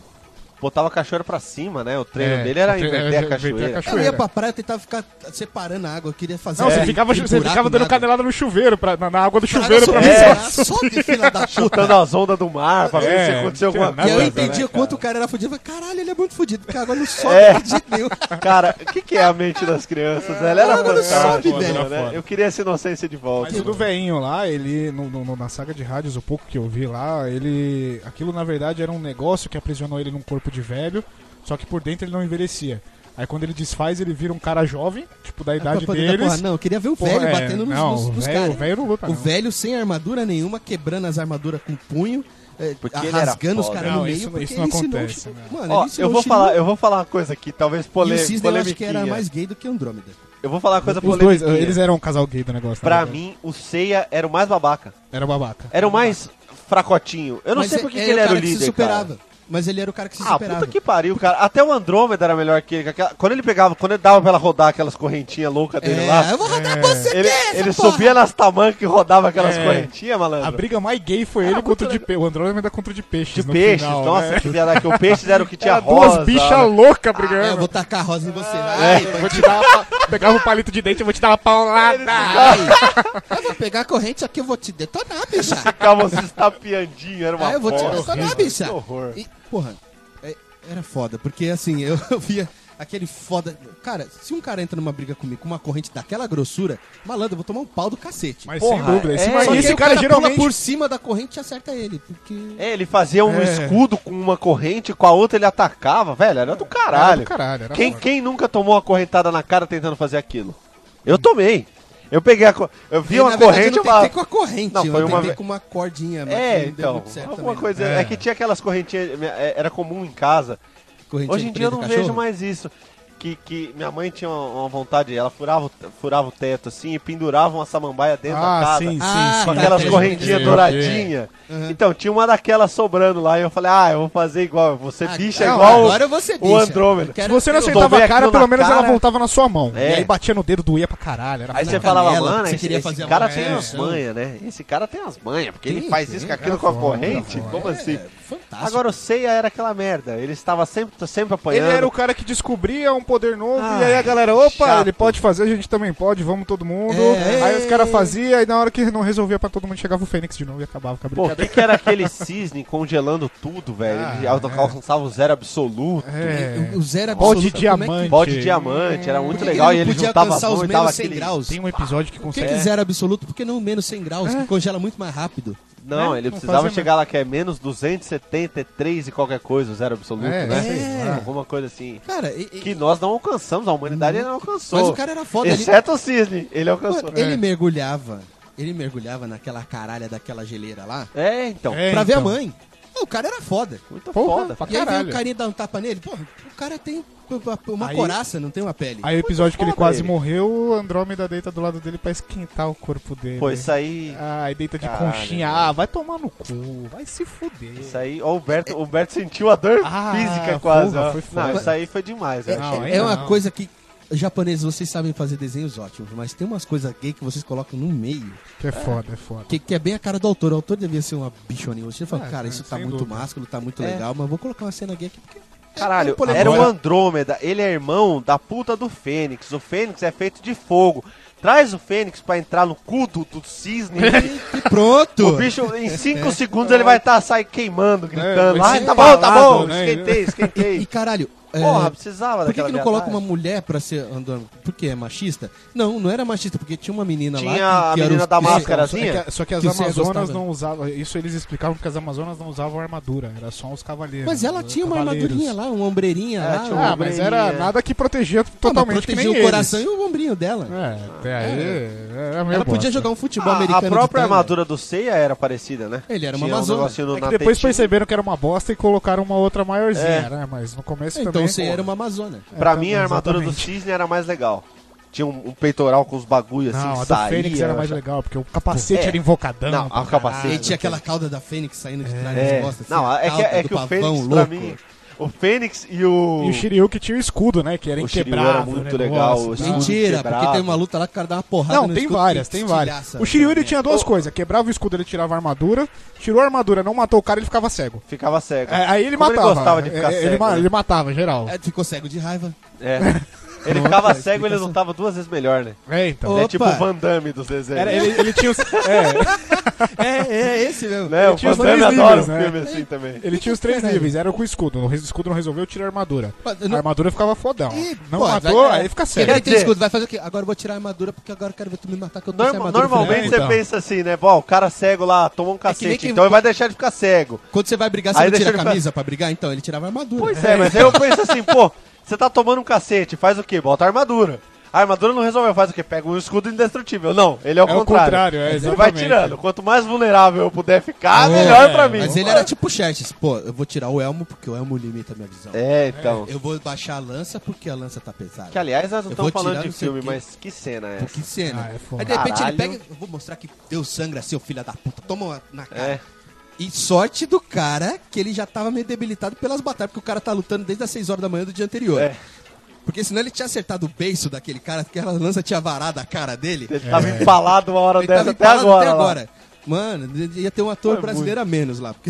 Speaker 5: botava a cachoeira pra cima, né? O treino
Speaker 2: É,
Speaker 5: dele era
Speaker 2: o treino
Speaker 5: inverter
Speaker 2: era
Speaker 5: a
Speaker 2: inverter a
Speaker 5: cachoeira.
Speaker 2: cachoeira.
Speaker 3: Eu ia pra praia, eu tentava ficar separando a água, eu queria fazer...
Speaker 2: Não, você
Speaker 3: aquele-
Speaker 2: ficava,
Speaker 3: aquele
Speaker 2: você
Speaker 3: é tipo buraco
Speaker 2: ficava
Speaker 3: na
Speaker 2: dando
Speaker 3: água.
Speaker 2: canelada no chuveiro, pra, na, na água do
Speaker 3: Praga
Speaker 2: chuveiro pra
Speaker 3: só-
Speaker 2: mim.
Speaker 5: É.
Speaker 3: Praga um Só de filha da puta.
Speaker 5: Chutando as ondas do mar pra ver
Speaker 2: É,
Speaker 5: se aconteceu
Speaker 2: não tinha
Speaker 5: alguma
Speaker 2: nada
Speaker 3: E aí
Speaker 5: coisa.
Speaker 3: eu
Speaker 2: Nada,
Speaker 3: entendi
Speaker 5: né,
Speaker 3: o quanto o
Speaker 5: cara?
Speaker 3: cara era fudido. Eu falei, caralho, ele é muito fudido, porque a água não sobe
Speaker 5: É.
Speaker 3: de jeito nenhum.
Speaker 5: Cara, o que, que é a mente das crianças? né? Ela era
Speaker 3: Ela não sobe,
Speaker 5: fantástica,
Speaker 3: velho.
Speaker 5: né? Eu queria essa inocência de volta.
Speaker 2: Mas o do veinho lá, ele, no, no- no- na saga de rádios, o pouco que eu vi lá, ele. Aquilo na verdade era um negócio que aprisionou ele num corpo de velho, só que por dentro ele não envelhecia. Aí quando ele desfaz, ele vira um cara jovem, tipo da idade
Speaker 3: Pra poder dar porra.
Speaker 2: deles.
Speaker 3: Não, eu queria ver o
Speaker 2: Porra,
Speaker 3: velho
Speaker 2: é,
Speaker 3: batendo nos,
Speaker 2: não,
Speaker 3: nos,
Speaker 2: o
Speaker 3: nos
Speaker 2: velho-
Speaker 3: caras.
Speaker 2: o velho não luta,
Speaker 3: O
Speaker 2: não.
Speaker 3: velho sem armadura nenhuma, quebrando as armaduras com o punho, é,
Speaker 5: Porque ele era
Speaker 3: rasgando os
Speaker 5: foda.
Speaker 3: caras no
Speaker 2: Não,
Speaker 3: meio.
Speaker 2: isso-
Speaker 3: porque
Speaker 2: isso não
Speaker 3: ele ensinou o
Speaker 2: acontece,
Speaker 3: Shiryu-
Speaker 2: né?
Speaker 3: Mano,
Speaker 5: Ó,
Speaker 3: ele ensinou
Speaker 5: eu vou
Speaker 3: o Shiryu-
Speaker 5: falar, eu vou falar uma coisa aqui, talvez
Speaker 3: E o
Speaker 5: polêmica.
Speaker 3: Cisne eu acho que era mais gay do que Andrômeda.
Speaker 5: Eu vou falar uma coisa
Speaker 2: Os dois,
Speaker 5: polêmica.
Speaker 3: é.
Speaker 2: eles eram um casal gay do negócio. na
Speaker 5: Pra
Speaker 2: verdade.
Speaker 5: mim, o Seiya era o mais babaca.
Speaker 2: Era babaca.
Speaker 5: Era o mais fracotinho. Eu não
Speaker 3: Mas
Speaker 5: sei
Speaker 3: é-
Speaker 5: porque que ele era o
Speaker 3: cara que
Speaker 5: líder,
Speaker 3: se
Speaker 5: cara.
Speaker 3: superava. Mas ele era o cara que se
Speaker 5: Ah,
Speaker 3: superava.
Speaker 5: puta que pariu, cara. Até o Andrômeda era melhor que ele. que aquela- Quando ele pegava, quando ele dava pra ela rodar aquelas correntinhas loucas dele
Speaker 3: É,
Speaker 5: lá,
Speaker 3: eu vou rodar você
Speaker 5: ele,
Speaker 3: dessa,
Speaker 5: ele
Speaker 3: é porra!
Speaker 5: subia nas tamancas e rodava aquelas
Speaker 2: É.
Speaker 5: correntinhas, malandro.
Speaker 2: A briga mais gay foi ele contra o de peixe. O Andrômeda contra o de peixes.
Speaker 5: De
Speaker 2: no
Speaker 5: peixes,
Speaker 2: final,
Speaker 5: nossa,
Speaker 2: né?
Speaker 5: que viadagem. que O peixe era o que tinha
Speaker 2: Era
Speaker 5: rosa. né?
Speaker 2: duas bichas loucas brigando.
Speaker 3: Ah, eu vou tacar a rosa em
Speaker 2: É,
Speaker 3: você. Ai,
Speaker 2: vou te dar uma pa- Pegava um palito de dente, eu vou te dar uma paulada.
Speaker 3: ai. Eu vou pegar a corrente aqui, eu vou te detonar, bicha.
Speaker 5: Ficavam se estapeandinho, era uma
Speaker 3: Ah, eu vou te
Speaker 5: bosta.
Speaker 3: detonar, bicha.
Speaker 5: Que horror.
Speaker 3: E, porra, é- era foda, porque assim, eu, eu via aquele foda. Cara, se um cara entra numa briga comigo com uma corrente daquela grossura, malandro, eu vou tomar um pau do cacete.
Speaker 2: Mas
Speaker 5: Porra,
Speaker 2: sem dúvida. Esse,
Speaker 5: é.
Speaker 2: mas
Speaker 3: Só que
Speaker 2: esse
Speaker 3: aí o
Speaker 2: cara,
Speaker 3: pula
Speaker 2: geralmente.
Speaker 3: por cima da corrente e acerta ele, porque.
Speaker 5: É, ele fazia um
Speaker 2: É.
Speaker 5: escudo com uma corrente, com a outra ele atacava, velho. Era do
Speaker 2: Era
Speaker 5: caralho.
Speaker 2: do caralho, era
Speaker 5: quem,
Speaker 2: foda.
Speaker 5: quem nunca tomou uma correntada na cara tentando fazer aquilo? Eu tomei. Eu peguei a co- Eu vi
Speaker 3: Eu,
Speaker 5: uma
Speaker 3: na verdade,
Speaker 5: corrente
Speaker 3: eu
Speaker 5: eu
Speaker 3: não tentei
Speaker 5: falava.
Speaker 3: com a corrente,
Speaker 5: Não,
Speaker 3: eu
Speaker 5: foi uma
Speaker 3: tentei
Speaker 5: vez-
Speaker 3: com uma cordinha, mas
Speaker 5: É,
Speaker 3: não deu
Speaker 5: então.
Speaker 3: muito certo
Speaker 5: Alguma
Speaker 3: também. né?
Speaker 5: coisa. É. que tinha aquelas correntinhas. minha- é- Era comum em casa.
Speaker 3: Correntinha
Speaker 5: Hoje em
Speaker 3: de
Speaker 5: dia eu não
Speaker 3: prender
Speaker 5: vejo
Speaker 3: cachorro?
Speaker 5: mais isso. Que, que minha mãe tinha uma, uma vontade, ela furava, o te- furava o teto assim e pendurava uma samambaia dentro da
Speaker 2: Ah,
Speaker 5: casa.
Speaker 2: sim, sim,
Speaker 3: Ah,
Speaker 2: sim.
Speaker 5: Com aquelas
Speaker 3: Entendi,
Speaker 5: correntinhas
Speaker 2: entendi.
Speaker 5: douradinhas.
Speaker 3: Uhum.
Speaker 5: Então, tinha uma daquelas sobrando lá. E eu falei, ah, eu vou fazer igual. Você
Speaker 3: Ah,
Speaker 5: bicha é
Speaker 3: não,
Speaker 5: igual
Speaker 3: agora você
Speaker 5: o
Speaker 3: bicha.
Speaker 5: Andrômeda.
Speaker 3: Eu quero-
Speaker 2: Se você não
Speaker 3: eu-
Speaker 2: aceitava
Speaker 5: tomei
Speaker 2: a cara,
Speaker 5: aquilo
Speaker 2: pelo
Speaker 5: na
Speaker 2: menos ela
Speaker 5: cara.
Speaker 2: voltava na sua mão.
Speaker 5: É.
Speaker 2: E aí batia no dedo, doía pra caralho. Era
Speaker 5: Aí
Speaker 2: foda.
Speaker 5: você falava,
Speaker 3: canela,
Speaker 5: mano,
Speaker 3: que você
Speaker 5: esse,
Speaker 3: queria
Speaker 5: esse
Speaker 3: fazer a
Speaker 5: cara
Speaker 3: mão."
Speaker 5: tem
Speaker 3: É,
Speaker 5: as
Speaker 3: então.
Speaker 5: manhas, né? Esse cara tem as manhas, porque ele
Speaker 3: Tem,
Speaker 5: faz
Speaker 3: tem,
Speaker 5: isso com aquilo com a
Speaker 2: foda,
Speaker 5: corrente.
Speaker 2: foda.
Speaker 5: Como assim?
Speaker 3: É, fantástico.
Speaker 5: Agora o Seiya era aquela merda. Ele estava sempre, sempre
Speaker 2: Ele
Speaker 5: apanhando.
Speaker 2: era o cara que descobria um poder novo, e aí a
Speaker 5: Ai,
Speaker 2: galera, opa,
Speaker 5: Ah, chato.
Speaker 2: ele pode fazer, a gente também pode, vamos todo mundo.
Speaker 3: É.
Speaker 2: Aí os caras faziam, aí na hora que não resolvia pra todo mundo, chegava o Fênix de novo e acabava com a
Speaker 5: Pô, o
Speaker 2: brincadeira.
Speaker 5: que, que era aquele cisne congelando tudo, velho? ele
Speaker 2: Ah,
Speaker 5: alca-
Speaker 2: é.
Speaker 5: alcançava o zero absoluto.
Speaker 2: É.
Speaker 3: O- O zero
Speaker 2: Pó de
Speaker 3: absoluto, como é que-
Speaker 2: diamante.
Speaker 5: Pó de diamante, era muito
Speaker 3: Por que
Speaker 5: legal.
Speaker 3: que
Speaker 5: E
Speaker 3: ele
Speaker 5: ele
Speaker 3: não podia
Speaker 5: juntava as
Speaker 3: alcançar os
Speaker 5: mãos e dava
Speaker 3: menos 100
Speaker 5: aquele...
Speaker 3: graus.
Speaker 2: Tem um episódio que
Speaker 3: Por que,
Speaker 2: consegue.
Speaker 3: que zero absoluto? Porque não menos 100 graus,
Speaker 5: É.
Speaker 3: que congela muito mais rápido.
Speaker 5: Não,
Speaker 2: É,
Speaker 3: né?
Speaker 5: ele
Speaker 2: não
Speaker 5: precisava
Speaker 2: fazia
Speaker 5: chegar lá que é menos 273 e qualquer coisa, o zero absoluto,
Speaker 2: É,
Speaker 5: né?
Speaker 2: sei lá.
Speaker 5: Alguma coisa assim.
Speaker 3: Cara, e- e-
Speaker 5: Que nós não alcançamos, a humanidade não alcançou.
Speaker 3: mas o cara era foda. Ele,
Speaker 5: Exceto o cisne, ele alcançou.
Speaker 3: mano, ele mergulhava. Ele mergulhava naquela caralha daquela geleira lá
Speaker 5: É, então.
Speaker 2: É,
Speaker 3: pra ver a
Speaker 2: então.
Speaker 3: mãe. O cara era foda.
Speaker 5: Muito
Speaker 2: Porra.
Speaker 5: foda.
Speaker 2: Pra
Speaker 3: e aí vem
Speaker 2: caralho.
Speaker 3: o carinha dar um tapa nele. Porra, o cara tem uma
Speaker 2: Aí-
Speaker 3: coraça, não tem uma pele.
Speaker 2: Aí o episódio que ele
Speaker 5: foda
Speaker 2: quase
Speaker 5: ele.
Speaker 2: morreu, o Andrômeda deita do lado dele pra esquentar o corpo dele.
Speaker 5: Pô, isso aí.
Speaker 2: Ai, deita de
Speaker 5: Caralho,
Speaker 2: conchinha.
Speaker 5: mano.
Speaker 2: Ah, vai tomar no cu. Vai se fuder.
Speaker 5: Isso aí, ó, o Humberto, o Humberto sentiu a dor
Speaker 2: Ah,
Speaker 5: física quase.
Speaker 2: porra,
Speaker 5: ó.
Speaker 2: foi foda.
Speaker 5: não, isso aí foi demais,
Speaker 3: É,
Speaker 5: velho.
Speaker 2: Não,
Speaker 3: é-
Speaker 2: aí
Speaker 3: é uma
Speaker 2: não.
Speaker 3: coisa que. Japoneses, vocês sabem fazer desenhos ótimos, mas tem umas coisas gay que vocês colocam no meio,
Speaker 2: Que é foda, é foda.
Speaker 3: que, que é bem a cara do autor. O autor devia ser uma bichoninha. Você fala,
Speaker 2: É,
Speaker 3: cara,
Speaker 2: é,
Speaker 3: isso tá
Speaker 2: sem
Speaker 3: muito
Speaker 2: dúvida.
Speaker 3: másculo, tá muito
Speaker 5: É.
Speaker 3: legal, mas vou colocar uma cena gay aqui porque.
Speaker 5: Caralho,
Speaker 3: polêmico.
Speaker 5: era o
Speaker 2: Agora-
Speaker 5: Andrômeda, ele é irmão da puta do Fênix. O Fênix é feito de fogo. Traz o Fênix pra entrar no cu do, do cisne.
Speaker 3: E pronto!
Speaker 5: o bicho, em 5 segundos, ele vai estar tá, sai queimando,
Speaker 2: É,
Speaker 5: gritando.
Speaker 2: vai
Speaker 5: Ai,
Speaker 2: ser
Speaker 5: tá bom, tá
Speaker 2: empalado,
Speaker 5: bom,
Speaker 2: né?
Speaker 5: esquentei,
Speaker 3: E
Speaker 5: esquentei.
Speaker 3: caralho, é,
Speaker 5: Porra, precisava
Speaker 3: por que,
Speaker 5: daquela
Speaker 3: que não coloca
Speaker 5: viadagem.
Speaker 3: uma mulher pra ser andando? Porque é machista? Não, não era machista, porque tinha uma menina lá.
Speaker 5: Tinha a
Speaker 3: era
Speaker 5: menina
Speaker 3: os- é,
Speaker 5: da
Speaker 3: que-
Speaker 5: máscara.
Speaker 2: Só que, só que as
Speaker 3: Que você ia
Speaker 2: Amazonas
Speaker 3: gostar,
Speaker 2: não usavam. Isso eles explicavam porque as Amazonas não usavam armadura, era só os cavaleiros.
Speaker 3: Mas ela
Speaker 2: os
Speaker 3: tinha uma
Speaker 2: cavaleiros.
Speaker 3: armadurinha lá, uma ombreirinha
Speaker 5: É,
Speaker 3: lá. um-
Speaker 5: tinha uma
Speaker 2: Ah, mas era
Speaker 5: Ombreirinha.
Speaker 2: nada que protegia
Speaker 3: Ah, mas
Speaker 2: totalmente que nem
Speaker 3: protegia o
Speaker 2: eles.
Speaker 3: coração e o ombrinho dela.
Speaker 2: É, até aí. Era meio
Speaker 3: Ela podia
Speaker 2: bosta.
Speaker 3: jogar um futebol
Speaker 5: A,
Speaker 3: americano. de
Speaker 5: a própria
Speaker 3: tanga.
Speaker 5: armadura do Seiya era parecida, né?
Speaker 3: Ele era uma
Speaker 5: Tinha
Speaker 3: amazona.
Speaker 5: negocinho no-
Speaker 2: É
Speaker 5: na
Speaker 2: que depois
Speaker 5: tetinha.
Speaker 2: perceberam que era uma bosta e colocaram uma outra maiorzinha,
Speaker 5: É.
Speaker 2: né? Mas no começo
Speaker 3: Então
Speaker 2: também.
Speaker 3: você era uma amazona.
Speaker 2: É,
Speaker 5: Pra
Speaker 2: tá
Speaker 5: mim,
Speaker 2: bom,
Speaker 5: a armadura
Speaker 2: exatamente.
Speaker 5: do cisne era mais legal. Tinha um, um peitoral com os bagulhos assim,
Speaker 2: Não, a
Speaker 5: que
Speaker 2: do
Speaker 5: saía.
Speaker 2: Fênix era
Speaker 5: eu
Speaker 2: mais
Speaker 5: achava-
Speaker 2: legal, porque o capacete
Speaker 5: É.
Speaker 2: era invocadão. então.
Speaker 5: Não,
Speaker 2: pra
Speaker 5: a capacete.
Speaker 3: Aí
Speaker 5: Sim,
Speaker 3: tinha aquela cauda da Fênix saindo de trás
Speaker 5: É.
Speaker 3: das costas. assim,
Speaker 5: Não,
Speaker 3: a
Speaker 5: é que,
Speaker 3: cauda
Speaker 5: é
Speaker 3: do
Speaker 5: que o
Speaker 3: pavão
Speaker 5: Fênix, pra
Speaker 3: louco.
Speaker 5: mim. O Fênix e o.
Speaker 2: E o Shiryu que tinha o escudo, né? Que era
Speaker 5: O Shiryu
Speaker 2: inquebrável.
Speaker 5: era muito
Speaker 2: o negócio,
Speaker 5: legal, o
Speaker 2: tá?
Speaker 5: escudo
Speaker 3: Mentira,
Speaker 5: Quebrado.
Speaker 3: porque tem uma luta lá que o cara dá uma porrada
Speaker 2: Não,
Speaker 3: no
Speaker 2: tem
Speaker 3: escudo,
Speaker 2: várias,
Speaker 3: que
Speaker 2: tem várias.
Speaker 3: estilhaça,
Speaker 2: O Shiryu ele
Speaker 3: né?
Speaker 2: tinha duas coisas: quebrava o escudo, ele tirava a armadura, tirou a armadura, não matou o cara, ele ficava cego.
Speaker 5: Ficava cego.
Speaker 2: É, Aí ele
Speaker 5: Como
Speaker 2: matava.
Speaker 5: Ele gostava de ficar
Speaker 2: É,
Speaker 5: cego.
Speaker 2: ele, ma-
Speaker 5: né?
Speaker 2: ele matava, geral.
Speaker 3: É, ficou cego de raiva.
Speaker 5: É. Ele ficava cego ele lutava duas vezes melhor, né?
Speaker 2: É, então.
Speaker 5: Ele É
Speaker 3: Opa.
Speaker 5: tipo o Van Damme dos desenhos.
Speaker 2: Era- ele, ele tinha os. é,
Speaker 3: É, é esse mesmo.
Speaker 5: né? O
Speaker 2: tinha
Speaker 5: Van
Speaker 2: os
Speaker 5: Damme
Speaker 2: três
Speaker 5: adora um
Speaker 2: níveis, né?
Speaker 5: filme assim também.
Speaker 2: ele tinha os três
Speaker 3: Caralho.
Speaker 2: níveis, era com o escudo. O escudo não resolveu, tira a armadura.
Speaker 3: Mas,
Speaker 2: A
Speaker 3: não-
Speaker 2: armadura ficava fodão.
Speaker 3: Ih,
Speaker 2: Não
Speaker 3: pô, é,
Speaker 2: matou,
Speaker 3: vai-
Speaker 2: aí fica
Speaker 3: Quebra
Speaker 2: cego.
Speaker 3: tem escudo, vai fazer o quê? Agora eu vou tirar a armadura porque agora eu quero ver tu me matar que eu tô sem
Speaker 5: Norma-
Speaker 3: armadura.
Speaker 5: normalmente
Speaker 2: diferente,
Speaker 5: você
Speaker 2: então. É
Speaker 5: pensa assim, né? Bom, o cara cego lá tomou um
Speaker 3: nem
Speaker 5: cacete,
Speaker 3: quem-
Speaker 5: então ele vai deixar de ficar cego.
Speaker 3: Quando você vai brigar,
Speaker 5: Aí
Speaker 3: você não
Speaker 5: deixa
Speaker 3: tira a
Speaker 5: ele pra-
Speaker 3: camisa pra brigar? Então, ele tirava a armadura.
Speaker 5: Pois é, mas aí eu penso assim, pô, você tá tomando um cacete, faz o quê? Bota a armadura. A armadura não resolveu, faz o quê? Pega um escudo indestrutível. Não, ele é o
Speaker 2: É o
Speaker 5: contrário.
Speaker 2: contrário, é,
Speaker 5: ele vai
Speaker 2: exatamente.
Speaker 5: tirando. Quanto mais vulnerável eu puder ficar,
Speaker 3: É,
Speaker 5: melhor pra mim.
Speaker 3: Mas ele era tipo Xerxes. Pô, eu vou tirar o elmo porque o elmo limita a minha visão.
Speaker 5: É, então.
Speaker 3: Eu vou baixar a lança porque a lança tá pesada.
Speaker 5: Que aliás, nós não
Speaker 3: Eu vou
Speaker 5: estamos falando
Speaker 3: tirar
Speaker 5: de
Speaker 3: não sei
Speaker 5: filme,
Speaker 3: o quê.
Speaker 5: mas que cena é
Speaker 3: Pô,
Speaker 5: essa?
Speaker 3: que cena.
Speaker 2: Ah, é foda.
Speaker 3: Aí de repente
Speaker 5: Caralho.
Speaker 3: ele pega. Eu vou mostrar que deu sangra, seu filho da puta. Toma uma na cara.
Speaker 5: É.
Speaker 3: E sorte do cara que ele já tava meio debilitado pelas batalhas, porque o cara tá lutando desde as 6 horas da manhã do dia anterior.
Speaker 5: É.
Speaker 3: Porque senão ele tinha acertado o beiço daquele cara, aquela lança tinha varado a cara dele.
Speaker 5: Ele tava empalado uma hora
Speaker 3: Ele
Speaker 5: dessa
Speaker 3: tava
Speaker 5: até
Speaker 3: empalado
Speaker 5: agora.
Speaker 3: até
Speaker 5: lá.
Speaker 3: agora. Mano, ia ter um ator brasileiro a menos lá. porque-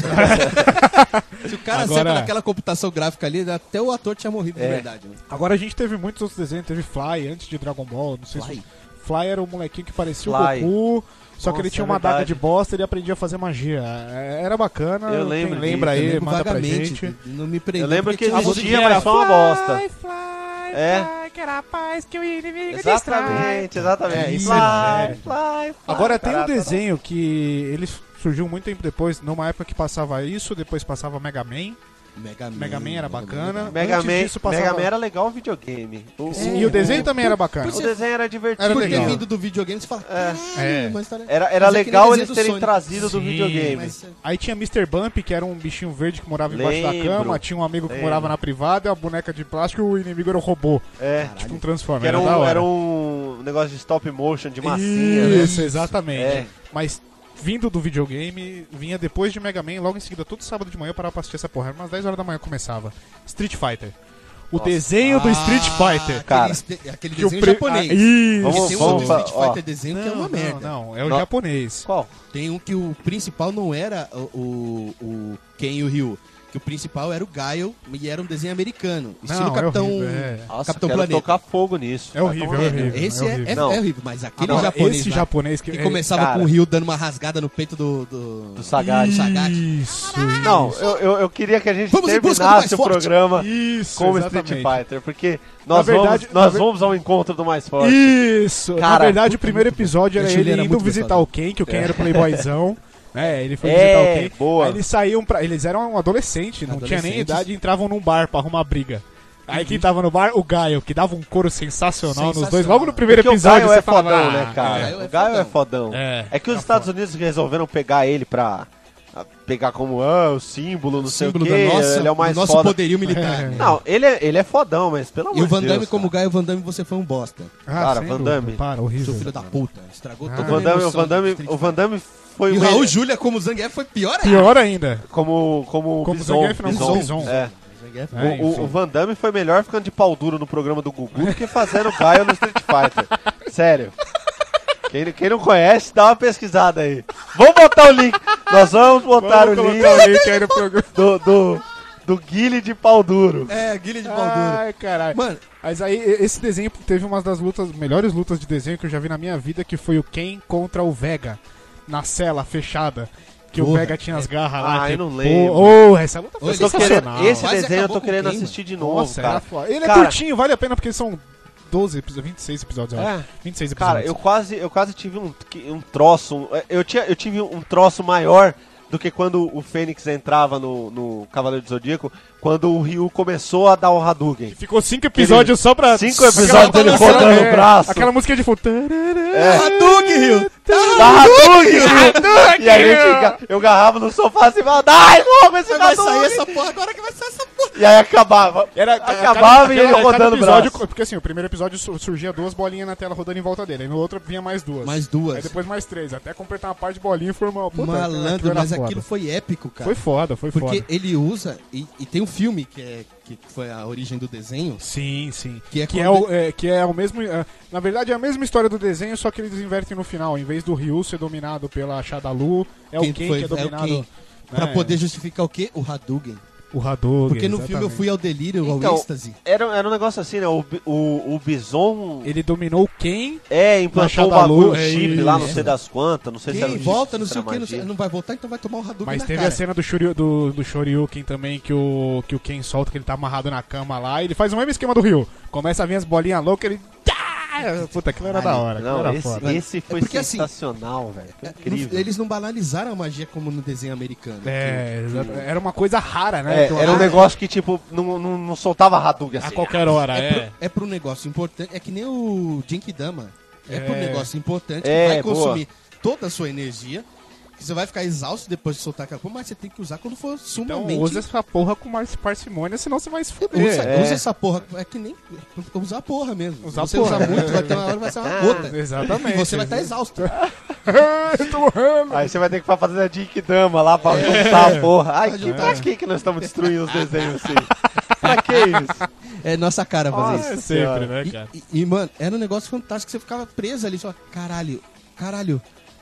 Speaker 3: Se o cara
Speaker 2: Agora-
Speaker 3: acerta naquela computação gráfica ali, até o ator tinha morrido
Speaker 5: É.
Speaker 3: de verdade. Mano.
Speaker 2: Agora a gente teve muitos outros desenhos, teve Fly antes de Dragon Ball, não sei se. Fly era o molequinho que parecia
Speaker 5: Fly.
Speaker 2: o Goku, só que
Speaker 5: Nossa,
Speaker 2: ele tinha
Speaker 5: é
Speaker 2: uma adaga
Speaker 5: verdade.
Speaker 2: de bosta e ele aprendia a fazer magia. É, Era bacana,
Speaker 5: Eu
Speaker 2: quem
Speaker 5: lembro
Speaker 2: lembra
Speaker 3: Eu
Speaker 2: aí,
Speaker 3: lembro
Speaker 2: manda pra
Speaker 3: vagamente,
Speaker 2: gente. Ah,
Speaker 3: Não me prendeu.
Speaker 5: Eu lembro
Speaker 3: porque
Speaker 5: que
Speaker 3: tinha uma música-
Speaker 5: existia, mas foi uma bosta.
Speaker 2: fly,
Speaker 5: É.
Speaker 2: que era a paz que o inimigo
Speaker 5: Exatamente, exatamente.
Speaker 2: É, isso é
Speaker 5: fly,
Speaker 2: velho.
Speaker 5: fly, fly,
Speaker 2: Agora tem um
Speaker 5: Caraca,
Speaker 2: desenho que ele surgiu muito tempo depois, numa época que passava isso, depois passava Mega Man.
Speaker 3: Mega Man,
Speaker 2: Mega Man era bacana.
Speaker 5: Mega
Speaker 2: Antes
Speaker 5: Man,
Speaker 2: disso passava-
Speaker 5: Mega Man era legal o videogame. O,
Speaker 2: e o desenho também era bacana.
Speaker 5: o desenho era divertido.
Speaker 2: Era
Speaker 3: Por ter
Speaker 2: legal.
Speaker 3: vindo do videogame, você fala,
Speaker 2: É.
Speaker 3: caralho, mas tá legal.
Speaker 5: Era, era
Speaker 3: Mas é que nem
Speaker 5: legal
Speaker 3: desenho
Speaker 5: eles
Speaker 3: do
Speaker 5: terem
Speaker 3: Sonic.
Speaker 5: trazido do
Speaker 2: Sim,
Speaker 5: videogame.
Speaker 3: Mas, é
Speaker 2: Aí tinha Mr. Bump, que era um bichinho verde que morava embaixo da
Speaker 5: Lembro.
Speaker 2: cama, tinha um amigo que
Speaker 5: Lembro.
Speaker 2: morava na privada, a boneca de plástico e o inimigo era o robô.
Speaker 5: É.
Speaker 2: Tipo um Transformer.
Speaker 5: Que era
Speaker 2: da
Speaker 5: um,
Speaker 2: hora.
Speaker 5: era um negócio de stop motion, de massinha, né?
Speaker 2: Isso, exatamente.
Speaker 5: É.
Speaker 2: Mas vindo do videogame, vinha depois de Mega Man, logo em seguida, todo sábado de manhã eu parava pra assistir essa porra. Era umas 10 horas da manhã começava. Street Fighter. O desenho do Street Fighter.
Speaker 5: Ah,
Speaker 3: Ah,
Speaker 5: cara.
Speaker 3: Aquele, aquele
Speaker 2: Que o
Speaker 3: desenho
Speaker 2: pre-
Speaker 3: japonês.
Speaker 2: Ah, isso.
Speaker 3: Porque tem um
Speaker 5: Vamos-
Speaker 3: do
Speaker 5: vamos-
Speaker 3: Street
Speaker 5: ó.
Speaker 3: Fighter desenho que é uma
Speaker 2: não,
Speaker 3: merda.
Speaker 2: Não, é o
Speaker 5: Não.
Speaker 2: japonês.
Speaker 5: Qual?
Speaker 3: Tem um que o principal não era o, o, o Ken e o Ryu. Que o principal era o Gaio e era um desenho americano. Estilo
Speaker 2: Não, é
Speaker 3: Capitão.
Speaker 2: horrível, é.
Speaker 5: Nossa,
Speaker 3: Capitão
Speaker 5: quero
Speaker 3: Planeta.
Speaker 5: tocar fogo nisso.
Speaker 2: É horrível, é horrível.
Speaker 3: Esse é, é,
Speaker 5: Não.
Speaker 3: é horrível, mas aquele
Speaker 2: Agora,
Speaker 3: japonês.
Speaker 2: esse
Speaker 3: lá,
Speaker 2: japonês que, é
Speaker 3: que começava
Speaker 5: cara.
Speaker 3: com o Ryu dando uma rasgada no peito do. Do,
Speaker 5: Do Sagat.
Speaker 3: Sagat.
Speaker 2: Isso,
Speaker 5: Não, eu, eu, eu queria que a gente
Speaker 3: Vamos em busca do mais
Speaker 5: terminasse o
Speaker 3: forte.
Speaker 5: programa
Speaker 2: Isso,
Speaker 5: com o Street
Speaker 2: exatamente.
Speaker 5: Fighter, porque nós,
Speaker 2: Na verdade,
Speaker 5: vamos, nós
Speaker 2: na ver-
Speaker 5: vamos ao encontro do mais forte.
Speaker 2: Isso! Na
Speaker 5: Cara,
Speaker 2: verdade,
Speaker 3: muito,
Speaker 2: o primeiro
Speaker 3: muito
Speaker 2: episódio era
Speaker 3: Esse
Speaker 2: ele
Speaker 3: ele
Speaker 5: é
Speaker 3: era
Speaker 2: indo
Speaker 3: muito
Speaker 2: visitar
Speaker 3: gostoso.
Speaker 2: o Ken, que o Ken era o playboyzão. né? ele foi
Speaker 5: É,
Speaker 2: visitar o Ken.
Speaker 5: boa.
Speaker 2: Aí eles saíam pra. Eles eram adolescentes, não tinha nem
Speaker 3: Adolescentes.
Speaker 2: idade, e entravam num bar pra arrumar briga. Aí
Speaker 5: Uhum.
Speaker 2: quem tava no bar, o Gaio, que dava um coro sensacional, nos dois.
Speaker 3: Sensacional.
Speaker 2: Logo no primeiro
Speaker 5: Porque
Speaker 2: episódio,
Speaker 5: o Gaio
Speaker 2: você
Speaker 5: é
Speaker 2: falava,
Speaker 5: fodão,
Speaker 2: "Ah,
Speaker 5: né, cara?
Speaker 3: é.
Speaker 5: o Gaio é fodão.
Speaker 2: É.
Speaker 5: É, que os Estados Unidos resolveram pegar ele pra a pegar como ah, o símbolo, não
Speaker 3: símbolo
Speaker 5: sei o quê.
Speaker 3: da nossa,
Speaker 5: ele é o mais
Speaker 3: do nosso
Speaker 5: foda.
Speaker 3: poderio militar. né?
Speaker 5: Não, ele é, ele é fodão, mas pelo amor
Speaker 3: E o
Speaker 5: de
Speaker 3: Van Damme,
Speaker 5: Deus,
Speaker 3: como
Speaker 5: cara.
Speaker 3: Gaio Van Damme, você foi um bosta.
Speaker 5: Cara,
Speaker 2: Ah, sem
Speaker 5: Van
Speaker 2: dúvida.
Speaker 5: Damme.
Speaker 2: Para,
Speaker 3: Seu
Speaker 2: horrível.
Speaker 3: filho da puta. Estragou
Speaker 2: Ah.
Speaker 3: toda
Speaker 5: o Van
Speaker 3: a
Speaker 5: Damme, o
Speaker 3: né? emoção
Speaker 5: Van Damme,
Speaker 3: do Street
Speaker 5: o Van Damme foi
Speaker 3: E o
Speaker 5: um-
Speaker 3: Raul Júlia como Zangief foi pior ainda.
Speaker 2: Pior ainda.
Speaker 5: como como,
Speaker 2: Como
Speaker 5: como Bison,
Speaker 2: Zangief, não,
Speaker 5: Bison.
Speaker 2: Bison.
Speaker 5: É.
Speaker 3: Zangief.
Speaker 2: É,
Speaker 5: o,
Speaker 2: enfim.
Speaker 5: o- o Van Damme foi melhor ficando de pau duro no programa do Gugu do que fazendo Gaio no Street Fighter. Sério. Quem, quem não conhece, dá uma pesquisada aí. Vamos botar o link. Nós vamos botar
Speaker 2: Vamos
Speaker 5: o link
Speaker 2: colocar o link aí no programa.
Speaker 5: do, do, do Guile de pau duro.
Speaker 3: É, Guilherme de Baldura.
Speaker 2: Ai, caralho.
Speaker 3: Mano,
Speaker 2: Mas aí, e- esse desenho teve uma das lutas, melhores lutas de desenho que eu já vi na minha vida, que foi o Ken contra o Vega, na cela fechada. Que o
Speaker 3: Porra.
Speaker 2: Vega tinha as garras
Speaker 5: Ah,
Speaker 2: lá. que,
Speaker 5: eu não lembro.
Speaker 2: Pô, oh, essa luta foi
Speaker 3: Eu
Speaker 5: Eu tô querendo,
Speaker 2: sensacional.
Speaker 5: esse
Speaker 3: Quase
Speaker 5: desenho eu
Speaker 3: acabou
Speaker 5: tô
Speaker 3: com
Speaker 5: querendo
Speaker 3: quem, mano?
Speaker 5: assistir de novo,
Speaker 2: Nossa,
Speaker 5: cara.
Speaker 2: era foda. Ele é
Speaker 5: Cara-
Speaker 2: curtinho, vale a pena, porque são 12 episódios, 26 episódios, eu acho. 26
Speaker 5: É. Cara,
Speaker 2: episódios.
Speaker 5: eu quase, eu quase tive um, que- um troço. um- eu, tinha, eu tive um troço maior do que quando o Fênix entrava no, no Cavaleiro do Zodíaco, quando o Ryu começou a dar o Hadouken.
Speaker 2: Ficou 5 episódios só pra...
Speaker 5: Cinco episódios
Speaker 2: Aquela-
Speaker 5: dele
Speaker 2: aquela-
Speaker 5: rodando
Speaker 2: é,
Speaker 5: o braço.
Speaker 2: Aquela música de fundo. Tarará.
Speaker 5: É.
Speaker 3: Hadouken, Rio!
Speaker 5: Dá Hadouken! E aí eu, tinha- eu agarrava no sofá assim e falava, dai logo esse
Speaker 3: Ah, Vai
Speaker 5: Hadouken!
Speaker 3: sair essa porra agora que vai sair essa porra.
Speaker 5: E aí acabava.
Speaker 2: Era,
Speaker 5: acabava e ele rodando o
Speaker 2: episódio,
Speaker 5: braço.
Speaker 2: Porque assim, o primeiro episódio su- surgia duas bolinhas na tela rodando em volta dele. Aí no outro vinha mais duas.
Speaker 3: Mais duas.
Speaker 2: Aí depois mais três. Até completar uma parte de bolinha e formar. Puta,
Speaker 3: Malandro,
Speaker 2: era
Speaker 3: mas
Speaker 2: foda.
Speaker 3: aquilo foi épico, cara.
Speaker 2: Foi foda, foi
Speaker 3: Porque
Speaker 2: foda.
Speaker 3: ele usa, e, e tem um filme que, é, que foi a origem do desenho,
Speaker 2: Sim, sim.
Speaker 3: que é
Speaker 2: Que é,
Speaker 3: quando-
Speaker 2: o, é, que é o mesmo. é, na verdade, é a mesma história do desenho, só que eles invertem no final. Em vez do Ryu ser dominado pela Shadalu, é o Ken
Speaker 3: foi-
Speaker 2: que é
Speaker 3: o
Speaker 2: dominado.
Speaker 3: Ken. Pra
Speaker 5: Ah, é.
Speaker 3: poder justificar o quê? O Hadouken.
Speaker 2: O Hadouken.
Speaker 3: Porque no filme eu
Speaker 2: exatamente.
Speaker 3: fui ao delírio, ao
Speaker 5: Então,
Speaker 3: êxtase.
Speaker 5: Era, era um negócio assim, né? O, bi- o, o Bison
Speaker 2: Ele dominou o Ken.
Speaker 5: é, implantou o
Speaker 2: Machado à
Speaker 5: bagulho,
Speaker 2: lua,
Speaker 5: o chip
Speaker 2: é
Speaker 5: lá, não
Speaker 3: isso.
Speaker 5: sei das quantas, não sei se era
Speaker 3: Quem
Speaker 5: um chip,
Speaker 3: volta, não
Speaker 5: se
Speaker 3: sei o
Speaker 5: era
Speaker 3: que, não, sei-
Speaker 5: magia.
Speaker 3: não vai voltar, então vai tomar o Hadouken
Speaker 2: Mas
Speaker 3: na
Speaker 2: teve
Speaker 3: cara.
Speaker 2: a cena do, Shuryu, do, do Shoryuken também, que o, que o Ken solta, que ele tá amarrado na cama lá. E ele faz o mesmo esquema do Ryu. Começa a vir as bolinhas loucas, ele. Tá! Puta, aquilo era da hora. aquilo
Speaker 5: Não,
Speaker 2: era
Speaker 5: esse,
Speaker 2: foda.
Speaker 5: esse foi
Speaker 3: porque, assim,
Speaker 5: sensacional, velho. Foi
Speaker 3: É,
Speaker 5: Incrível.
Speaker 3: não- eles não banalizaram a magia como no desenho americano.
Speaker 2: É, exato. era uma coisa rara, né?
Speaker 5: É,
Speaker 2: Aquilo
Speaker 5: era um
Speaker 2: lá,
Speaker 5: negócio que, tipo, não, não, não soltava Hadouken
Speaker 2: A
Speaker 5: assim.
Speaker 2: qualquer hora,
Speaker 3: É,
Speaker 2: é.
Speaker 3: Pro, é pro negócio importante. É que nem o Genkidama. É, pro
Speaker 2: É.
Speaker 3: negócio importante
Speaker 5: É,
Speaker 3: que vai
Speaker 5: boa.
Speaker 3: consumir toda a sua energia. Que você vai ficar exausto depois de soltar aquela porra, mas você tem que usar quando for
Speaker 2: Então
Speaker 3: sumamente. Tipo,
Speaker 2: usa essa porra com mais parcimônia, senão você vai se
Speaker 3: Usa,
Speaker 2: fuder.
Speaker 5: É.
Speaker 3: usa essa porra. É que nem. Usar a porra mesmo.
Speaker 2: Usar a
Speaker 3: você
Speaker 2: porra.
Speaker 3: usar muito, vai ter uma hora que vai ser uma gota.
Speaker 2: Exatamente.
Speaker 3: E você vai estar exausto.
Speaker 2: Eu tô morrendo.
Speaker 5: Aí você vai ter que fazer a Dick Dama lá pra juntar a porra. Ai, que, pra que que nós estamos destruindo os desenhos assim? pra que isso?
Speaker 3: É nossa cara fazer isso.
Speaker 2: É
Speaker 5: Senhora.
Speaker 2: sempre, né, cara?
Speaker 3: E- E, e, mano, era um negócio fantástico. Você ficava preso ali, só, caralho, caralho.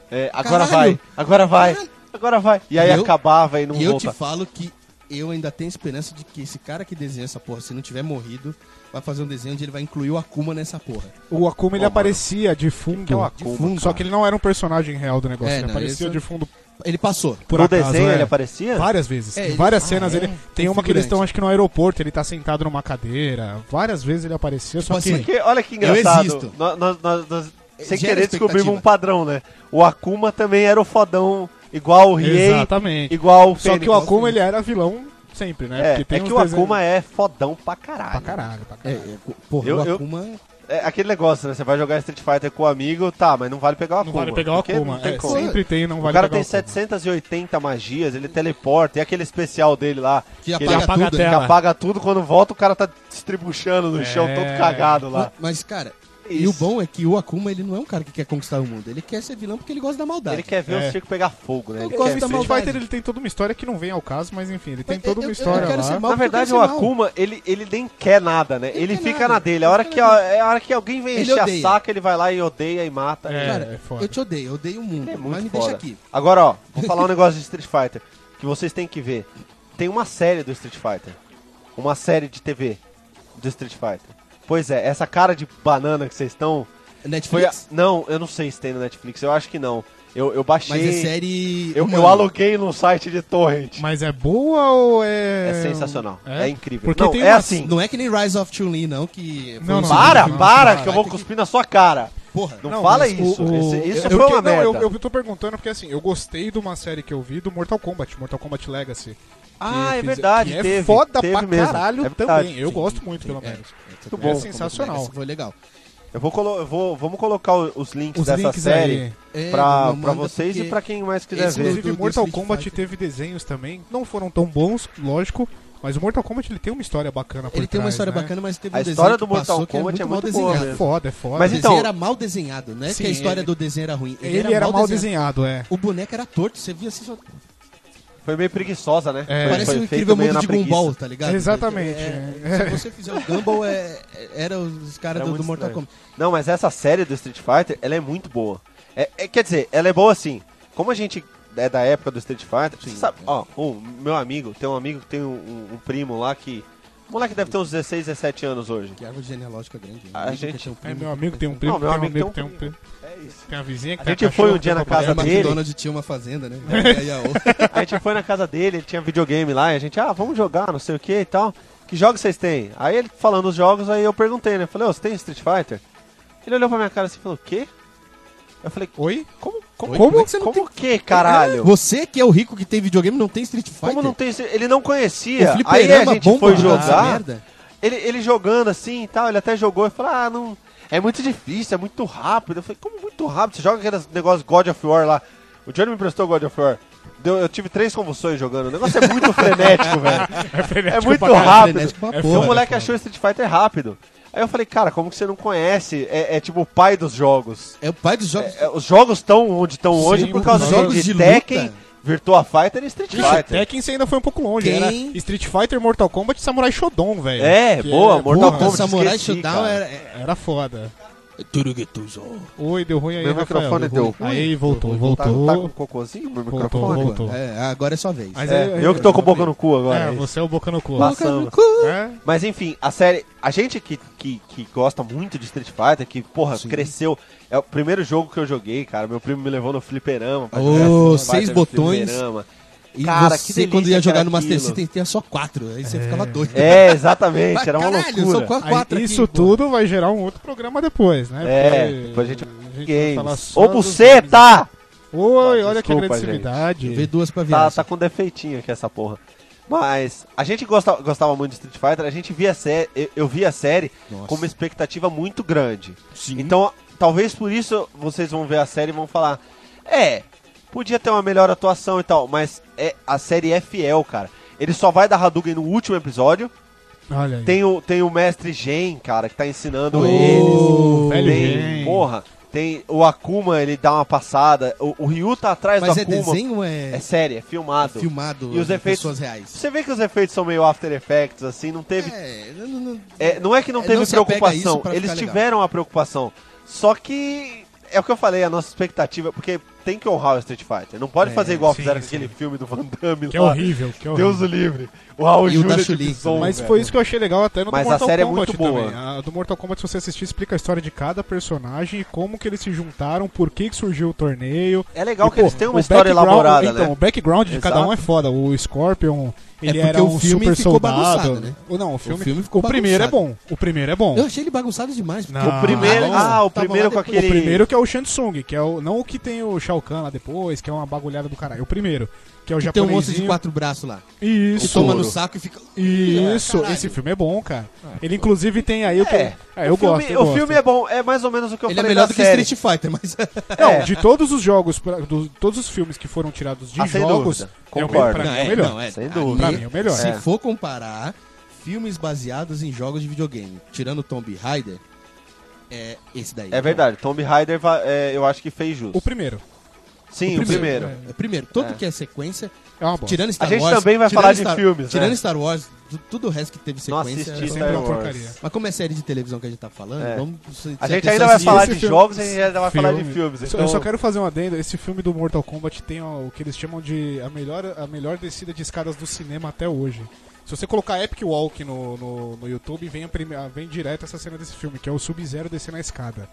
Speaker 5: É, agora
Speaker 3: Caralho.
Speaker 5: vai, agora vai,
Speaker 3: Caralho.
Speaker 5: agora vai. E aí
Speaker 3: E eu-
Speaker 5: acabava e não
Speaker 3: e eu te
Speaker 5: voltava.
Speaker 3: falo que eu ainda tenho esperança de que esse cara que desenha essa porra, se não tiver morrido, vai fazer um desenho onde ele vai incluir o Akuma nessa porra.
Speaker 2: O Akuma ele
Speaker 5: Ô, mano.
Speaker 2: aparecia de fundo.
Speaker 5: que é o
Speaker 3: Akuma, cara?
Speaker 2: Só que ele não era um personagem real do negócio.
Speaker 3: É,
Speaker 2: ele
Speaker 3: não,
Speaker 2: aparecia
Speaker 3: isso-
Speaker 2: de fundo
Speaker 3: Ele passou.
Speaker 2: por
Speaker 5: no
Speaker 2: acaso.
Speaker 5: desenho
Speaker 2: é.
Speaker 5: ele aparecia?
Speaker 2: Várias vezes.
Speaker 3: É,
Speaker 2: em
Speaker 3: ele-
Speaker 2: várias
Speaker 3: ah,
Speaker 2: cenas
Speaker 3: é?
Speaker 2: ele. Tem
Speaker 3: Tem
Speaker 2: uma que eles
Speaker 3: figurante.
Speaker 2: estão, acho que no aeroporto, ele tá sentado numa cadeira. Várias vezes ele aparecia, só
Speaker 3: Tipo
Speaker 2: que.
Speaker 3: assim,
Speaker 5: Porque, olha que
Speaker 3: Eu
Speaker 5: engraçado.
Speaker 3: existo.
Speaker 5: Nós, nós, nós- nós- sem
Speaker 3: Gera
Speaker 5: querer descobrimos
Speaker 3: expectativa.
Speaker 5: um padrão, né? O Akuma também era o fodão, igual o Riei,
Speaker 2: Exatamente.
Speaker 5: igual o
Speaker 2: Só
Speaker 5: Fênix.
Speaker 2: que o Akuma ele era vilão sempre, né?
Speaker 5: É, é que o Akuma é fodão pra caralho.
Speaker 2: Pra caralho, pra
Speaker 3: É,
Speaker 2: caralho.
Speaker 3: é, porra,
Speaker 5: Eu-
Speaker 3: o
Speaker 5: eu-
Speaker 3: Akuma.
Speaker 5: É aquele negócio, né? Você vai jogar Street Fighter com o amigo, tá, mas não vale pegar o
Speaker 2: Não
Speaker 5: Akuma.
Speaker 2: vale pegar o
Speaker 5: porque
Speaker 2: Akuma.
Speaker 5: Não tem
Speaker 2: é,
Speaker 5: como.
Speaker 2: sempre tem, não vale
Speaker 5: o cara
Speaker 2: pegar
Speaker 5: tem 780 magias, ele teleporta, e aquele especial dele lá,
Speaker 3: Que
Speaker 5: ele
Speaker 3: apaga,
Speaker 2: apaga
Speaker 3: tudo. né?
Speaker 2: a
Speaker 5: que
Speaker 2: tela.
Speaker 5: apaga tudo, quando volta o cara tá distribuchando no chão,
Speaker 2: É.
Speaker 5: todo cagado
Speaker 3: Ma-
Speaker 5: lá.
Speaker 3: Mas, cara, e
Speaker 5: Isso.
Speaker 3: o bom é que o Akuma, ele não é um cara que quer conquistar o mundo. Ele quer ser vilão porque ele gosta da maldade.
Speaker 5: Ele quer ver
Speaker 2: É.
Speaker 5: o circo pegar fogo, né?
Speaker 3: Eu
Speaker 5: Ele
Speaker 3: gosto
Speaker 5: quer
Speaker 2: O
Speaker 3: da
Speaker 5: ver.
Speaker 2: Street
Speaker 3: maldade.
Speaker 2: Fighter ele tem toda uma história que não vem ao caso, mas enfim, ele tem
Speaker 3: Mas
Speaker 2: toda
Speaker 3: eu-
Speaker 2: uma
Speaker 3: eu-
Speaker 2: história
Speaker 3: eu quero
Speaker 2: lá.
Speaker 3: ser mal
Speaker 5: Na
Speaker 3: porque eu
Speaker 5: verdade,
Speaker 3: quero
Speaker 5: o
Speaker 3: ser mal.
Speaker 5: Akuma, ele, ele nem quer nada, né? Ele
Speaker 3: quer
Speaker 5: fica
Speaker 3: nada,
Speaker 5: na dele. A
Speaker 3: ele
Speaker 5: hora,
Speaker 3: quer
Speaker 5: que,
Speaker 3: nada.
Speaker 5: a, é a hora que alguém vem
Speaker 3: Ele
Speaker 5: encher a
Speaker 3: odeia.
Speaker 5: saca, ele vai lá e odeia e mata.
Speaker 2: É,
Speaker 3: Cara,
Speaker 2: é foda.
Speaker 3: eu te odeio, eu odeio o mundo.
Speaker 5: É
Speaker 3: mas me
Speaker 5: muito
Speaker 3: deixa
Speaker 5: foda.
Speaker 3: aqui.
Speaker 5: Agora, ó, vou falar um negócio de Street Fighter que vocês têm que ver. Tem uma série do Street Fighter. Uma série de TV do Street Fighter. Pois é, essa cara de banana que vocês estão. Foi a...
Speaker 3: Netflix.
Speaker 5: Não, eu não sei se tem no Netflix, eu acho que não. Eu, eu baixei.
Speaker 3: Mas é série.
Speaker 5: Eu, eu
Speaker 3: humana.
Speaker 5: aluguei num site de torrent.
Speaker 2: Mas é boa ou é.
Speaker 5: É sensacional. É, incrível.
Speaker 2: Porque
Speaker 5: não,
Speaker 2: tem
Speaker 5: é
Speaker 2: uma-
Speaker 5: assim.
Speaker 3: Não é que nem Rise of Chun-Li, não, que. um foi
Speaker 2: Não,
Speaker 3: um
Speaker 2: não.
Speaker 3: segundo
Speaker 5: Para,
Speaker 3: filme.
Speaker 5: para,
Speaker 3: Vai
Speaker 5: que eu vou
Speaker 3: ter
Speaker 5: cuspir na sua cara.
Speaker 3: Porra.
Speaker 5: Não fala
Speaker 2: mas
Speaker 5: isso.
Speaker 2: o- o-
Speaker 5: Esse- isso
Speaker 2: eu-
Speaker 5: foi
Speaker 2: eu-
Speaker 5: uma
Speaker 2: não, eu-
Speaker 5: merda.
Speaker 2: Eu, tô perguntando porque assim, eu gostei de uma série que eu vi do Mortal Kombat, Mortal Kombat Legacy.
Speaker 5: Ah,
Speaker 2: Que
Speaker 5: é
Speaker 2: fiz-
Speaker 5: verdade.
Speaker 2: que é
Speaker 5: teve,
Speaker 2: foda
Speaker 5: teve
Speaker 2: pra
Speaker 5: mesmo.
Speaker 2: caralho
Speaker 5: É verdade.
Speaker 2: também. Eu gosto muito, pelo
Speaker 3: É,
Speaker 2: menos.
Speaker 3: é,
Speaker 5: Muito bom.
Speaker 2: É sensacional.
Speaker 3: Essa foi legal.
Speaker 5: Eu vou, colo eu vou vamos colocar o- os links
Speaker 2: Os
Speaker 5: dessa
Speaker 2: links
Speaker 5: série
Speaker 3: É,
Speaker 5: pra,
Speaker 3: não,
Speaker 5: pra
Speaker 3: manda,
Speaker 5: vocês
Speaker 3: porque
Speaker 5: e pra quem mais quiser
Speaker 3: esse
Speaker 5: ver.
Speaker 3: do-
Speaker 2: Inclusive,
Speaker 3: do
Speaker 2: Mortal
Speaker 3: Street
Speaker 2: Kombat
Speaker 3: Fighter.
Speaker 2: teve desenhos também, não foram tão bons, lógico, mas o Mortal Kombat ele tem uma história bacana por
Speaker 3: Ele tem uma
Speaker 2: trás,
Speaker 3: história
Speaker 2: né?
Speaker 3: bacana, mas teve
Speaker 5: A
Speaker 3: um desenho
Speaker 5: história
Speaker 3: que
Speaker 5: do Mortal
Speaker 3: passou que
Speaker 5: Kombat é
Speaker 3: mal
Speaker 5: muito boa,
Speaker 2: É
Speaker 5: né?
Speaker 3: desenhado.
Speaker 2: foda, é foda.
Speaker 3: O
Speaker 5: Mas-
Speaker 3: desenho
Speaker 5: então-
Speaker 3: era mal desenhado, não é
Speaker 2: Sim,
Speaker 3: que a história
Speaker 2: ele-
Speaker 3: do desenho era ruim.
Speaker 2: ele, era, mal desenhado, é.
Speaker 3: O boneco era torto, você via assim, só...
Speaker 5: Foi meio preguiçosa, né?
Speaker 2: É.
Speaker 5: Foi-
Speaker 3: parece
Speaker 5: É, foi
Speaker 3: um
Speaker 5: feito
Speaker 3: incrível
Speaker 5: meio
Speaker 3: mundo
Speaker 5: na
Speaker 3: de Gumball, tá ligado?
Speaker 2: Exatamente,
Speaker 3: É,
Speaker 2: é.
Speaker 3: Se você fizer o Gumball, é, é- era os caras
Speaker 5: Era
Speaker 3: do,
Speaker 5: muito
Speaker 3: do Mortal
Speaker 5: estranho.
Speaker 3: Kombat.
Speaker 5: Não, mas essa série do Street Fighter, ela é muito boa. É, é- quer dizer, ela é boa assim. Como a gente é da época do Street Fighter, você
Speaker 3: é.
Speaker 5: sabe, ó, o meu amigo, tem um amigo que tem um, um- um primo lá que. O moleque deve ter uns 16, 17 anos hoje.
Speaker 3: Que árvore genealógica grande. né?
Speaker 5: A
Speaker 3: Amigo que
Speaker 5: gente-
Speaker 3: tem um
Speaker 2: É,
Speaker 3: primo.
Speaker 2: meu amigo tem um primo,
Speaker 5: Não, meu
Speaker 2: tem um
Speaker 5: amigo
Speaker 2: amigo tem
Speaker 5: tem
Speaker 2: um
Speaker 5: um
Speaker 2: primo.
Speaker 5: É isso.
Speaker 2: Tem uma vizinha que
Speaker 5: A
Speaker 2: tem
Speaker 5: gente
Speaker 2: cachorro,
Speaker 5: foi um dia
Speaker 2: tem
Speaker 5: na
Speaker 2: uma
Speaker 5: casa
Speaker 3: Aí a
Speaker 2: babá.
Speaker 5: dele.
Speaker 3: McDonald's tinha uma fazenda, né? Aí a outra-
Speaker 5: A gente foi na casa dele, ele tinha videogame lá, e a gente, ah, vamos jogar, não sei o que e tal. Que jogos vocês têm? Aí ele falando os jogos, aí eu perguntei, né? Falei, ô, você tem Street Fighter? Ele olhou pra minha cara assim e falou, o quê? Eu falei,
Speaker 2: Oi?
Speaker 5: como? Como?
Speaker 3: Oi,
Speaker 5: como?
Speaker 3: como é que você não
Speaker 5: o quê, caralho?
Speaker 3: Você que é o rico que tem videogame não tem Street Fighter?
Speaker 5: Como não tem. Ele não
Speaker 3: O
Speaker 5: conhecia. Aí a
Speaker 3: fliperama
Speaker 5: gente
Speaker 3: bomba
Speaker 5: foi
Speaker 3: essa
Speaker 5: jogar.
Speaker 3: merda.
Speaker 5: Ele, ele jogando assim e tal, ele até jogou e falou: Ah, não. É muito difícil, é muito rápido. Eu falei, como muito rápido? Você joga aqueles negócios God of War lá. O Johnny me emprestou God of War. Deu- eu tive três convulsões jogando. O negócio é muito frenético, velho.
Speaker 2: É, frenético
Speaker 5: É muito
Speaker 2: pra caralho.
Speaker 5: rápido.
Speaker 3: frenético Tipo, pra
Speaker 5: Então
Speaker 3: porra,
Speaker 5: o moleque
Speaker 2: né,
Speaker 5: achou Street Fighter rápido. Aí eu falei, cara, como que você não conhece? É, é tipo o pai dos jogos.
Speaker 3: É o pai dos jogos.
Speaker 5: É, é, os jogos estão onde estão
Speaker 2: Sim,
Speaker 5: hoje por
Speaker 2: os
Speaker 5: causa
Speaker 3: jogos
Speaker 5: de,
Speaker 3: de luta.
Speaker 5: Tekken, Virtua Fighter e Street
Speaker 2: Ixi,
Speaker 5: Fighter.
Speaker 2: Tekken você ainda foi um pouco longe,
Speaker 3: Quem?
Speaker 2: era Street Fighter, Mortal Kombat e Samurai Shodown, velho.
Speaker 5: É,
Speaker 2: Que
Speaker 5: boa,
Speaker 2: é-
Speaker 5: Mortal
Speaker 2: porra,
Speaker 3: Porra,
Speaker 5: Kombat,
Speaker 3: Samurai
Speaker 5: esqueci,
Speaker 3: Shodown
Speaker 5: cara.
Speaker 3: era... é-
Speaker 2: Era foda.
Speaker 3: é Turugutuzo.
Speaker 2: Oi, deu ruim aí,
Speaker 5: Meu
Speaker 2: Rafael,
Speaker 5: microfone
Speaker 2: ruim.
Speaker 5: deu
Speaker 2: Aí, voltou,
Speaker 5: Tá, tá
Speaker 2: voltou.
Speaker 5: com um cocôzinho no
Speaker 2: Voltou,
Speaker 5: microfone?
Speaker 2: voltou. Voltou.
Speaker 3: É, agora é sua vez.
Speaker 2: Mas
Speaker 5: É,
Speaker 2: aí-
Speaker 5: eu que tô com a boca no cu agora.
Speaker 2: É,
Speaker 5: é isso.
Speaker 2: você é o boca no cu.
Speaker 5: Lá-
Speaker 2: É.
Speaker 5: Mas enfim, a série. A gente que, que, que gosta muito de Street Fighter, que, porra,
Speaker 3: Sim.
Speaker 5: cresceu. É o primeiro jogo que eu joguei, cara. Meu primo me levou no fliperama. pra
Speaker 3: Ô,
Speaker 5: jogar Street Fighter
Speaker 3: seis
Speaker 5: no
Speaker 3: botões.
Speaker 5: fliperama.
Speaker 3: E
Speaker 5: Cara, que
Speaker 3: você,
Speaker 5: delícia
Speaker 3: quando
Speaker 5: que
Speaker 3: ia
Speaker 5: era
Speaker 3: jogar no Master
Speaker 5: aquilo.
Speaker 3: System, tinha só quatro. Aí você ficava doido.
Speaker 5: É, exatamente,
Speaker 3: Vai,
Speaker 5: era uma
Speaker 3: caralho,
Speaker 5: loucura.
Speaker 3: são quatro-
Speaker 2: Aí,
Speaker 3: aqui,
Speaker 2: isso
Speaker 3: pô.
Speaker 2: tudo vai gerar um outro programa depois, né?
Speaker 5: É,
Speaker 2: Porque
Speaker 5: depois a gente-
Speaker 2: vai falar
Speaker 5: Games.
Speaker 2: só
Speaker 5: Ô,
Speaker 2: dos-
Speaker 5: buceta! Tá,
Speaker 2: Oi, olha que
Speaker 5: Desculpa,
Speaker 2: agressividade.
Speaker 3: Veio duas pra
Speaker 5: Tá,
Speaker 3: viagem.
Speaker 5: tá com defeitinho aqui essa porra. Mas a gente gosta, gostava muito de Street Fighter, a gente via a série, eu, eu via a série
Speaker 3: Nossa.
Speaker 5: com uma expectativa muito grande.
Speaker 3: Sim.
Speaker 5: Então, talvez por isso vocês vão ver a série e vão falar: "É, podia ter uma melhor atuação e tal, mas é a série é fiel, cara. Ele só vai dar Hadouken no último episódio.
Speaker 2: Olha aí.
Speaker 5: Tem o tem o mestre Gen, cara, que tá ensinando
Speaker 3: Ô,
Speaker 5: eles.
Speaker 2: velho
Speaker 5: tem,
Speaker 2: Gen.
Speaker 5: porra, tem o Akuma, ele dá uma passada. O, o Ryu tá atrás
Speaker 3: Mas
Speaker 5: do
Speaker 3: é
Speaker 5: Akuma.
Speaker 3: desenho ou é,
Speaker 5: É série, é filmado.
Speaker 3: filmado
Speaker 5: E os
Speaker 3: em
Speaker 5: efeitos-
Speaker 3: pessoas reais?
Speaker 5: Você vê que os efeitos são meio After Effects, assim, não teve.
Speaker 3: É, não, não- não-
Speaker 5: é, não é que não
Speaker 3: É,
Speaker 5: teve
Speaker 3: não se apega a isso
Speaker 5: preocupação,
Speaker 3: pra
Speaker 5: eles
Speaker 3: ficar legal.
Speaker 5: tiveram a preocupação. Só que é o que eu falei, a nossa expectativa, porque tem que honrar o Street Fighter. Não pode
Speaker 3: É,
Speaker 5: fazer igual
Speaker 2: sim,
Speaker 5: fizeram
Speaker 2: sim.
Speaker 5: aquele filme do Van Damme
Speaker 2: Que é
Speaker 5: lá.
Speaker 2: horrível, que é horrível.
Speaker 5: Deus o livre. O Raul
Speaker 3: E o da né?
Speaker 5: Júlia
Speaker 3: Chun-Li.
Speaker 5: de som,
Speaker 2: Mas
Speaker 5: velho.
Speaker 2: foi isso que eu achei legal até no
Speaker 5: Mas
Speaker 2: do Mortal
Speaker 5: a série é
Speaker 2: Kombat
Speaker 5: muito boa.
Speaker 2: também. A do Mortal Kombat, se você assistir, explica a história de cada personagem e como que eles se juntaram, por que, que surgiu o torneio.
Speaker 5: É legal
Speaker 2: E,
Speaker 5: que
Speaker 2: pô,
Speaker 5: eles têm uma
Speaker 2: o
Speaker 5: história
Speaker 2: background-
Speaker 5: elaborada,
Speaker 2: então,
Speaker 5: né?
Speaker 2: o background de cada
Speaker 5: Exato.
Speaker 2: um é foda. O Scorpion, ele
Speaker 3: É porque
Speaker 2: era
Speaker 3: o
Speaker 2: um
Speaker 3: filme
Speaker 2: super
Speaker 3: ficou
Speaker 2: soldado.
Speaker 3: bagunçado, né?
Speaker 2: O- Não, o filme, o,
Speaker 3: filme ficou
Speaker 2: primeiro é
Speaker 3: bagunçado.
Speaker 2: bom. O primeiro é bom.
Speaker 3: Eu achei ele bagunçado demais. porque
Speaker 2: Não.
Speaker 5: O primeiro.
Speaker 3: tá
Speaker 2: Ah,
Speaker 5: Ah, o
Speaker 3: tava lá
Speaker 5: primeiro com
Speaker 3: depois.
Speaker 5: aquele.
Speaker 2: O primeiro que é o Shansung, que é o. Não o que tem o Shao Kahn lá depois, que é uma bagulhada do caralho. O primeiro. Que é o
Speaker 3: que tem um monstro de
Speaker 2: japonesinho.
Speaker 3: quatro braços lá. E
Speaker 2: Isso.
Speaker 3: toma no saco e fica...
Speaker 2: Isso,
Speaker 3: Caralho.
Speaker 2: esse filme é bom, cara. Ele inclusive tem aí o que.
Speaker 5: É.
Speaker 2: É, eu
Speaker 5: o filme,
Speaker 2: gosto. Eu
Speaker 5: o
Speaker 2: gosto.
Speaker 5: filme é bom, é mais ou menos o que eu
Speaker 3: Ele é
Speaker 5: falei
Speaker 3: melhor
Speaker 5: da
Speaker 3: do que
Speaker 5: série. É,
Speaker 3: Street Fighter, mas...
Speaker 2: Não, de todos os jogos, pra- do- todos os filmes que foram tirados de
Speaker 5: Ah, sem
Speaker 2: jogos,
Speaker 5: dúvida.
Speaker 2: é o-
Speaker 5: Concordo.
Speaker 2: pra mim
Speaker 3: Não,
Speaker 2: é o
Speaker 3: é,
Speaker 2: melhor.
Speaker 3: não, é.
Speaker 5: Sem
Speaker 3: ali,
Speaker 5: dúvida.
Speaker 2: Pra mim é o melhor.
Speaker 3: Se
Speaker 5: É.
Speaker 3: for comparar filmes baseados em jogos de videogame, tirando Tomb Raider, é esse daí.
Speaker 5: É verdade, Tomb Raider va- é, eu acho que fez justo.
Speaker 2: O primeiro.
Speaker 5: Sim, o primeiro.
Speaker 3: É, primeiro, todo
Speaker 5: É.
Speaker 3: que é sequência,
Speaker 2: É uma bosta.
Speaker 3: tirando Star
Speaker 5: A gente
Speaker 3: Wars...
Speaker 5: também vai
Speaker 3: tirando
Speaker 5: falar de
Speaker 3: Star-
Speaker 5: filmes,
Speaker 3: Tirando
Speaker 5: né?
Speaker 3: Star Wars, tu- tudo o resto que teve
Speaker 5: Não
Speaker 3: sequência... é
Speaker 5: assisti
Speaker 2: Sempre
Speaker 5: Star
Speaker 2: uma
Speaker 5: Wars.
Speaker 2: porcaria.
Speaker 3: Mas como é série de televisão que a gente tá falando,
Speaker 5: É.
Speaker 3: vamos... se- se
Speaker 5: A gente
Speaker 3: atenção
Speaker 5: ainda vai
Speaker 3: se-
Speaker 5: falar
Speaker 2: esse
Speaker 5: de
Speaker 2: filme-
Speaker 5: jogos e ainda vai falar de filmes.
Speaker 2: Só-
Speaker 5: Então...
Speaker 2: Eu só quero fazer um adendo. Esse filme do Mortal Kombat tem ó, o que eles chamam de a melhor, a melhor descida de escadas do cinema até hoje. Se você colocar Epic Walk no, no, no YouTube, vem, a prime- a- vem direto essa cena desse filme, que é o Sub-Zero descendo a escada.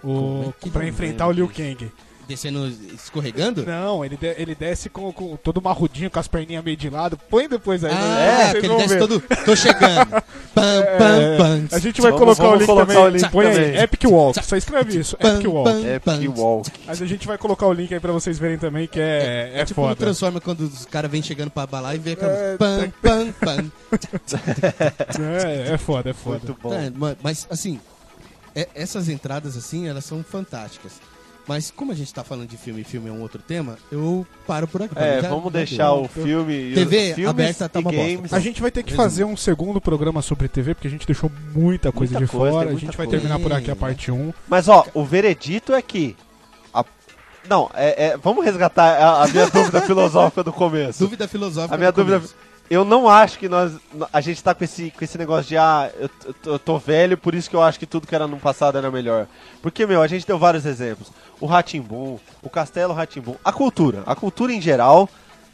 Speaker 3: Como
Speaker 2: O,
Speaker 3: é que
Speaker 2: pra
Speaker 3: não
Speaker 2: enfrentar o
Speaker 3: lembro
Speaker 2: Liu
Speaker 3: disso?
Speaker 2: Kang.
Speaker 3: Descendo, escorregando?
Speaker 2: Não, ele, de- ele desce com, com todo marrudinho, com as perninhas meio de lado. Põe depois aí.
Speaker 3: Ah,
Speaker 2: né?
Speaker 3: que
Speaker 2: Vocês
Speaker 3: ele
Speaker 2: vão
Speaker 3: desce
Speaker 2: ver.
Speaker 3: todo. Tô chegando. Pam,
Speaker 2: É,
Speaker 3: pam, pam.
Speaker 2: A gente vai
Speaker 5: Vamos-
Speaker 2: colocar
Speaker 5: vamos
Speaker 2: o link
Speaker 5: colocar
Speaker 2: também.
Speaker 5: o link
Speaker 2: Põe aí,
Speaker 5: também.
Speaker 2: Epic Walk. Só escreve isso,
Speaker 3: Pam,
Speaker 2: Epic Walk.
Speaker 3: pam, pam.
Speaker 5: Epic É, Walk.
Speaker 2: Mas a gente vai colocar o link aí pra vocês verem também, que é, é,
Speaker 3: É
Speaker 5: um
Speaker 3: tipo no
Speaker 2: foda.
Speaker 3: Transforma quando os caras vêm chegando pra balar e vê aquela
Speaker 2: É,
Speaker 3: pam, pam, pam.
Speaker 2: É, é foda, é foda.
Speaker 5: Muito bom.
Speaker 3: É, Tá, ma- Mas, assim, é- essas entradas, assim, elas são fantásticas. Mas como a gente tá falando de filme e filme é um outro tema, eu paro por aqui.
Speaker 5: É,
Speaker 3: Já-
Speaker 5: vamos
Speaker 3: já deu.
Speaker 5: deixar o filme. e os-
Speaker 3: TV
Speaker 5: filmes
Speaker 3: aberta tá
Speaker 5: e
Speaker 3: uma bosta.
Speaker 5: games.
Speaker 2: A gente vai ter que
Speaker 3: Resumo.
Speaker 2: fazer um segundo programa sobre TV, porque a gente deixou muita coisa
Speaker 5: Muita
Speaker 2: de
Speaker 5: coisa,
Speaker 2: fora.
Speaker 5: tem
Speaker 2: A
Speaker 5: muita
Speaker 2: gente vai
Speaker 5: coisa.
Speaker 2: terminar por aqui a
Speaker 3: Sim.
Speaker 2: parte 1.
Speaker 5: Mas ó, o veredito é que. a- Não, é, é- vamos resgatar a, a minha dúvida filosófica do começo.
Speaker 3: Dúvida filosófica.
Speaker 5: A minha
Speaker 3: do
Speaker 5: dúvida.
Speaker 3: começo.
Speaker 5: Eu não acho que nós. A gente tá com esse, com esse negócio de, ah, eu, t- eu tô- eu tô velho, por isso que eu acho que tudo que era no passado era melhor. Porque, meu, a gente deu vários exemplos. O Ratimbum, o Castelo Ratimbum, a cultura. A cultura em geral,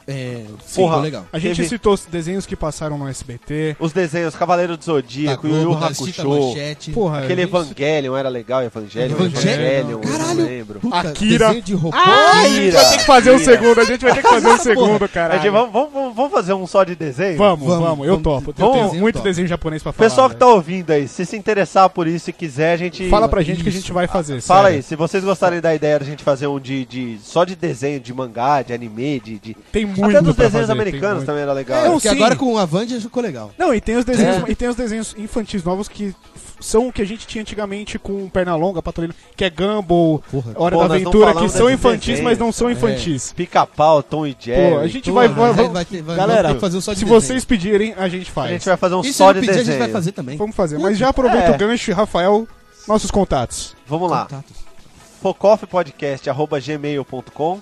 Speaker 3: É, sim,
Speaker 5: Porra.
Speaker 3: ficou legal.
Speaker 2: A gente
Speaker 5: Teve-
Speaker 2: citou os desenhos que passaram no SBT.
Speaker 5: os desenhos, Cavaleiro do
Speaker 3: Da
Speaker 5: Zodíaco, Yu
Speaker 3: Tá, Globo,
Speaker 5: Yu
Speaker 3: da Cita
Speaker 5: Hakusho.
Speaker 3: Manchete.
Speaker 2: Porra,
Speaker 5: Aquele
Speaker 2: isso-
Speaker 5: Evangelion era legal, Evangelion,
Speaker 3: Evangelion?
Speaker 5: Evangelion, eu não
Speaker 3: Caralho,
Speaker 5: lembro.
Speaker 3: puta,
Speaker 2: Akira. Ah,
Speaker 3: desenho de robô.
Speaker 2: Ai, a gente vai ter que fazer um
Speaker 5: Tira.
Speaker 2: segundo, a gente vai ter que fazer um segundo,
Speaker 5: Mas, gente,
Speaker 2: cara. Vamos,
Speaker 5: vamos, vamos, vamos fazer um só de desenho?
Speaker 2: vamos, eu
Speaker 3: vamos,
Speaker 2: topo. Eu
Speaker 5: vamos,
Speaker 2: tenho
Speaker 3: desenho
Speaker 2: muito
Speaker 3: top.
Speaker 2: desenho japonês pra
Speaker 5: O
Speaker 2: falar.
Speaker 5: Pessoal que tá
Speaker 2: velho.
Speaker 5: ouvindo aí, se se interessar por isso e quiser, a gente.
Speaker 2: Fala pra gente que a
Speaker 3: Isso.
Speaker 2: gente vai fazer.
Speaker 5: Fala
Speaker 2: sério.
Speaker 5: aí, se vocês gostarem da ideia da gente fazer um de, de- só de desenho, de mangá, de anime, de. de-
Speaker 2: Tem muito
Speaker 5: Até dos
Speaker 2: pra
Speaker 5: desenhos
Speaker 2: fazer, tem
Speaker 5: americanos
Speaker 2: muito.
Speaker 5: também era legal.
Speaker 3: É,
Speaker 2: Não,
Speaker 3: porque
Speaker 2: sim.
Speaker 3: agora com o Avengers ficou legal.
Speaker 2: Não, e tem os desenhos,
Speaker 5: É.
Speaker 2: e tem os desenhos infantis novos que f- são o que a gente tinha antigamente com Pernalonga, Patrulha, que é Gumball,
Speaker 3: Porra.
Speaker 2: Hora
Speaker 5: Pô,
Speaker 2: da
Speaker 5: nós não
Speaker 2: Aventura, que
Speaker 5: falamos É.
Speaker 2: são
Speaker 5: desses
Speaker 2: infantis, mas
Speaker 5: desenhos,
Speaker 2: não são infantis.
Speaker 5: Pica-pau, Tom e Jerry.
Speaker 2: Pô, a gente vai, vai-
Speaker 3: Porra, vai-
Speaker 2: vai-
Speaker 3: vai ter- vai-
Speaker 2: galera,
Speaker 3: vamos ter que fazer um só de
Speaker 2: se
Speaker 3: desenho.
Speaker 2: vocês pedirem, a gente
Speaker 5: A
Speaker 2: faz.
Speaker 5: gente vai fazer um
Speaker 3: E se
Speaker 5: só
Speaker 3: ele
Speaker 5: de
Speaker 3: pedir,
Speaker 5: desenho.
Speaker 3: a gente vai fazer também.
Speaker 2: Vamos fazer, mas já aproveita
Speaker 5: É.
Speaker 2: o gancho, Rafael, nossos contatos.
Speaker 5: Vamos lá.
Speaker 3: Contatos.
Speaker 5: focofpodcast.gmail.com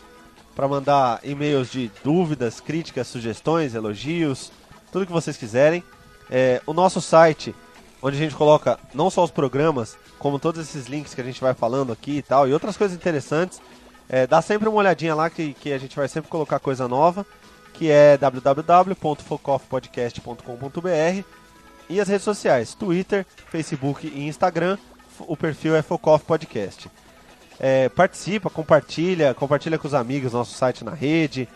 Speaker 5: para mandar e-mails de dúvidas, críticas, sugestões, elogios, tudo que vocês quiserem. É, o nosso site, onde a gente coloca não só os programas, como todos esses links que a gente vai falando aqui e tal, e outras coisas interessantes. É, dá sempre uma olhadinha lá que, que a gente vai sempre colocar coisa nova, que é www.focofpodcast.com.br e as redes sociais, Twitter, Facebook e Instagram. O perfil é Focoff Podcast. É, participa, compartilha, compartilha com os amigos nosso site na rede.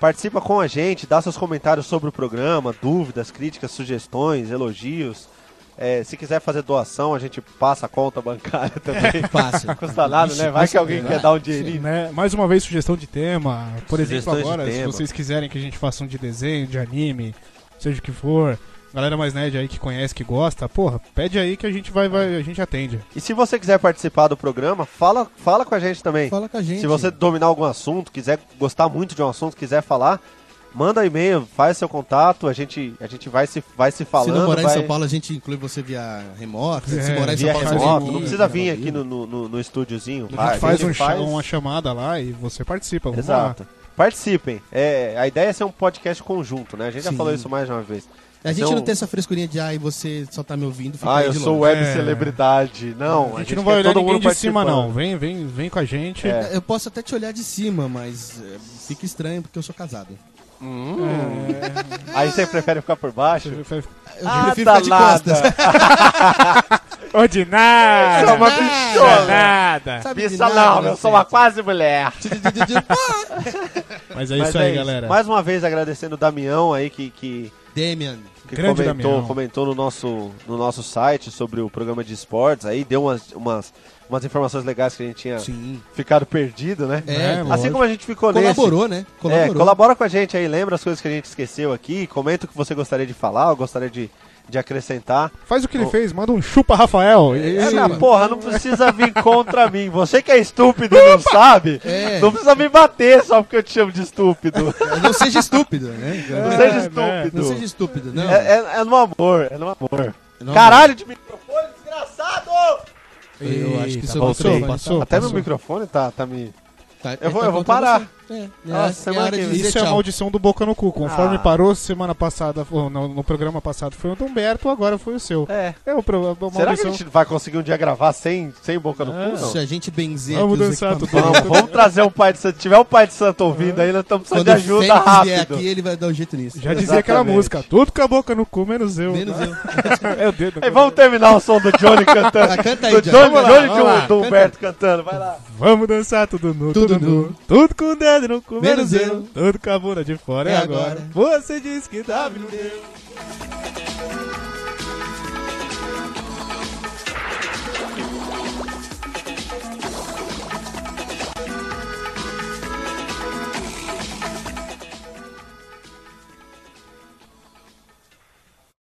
Speaker 5: Participa com a gente, dá seus comentários sobre o programa, dúvidas, críticas, sugestões, elogios. É, se quiser fazer doação, a gente passa a conta bancária também.
Speaker 3: É Fácil. é
Speaker 5: Não custa nada, né? Vai que alguém quer dar um dinheirinho.
Speaker 2: Né? Mais uma vez, sugestão de tema. Por exemplo,
Speaker 5: Sugestões de
Speaker 2: agora, se
Speaker 5: tema.
Speaker 2: vocês quiserem que a gente faça um de desenho, de anime, seja o que for, galera mais nerd aí que conhece, que gosta, porra, pede aí que a gente vai, vai- a gente atende.
Speaker 5: E se você quiser participar do programa, fala, fala com a gente também.
Speaker 3: Fala com a gente.
Speaker 5: Se você dominar algum assunto, quiser gostar muito de um assunto, quiser falar, manda e-mail, faz seu contato, a gente, a gente vai se, vai se falando.
Speaker 3: se não morar
Speaker 5: vai...
Speaker 3: em São Paulo, a gente inclui você via remoto. Se
Speaker 2: É,
Speaker 3: morar em São
Speaker 5: Via
Speaker 3: Paulo, a gente
Speaker 5: remoto,
Speaker 3: inclui,
Speaker 5: não precisa
Speaker 3: né,
Speaker 5: vir
Speaker 3: ao
Speaker 5: aqui
Speaker 3: vivo.
Speaker 5: no, no, no- no estúdiozinho.
Speaker 2: a
Speaker 5: vai,
Speaker 2: gente faz, um cha- uma chamada lá e você participa. vamos lá.
Speaker 5: Exato. Participem. É, a ideia é ser um podcast conjunto, né? A gente já
Speaker 3: Sim.
Speaker 5: falou isso mais de uma vez.
Speaker 3: A gente
Speaker 5: Então-
Speaker 3: não tem essa frescurinha de, ai, você só tá me ouvindo, fica
Speaker 5: Ah,
Speaker 3: aí
Speaker 5: eu
Speaker 3: de
Speaker 5: sou
Speaker 3: longe.
Speaker 5: web
Speaker 2: É.
Speaker 5: celebridade. Não,
Speaker 2: A gente, não vai
Speaker 5: quer
Speaker 2: olhar
Speaker 5: todo
Speaker 2: ninguém
Speaker 5: mundo
Speaker 2: de cima, não.
Speaker 5: participando.
Speaker 2: Vem, vem, vem com a gente.
Speaker 5: É.
Speaker 3: Eu posso até te olhar de cima, mas é, fica estranho porque eu sou casado.
Speaker 5: Aí você prefere ficar por baixo?
Speaker 2: É.
Speaker 3: Eu
Speaker 5: Ah,
Speaker 3: prefiro ficar de
Speaker 5: danada.
Speaker 3: costas.
Speaker 2: Ô, de nada!
Speaker 5: Chama
Speaker 2: De
Speaker 5: bichona.
Speaker 2: nada!
Speaker 3: Sabe de
Speaker 5: Bicha não,
Speaker 3: nada,
Speaker 5: eu
Speaker 3: assim.
Speaker 5: sou uma quase mulher.
Speaker 3: ah,
Speaker 2: Mas é
Speaker 5: Mas
Speaker 2: isso aí,
Speaker 5: é
Speaker 2: galera.
Speaker 5: Mais uma vez agradecendo o Damião aí que, que,
Speaker 3: Damian.
Speaker 5: que
Speaker 2: Grande
Speaker 5: comentou,
Speaker 2: Damião.
Speaker 5: comentou no, nosso, no nosso site sobre o programa de esportes aí, deu umas, umas, umas informações legais que a gente tinha
Speaker 3: Sim.
Speaker 5: ficado perdido, né?
Speaker 3: É,
Speaker 2: É,
Speaker 5: Assim como a gente ficou nesse.
Speaker 3: Colaborou, né?
Speaker 5: É, colabora com a gente aí, lembra as coisas que a gente esqueceu aqui, comenta o que você gostaria de falar ou gostaria de, de acrescentar.
Speaker 2: Faz o que ele fez, manda um chupa, Rafael. E-
Speaker 5: É,
Speaker 2: e-
Speaker 5: na porra, não precisa vir contra mim. Você que é estúpido e não sabe,
Speaker 3: É.
Speaker 5: não precisa me bater só porque eu te chamo de estúpido.
Speaker 3: Não seja estúpido, né?
Speaker 5: Não
Speaker 2: É,
Speaker 5: seja
Speaker 2: né?
Speaker 5: estúpido.
Speaker 3: Não seja estúpido, não.
Speaker 5: É, é- é no amor, é no amor.
Speaker 3: Não,
Speaker 5: Caralho de microfone, desgraçado!
Speaker 2: Eu acho que
Speaker 3: Eita,
Speaker 2: seu
Speaker 5: voltei.
Speaker 2: microfone passou,
Speaker 5: Até meu
Speaker 2: passou.
Speaker 5: microfone tá, tá me.
Speaker 3: é Tá,
Speaker 5: Eu vou-
Speaker 3: tá
Speaker 5: eu vou
Speaker 3: contra
Speaker 5: parar.
Speaker 3: você. É, é,
Speaker 5: Ah,
Speaker 3: é
Speaker 5: semana
Speaker 3: hora de
Speaker 5: que vem.
Speaker 3: dizer
Speaker 2: Isso é a
Speaker 3: tchau.
Speaker 2: maldição do Boca no Cu. Conforme
Speaker 5: Ah.
Speaker 2: parou semana passada, ou no, no programa passado foi o do Humberto, agora foi o seu.
Speaker 5: É.
Speaker 2: É o problema.
Speaker 5: Será que a gente vai conseguir um dia gravar sem, sem boca no cu? Não?
Speaker 3: Se a gente benzer
Speaker 2: Vamos
Speaker 3: aqui os
Speaker 2: dançar,
Speaker 3: equipamentos-
Speaker 5: Vamos, vamos trazer um pai de santo. Se tiver um pai de santo ouvindo aí, nós estamos precisando
Speaker 3: Quando
Speaker 5: de
Speaker 3: o
Speaker 5: ajuda
Speaker 3: Fênix vier
Speaker 5: rápido.
Speaker 3: aqui, ele vai dar um jeito nisso.
Speaker 2: Já dizia aquela
Speaker 5: Exatamente.
Speaker 2: música, tudo com a boca no cu, menos eu.
Speaker 3: Menos eu.
Speaker 2: é o dedo.
Speaker 5: Ei, vamos terminar o som do Johnny
Speaker 3: Ah,
Speaker 5: cantando.
Speaker 3: canta
Speaker 5: do
Speaker 3: aí,
Speaker 5: Johnny,
Speaker 3: Johnny.
Speaker 2: Vamos lá,
Speaker 5: Johnny
Speaker 2: vamos
Speaker 5: do-
Speaker 2: lá.
Speaker 5: do Humberto cantando, vai lá.
Speaker 2: Vamos dançar tudo nu, tudo,
Speaker 3: Tudo
Speaker 2: nu.
Speaker 3: nu.
Speaker 2: Tudo com o dedo no cu, menos
Speaker 3: Menos
Speaker 2: eu. Tudo com a bunda de fora, é
Speaker 3: É
Speaker 2: agora.
Speaker 3: agora.
Speaker 2: Você diz que dá, me não deu.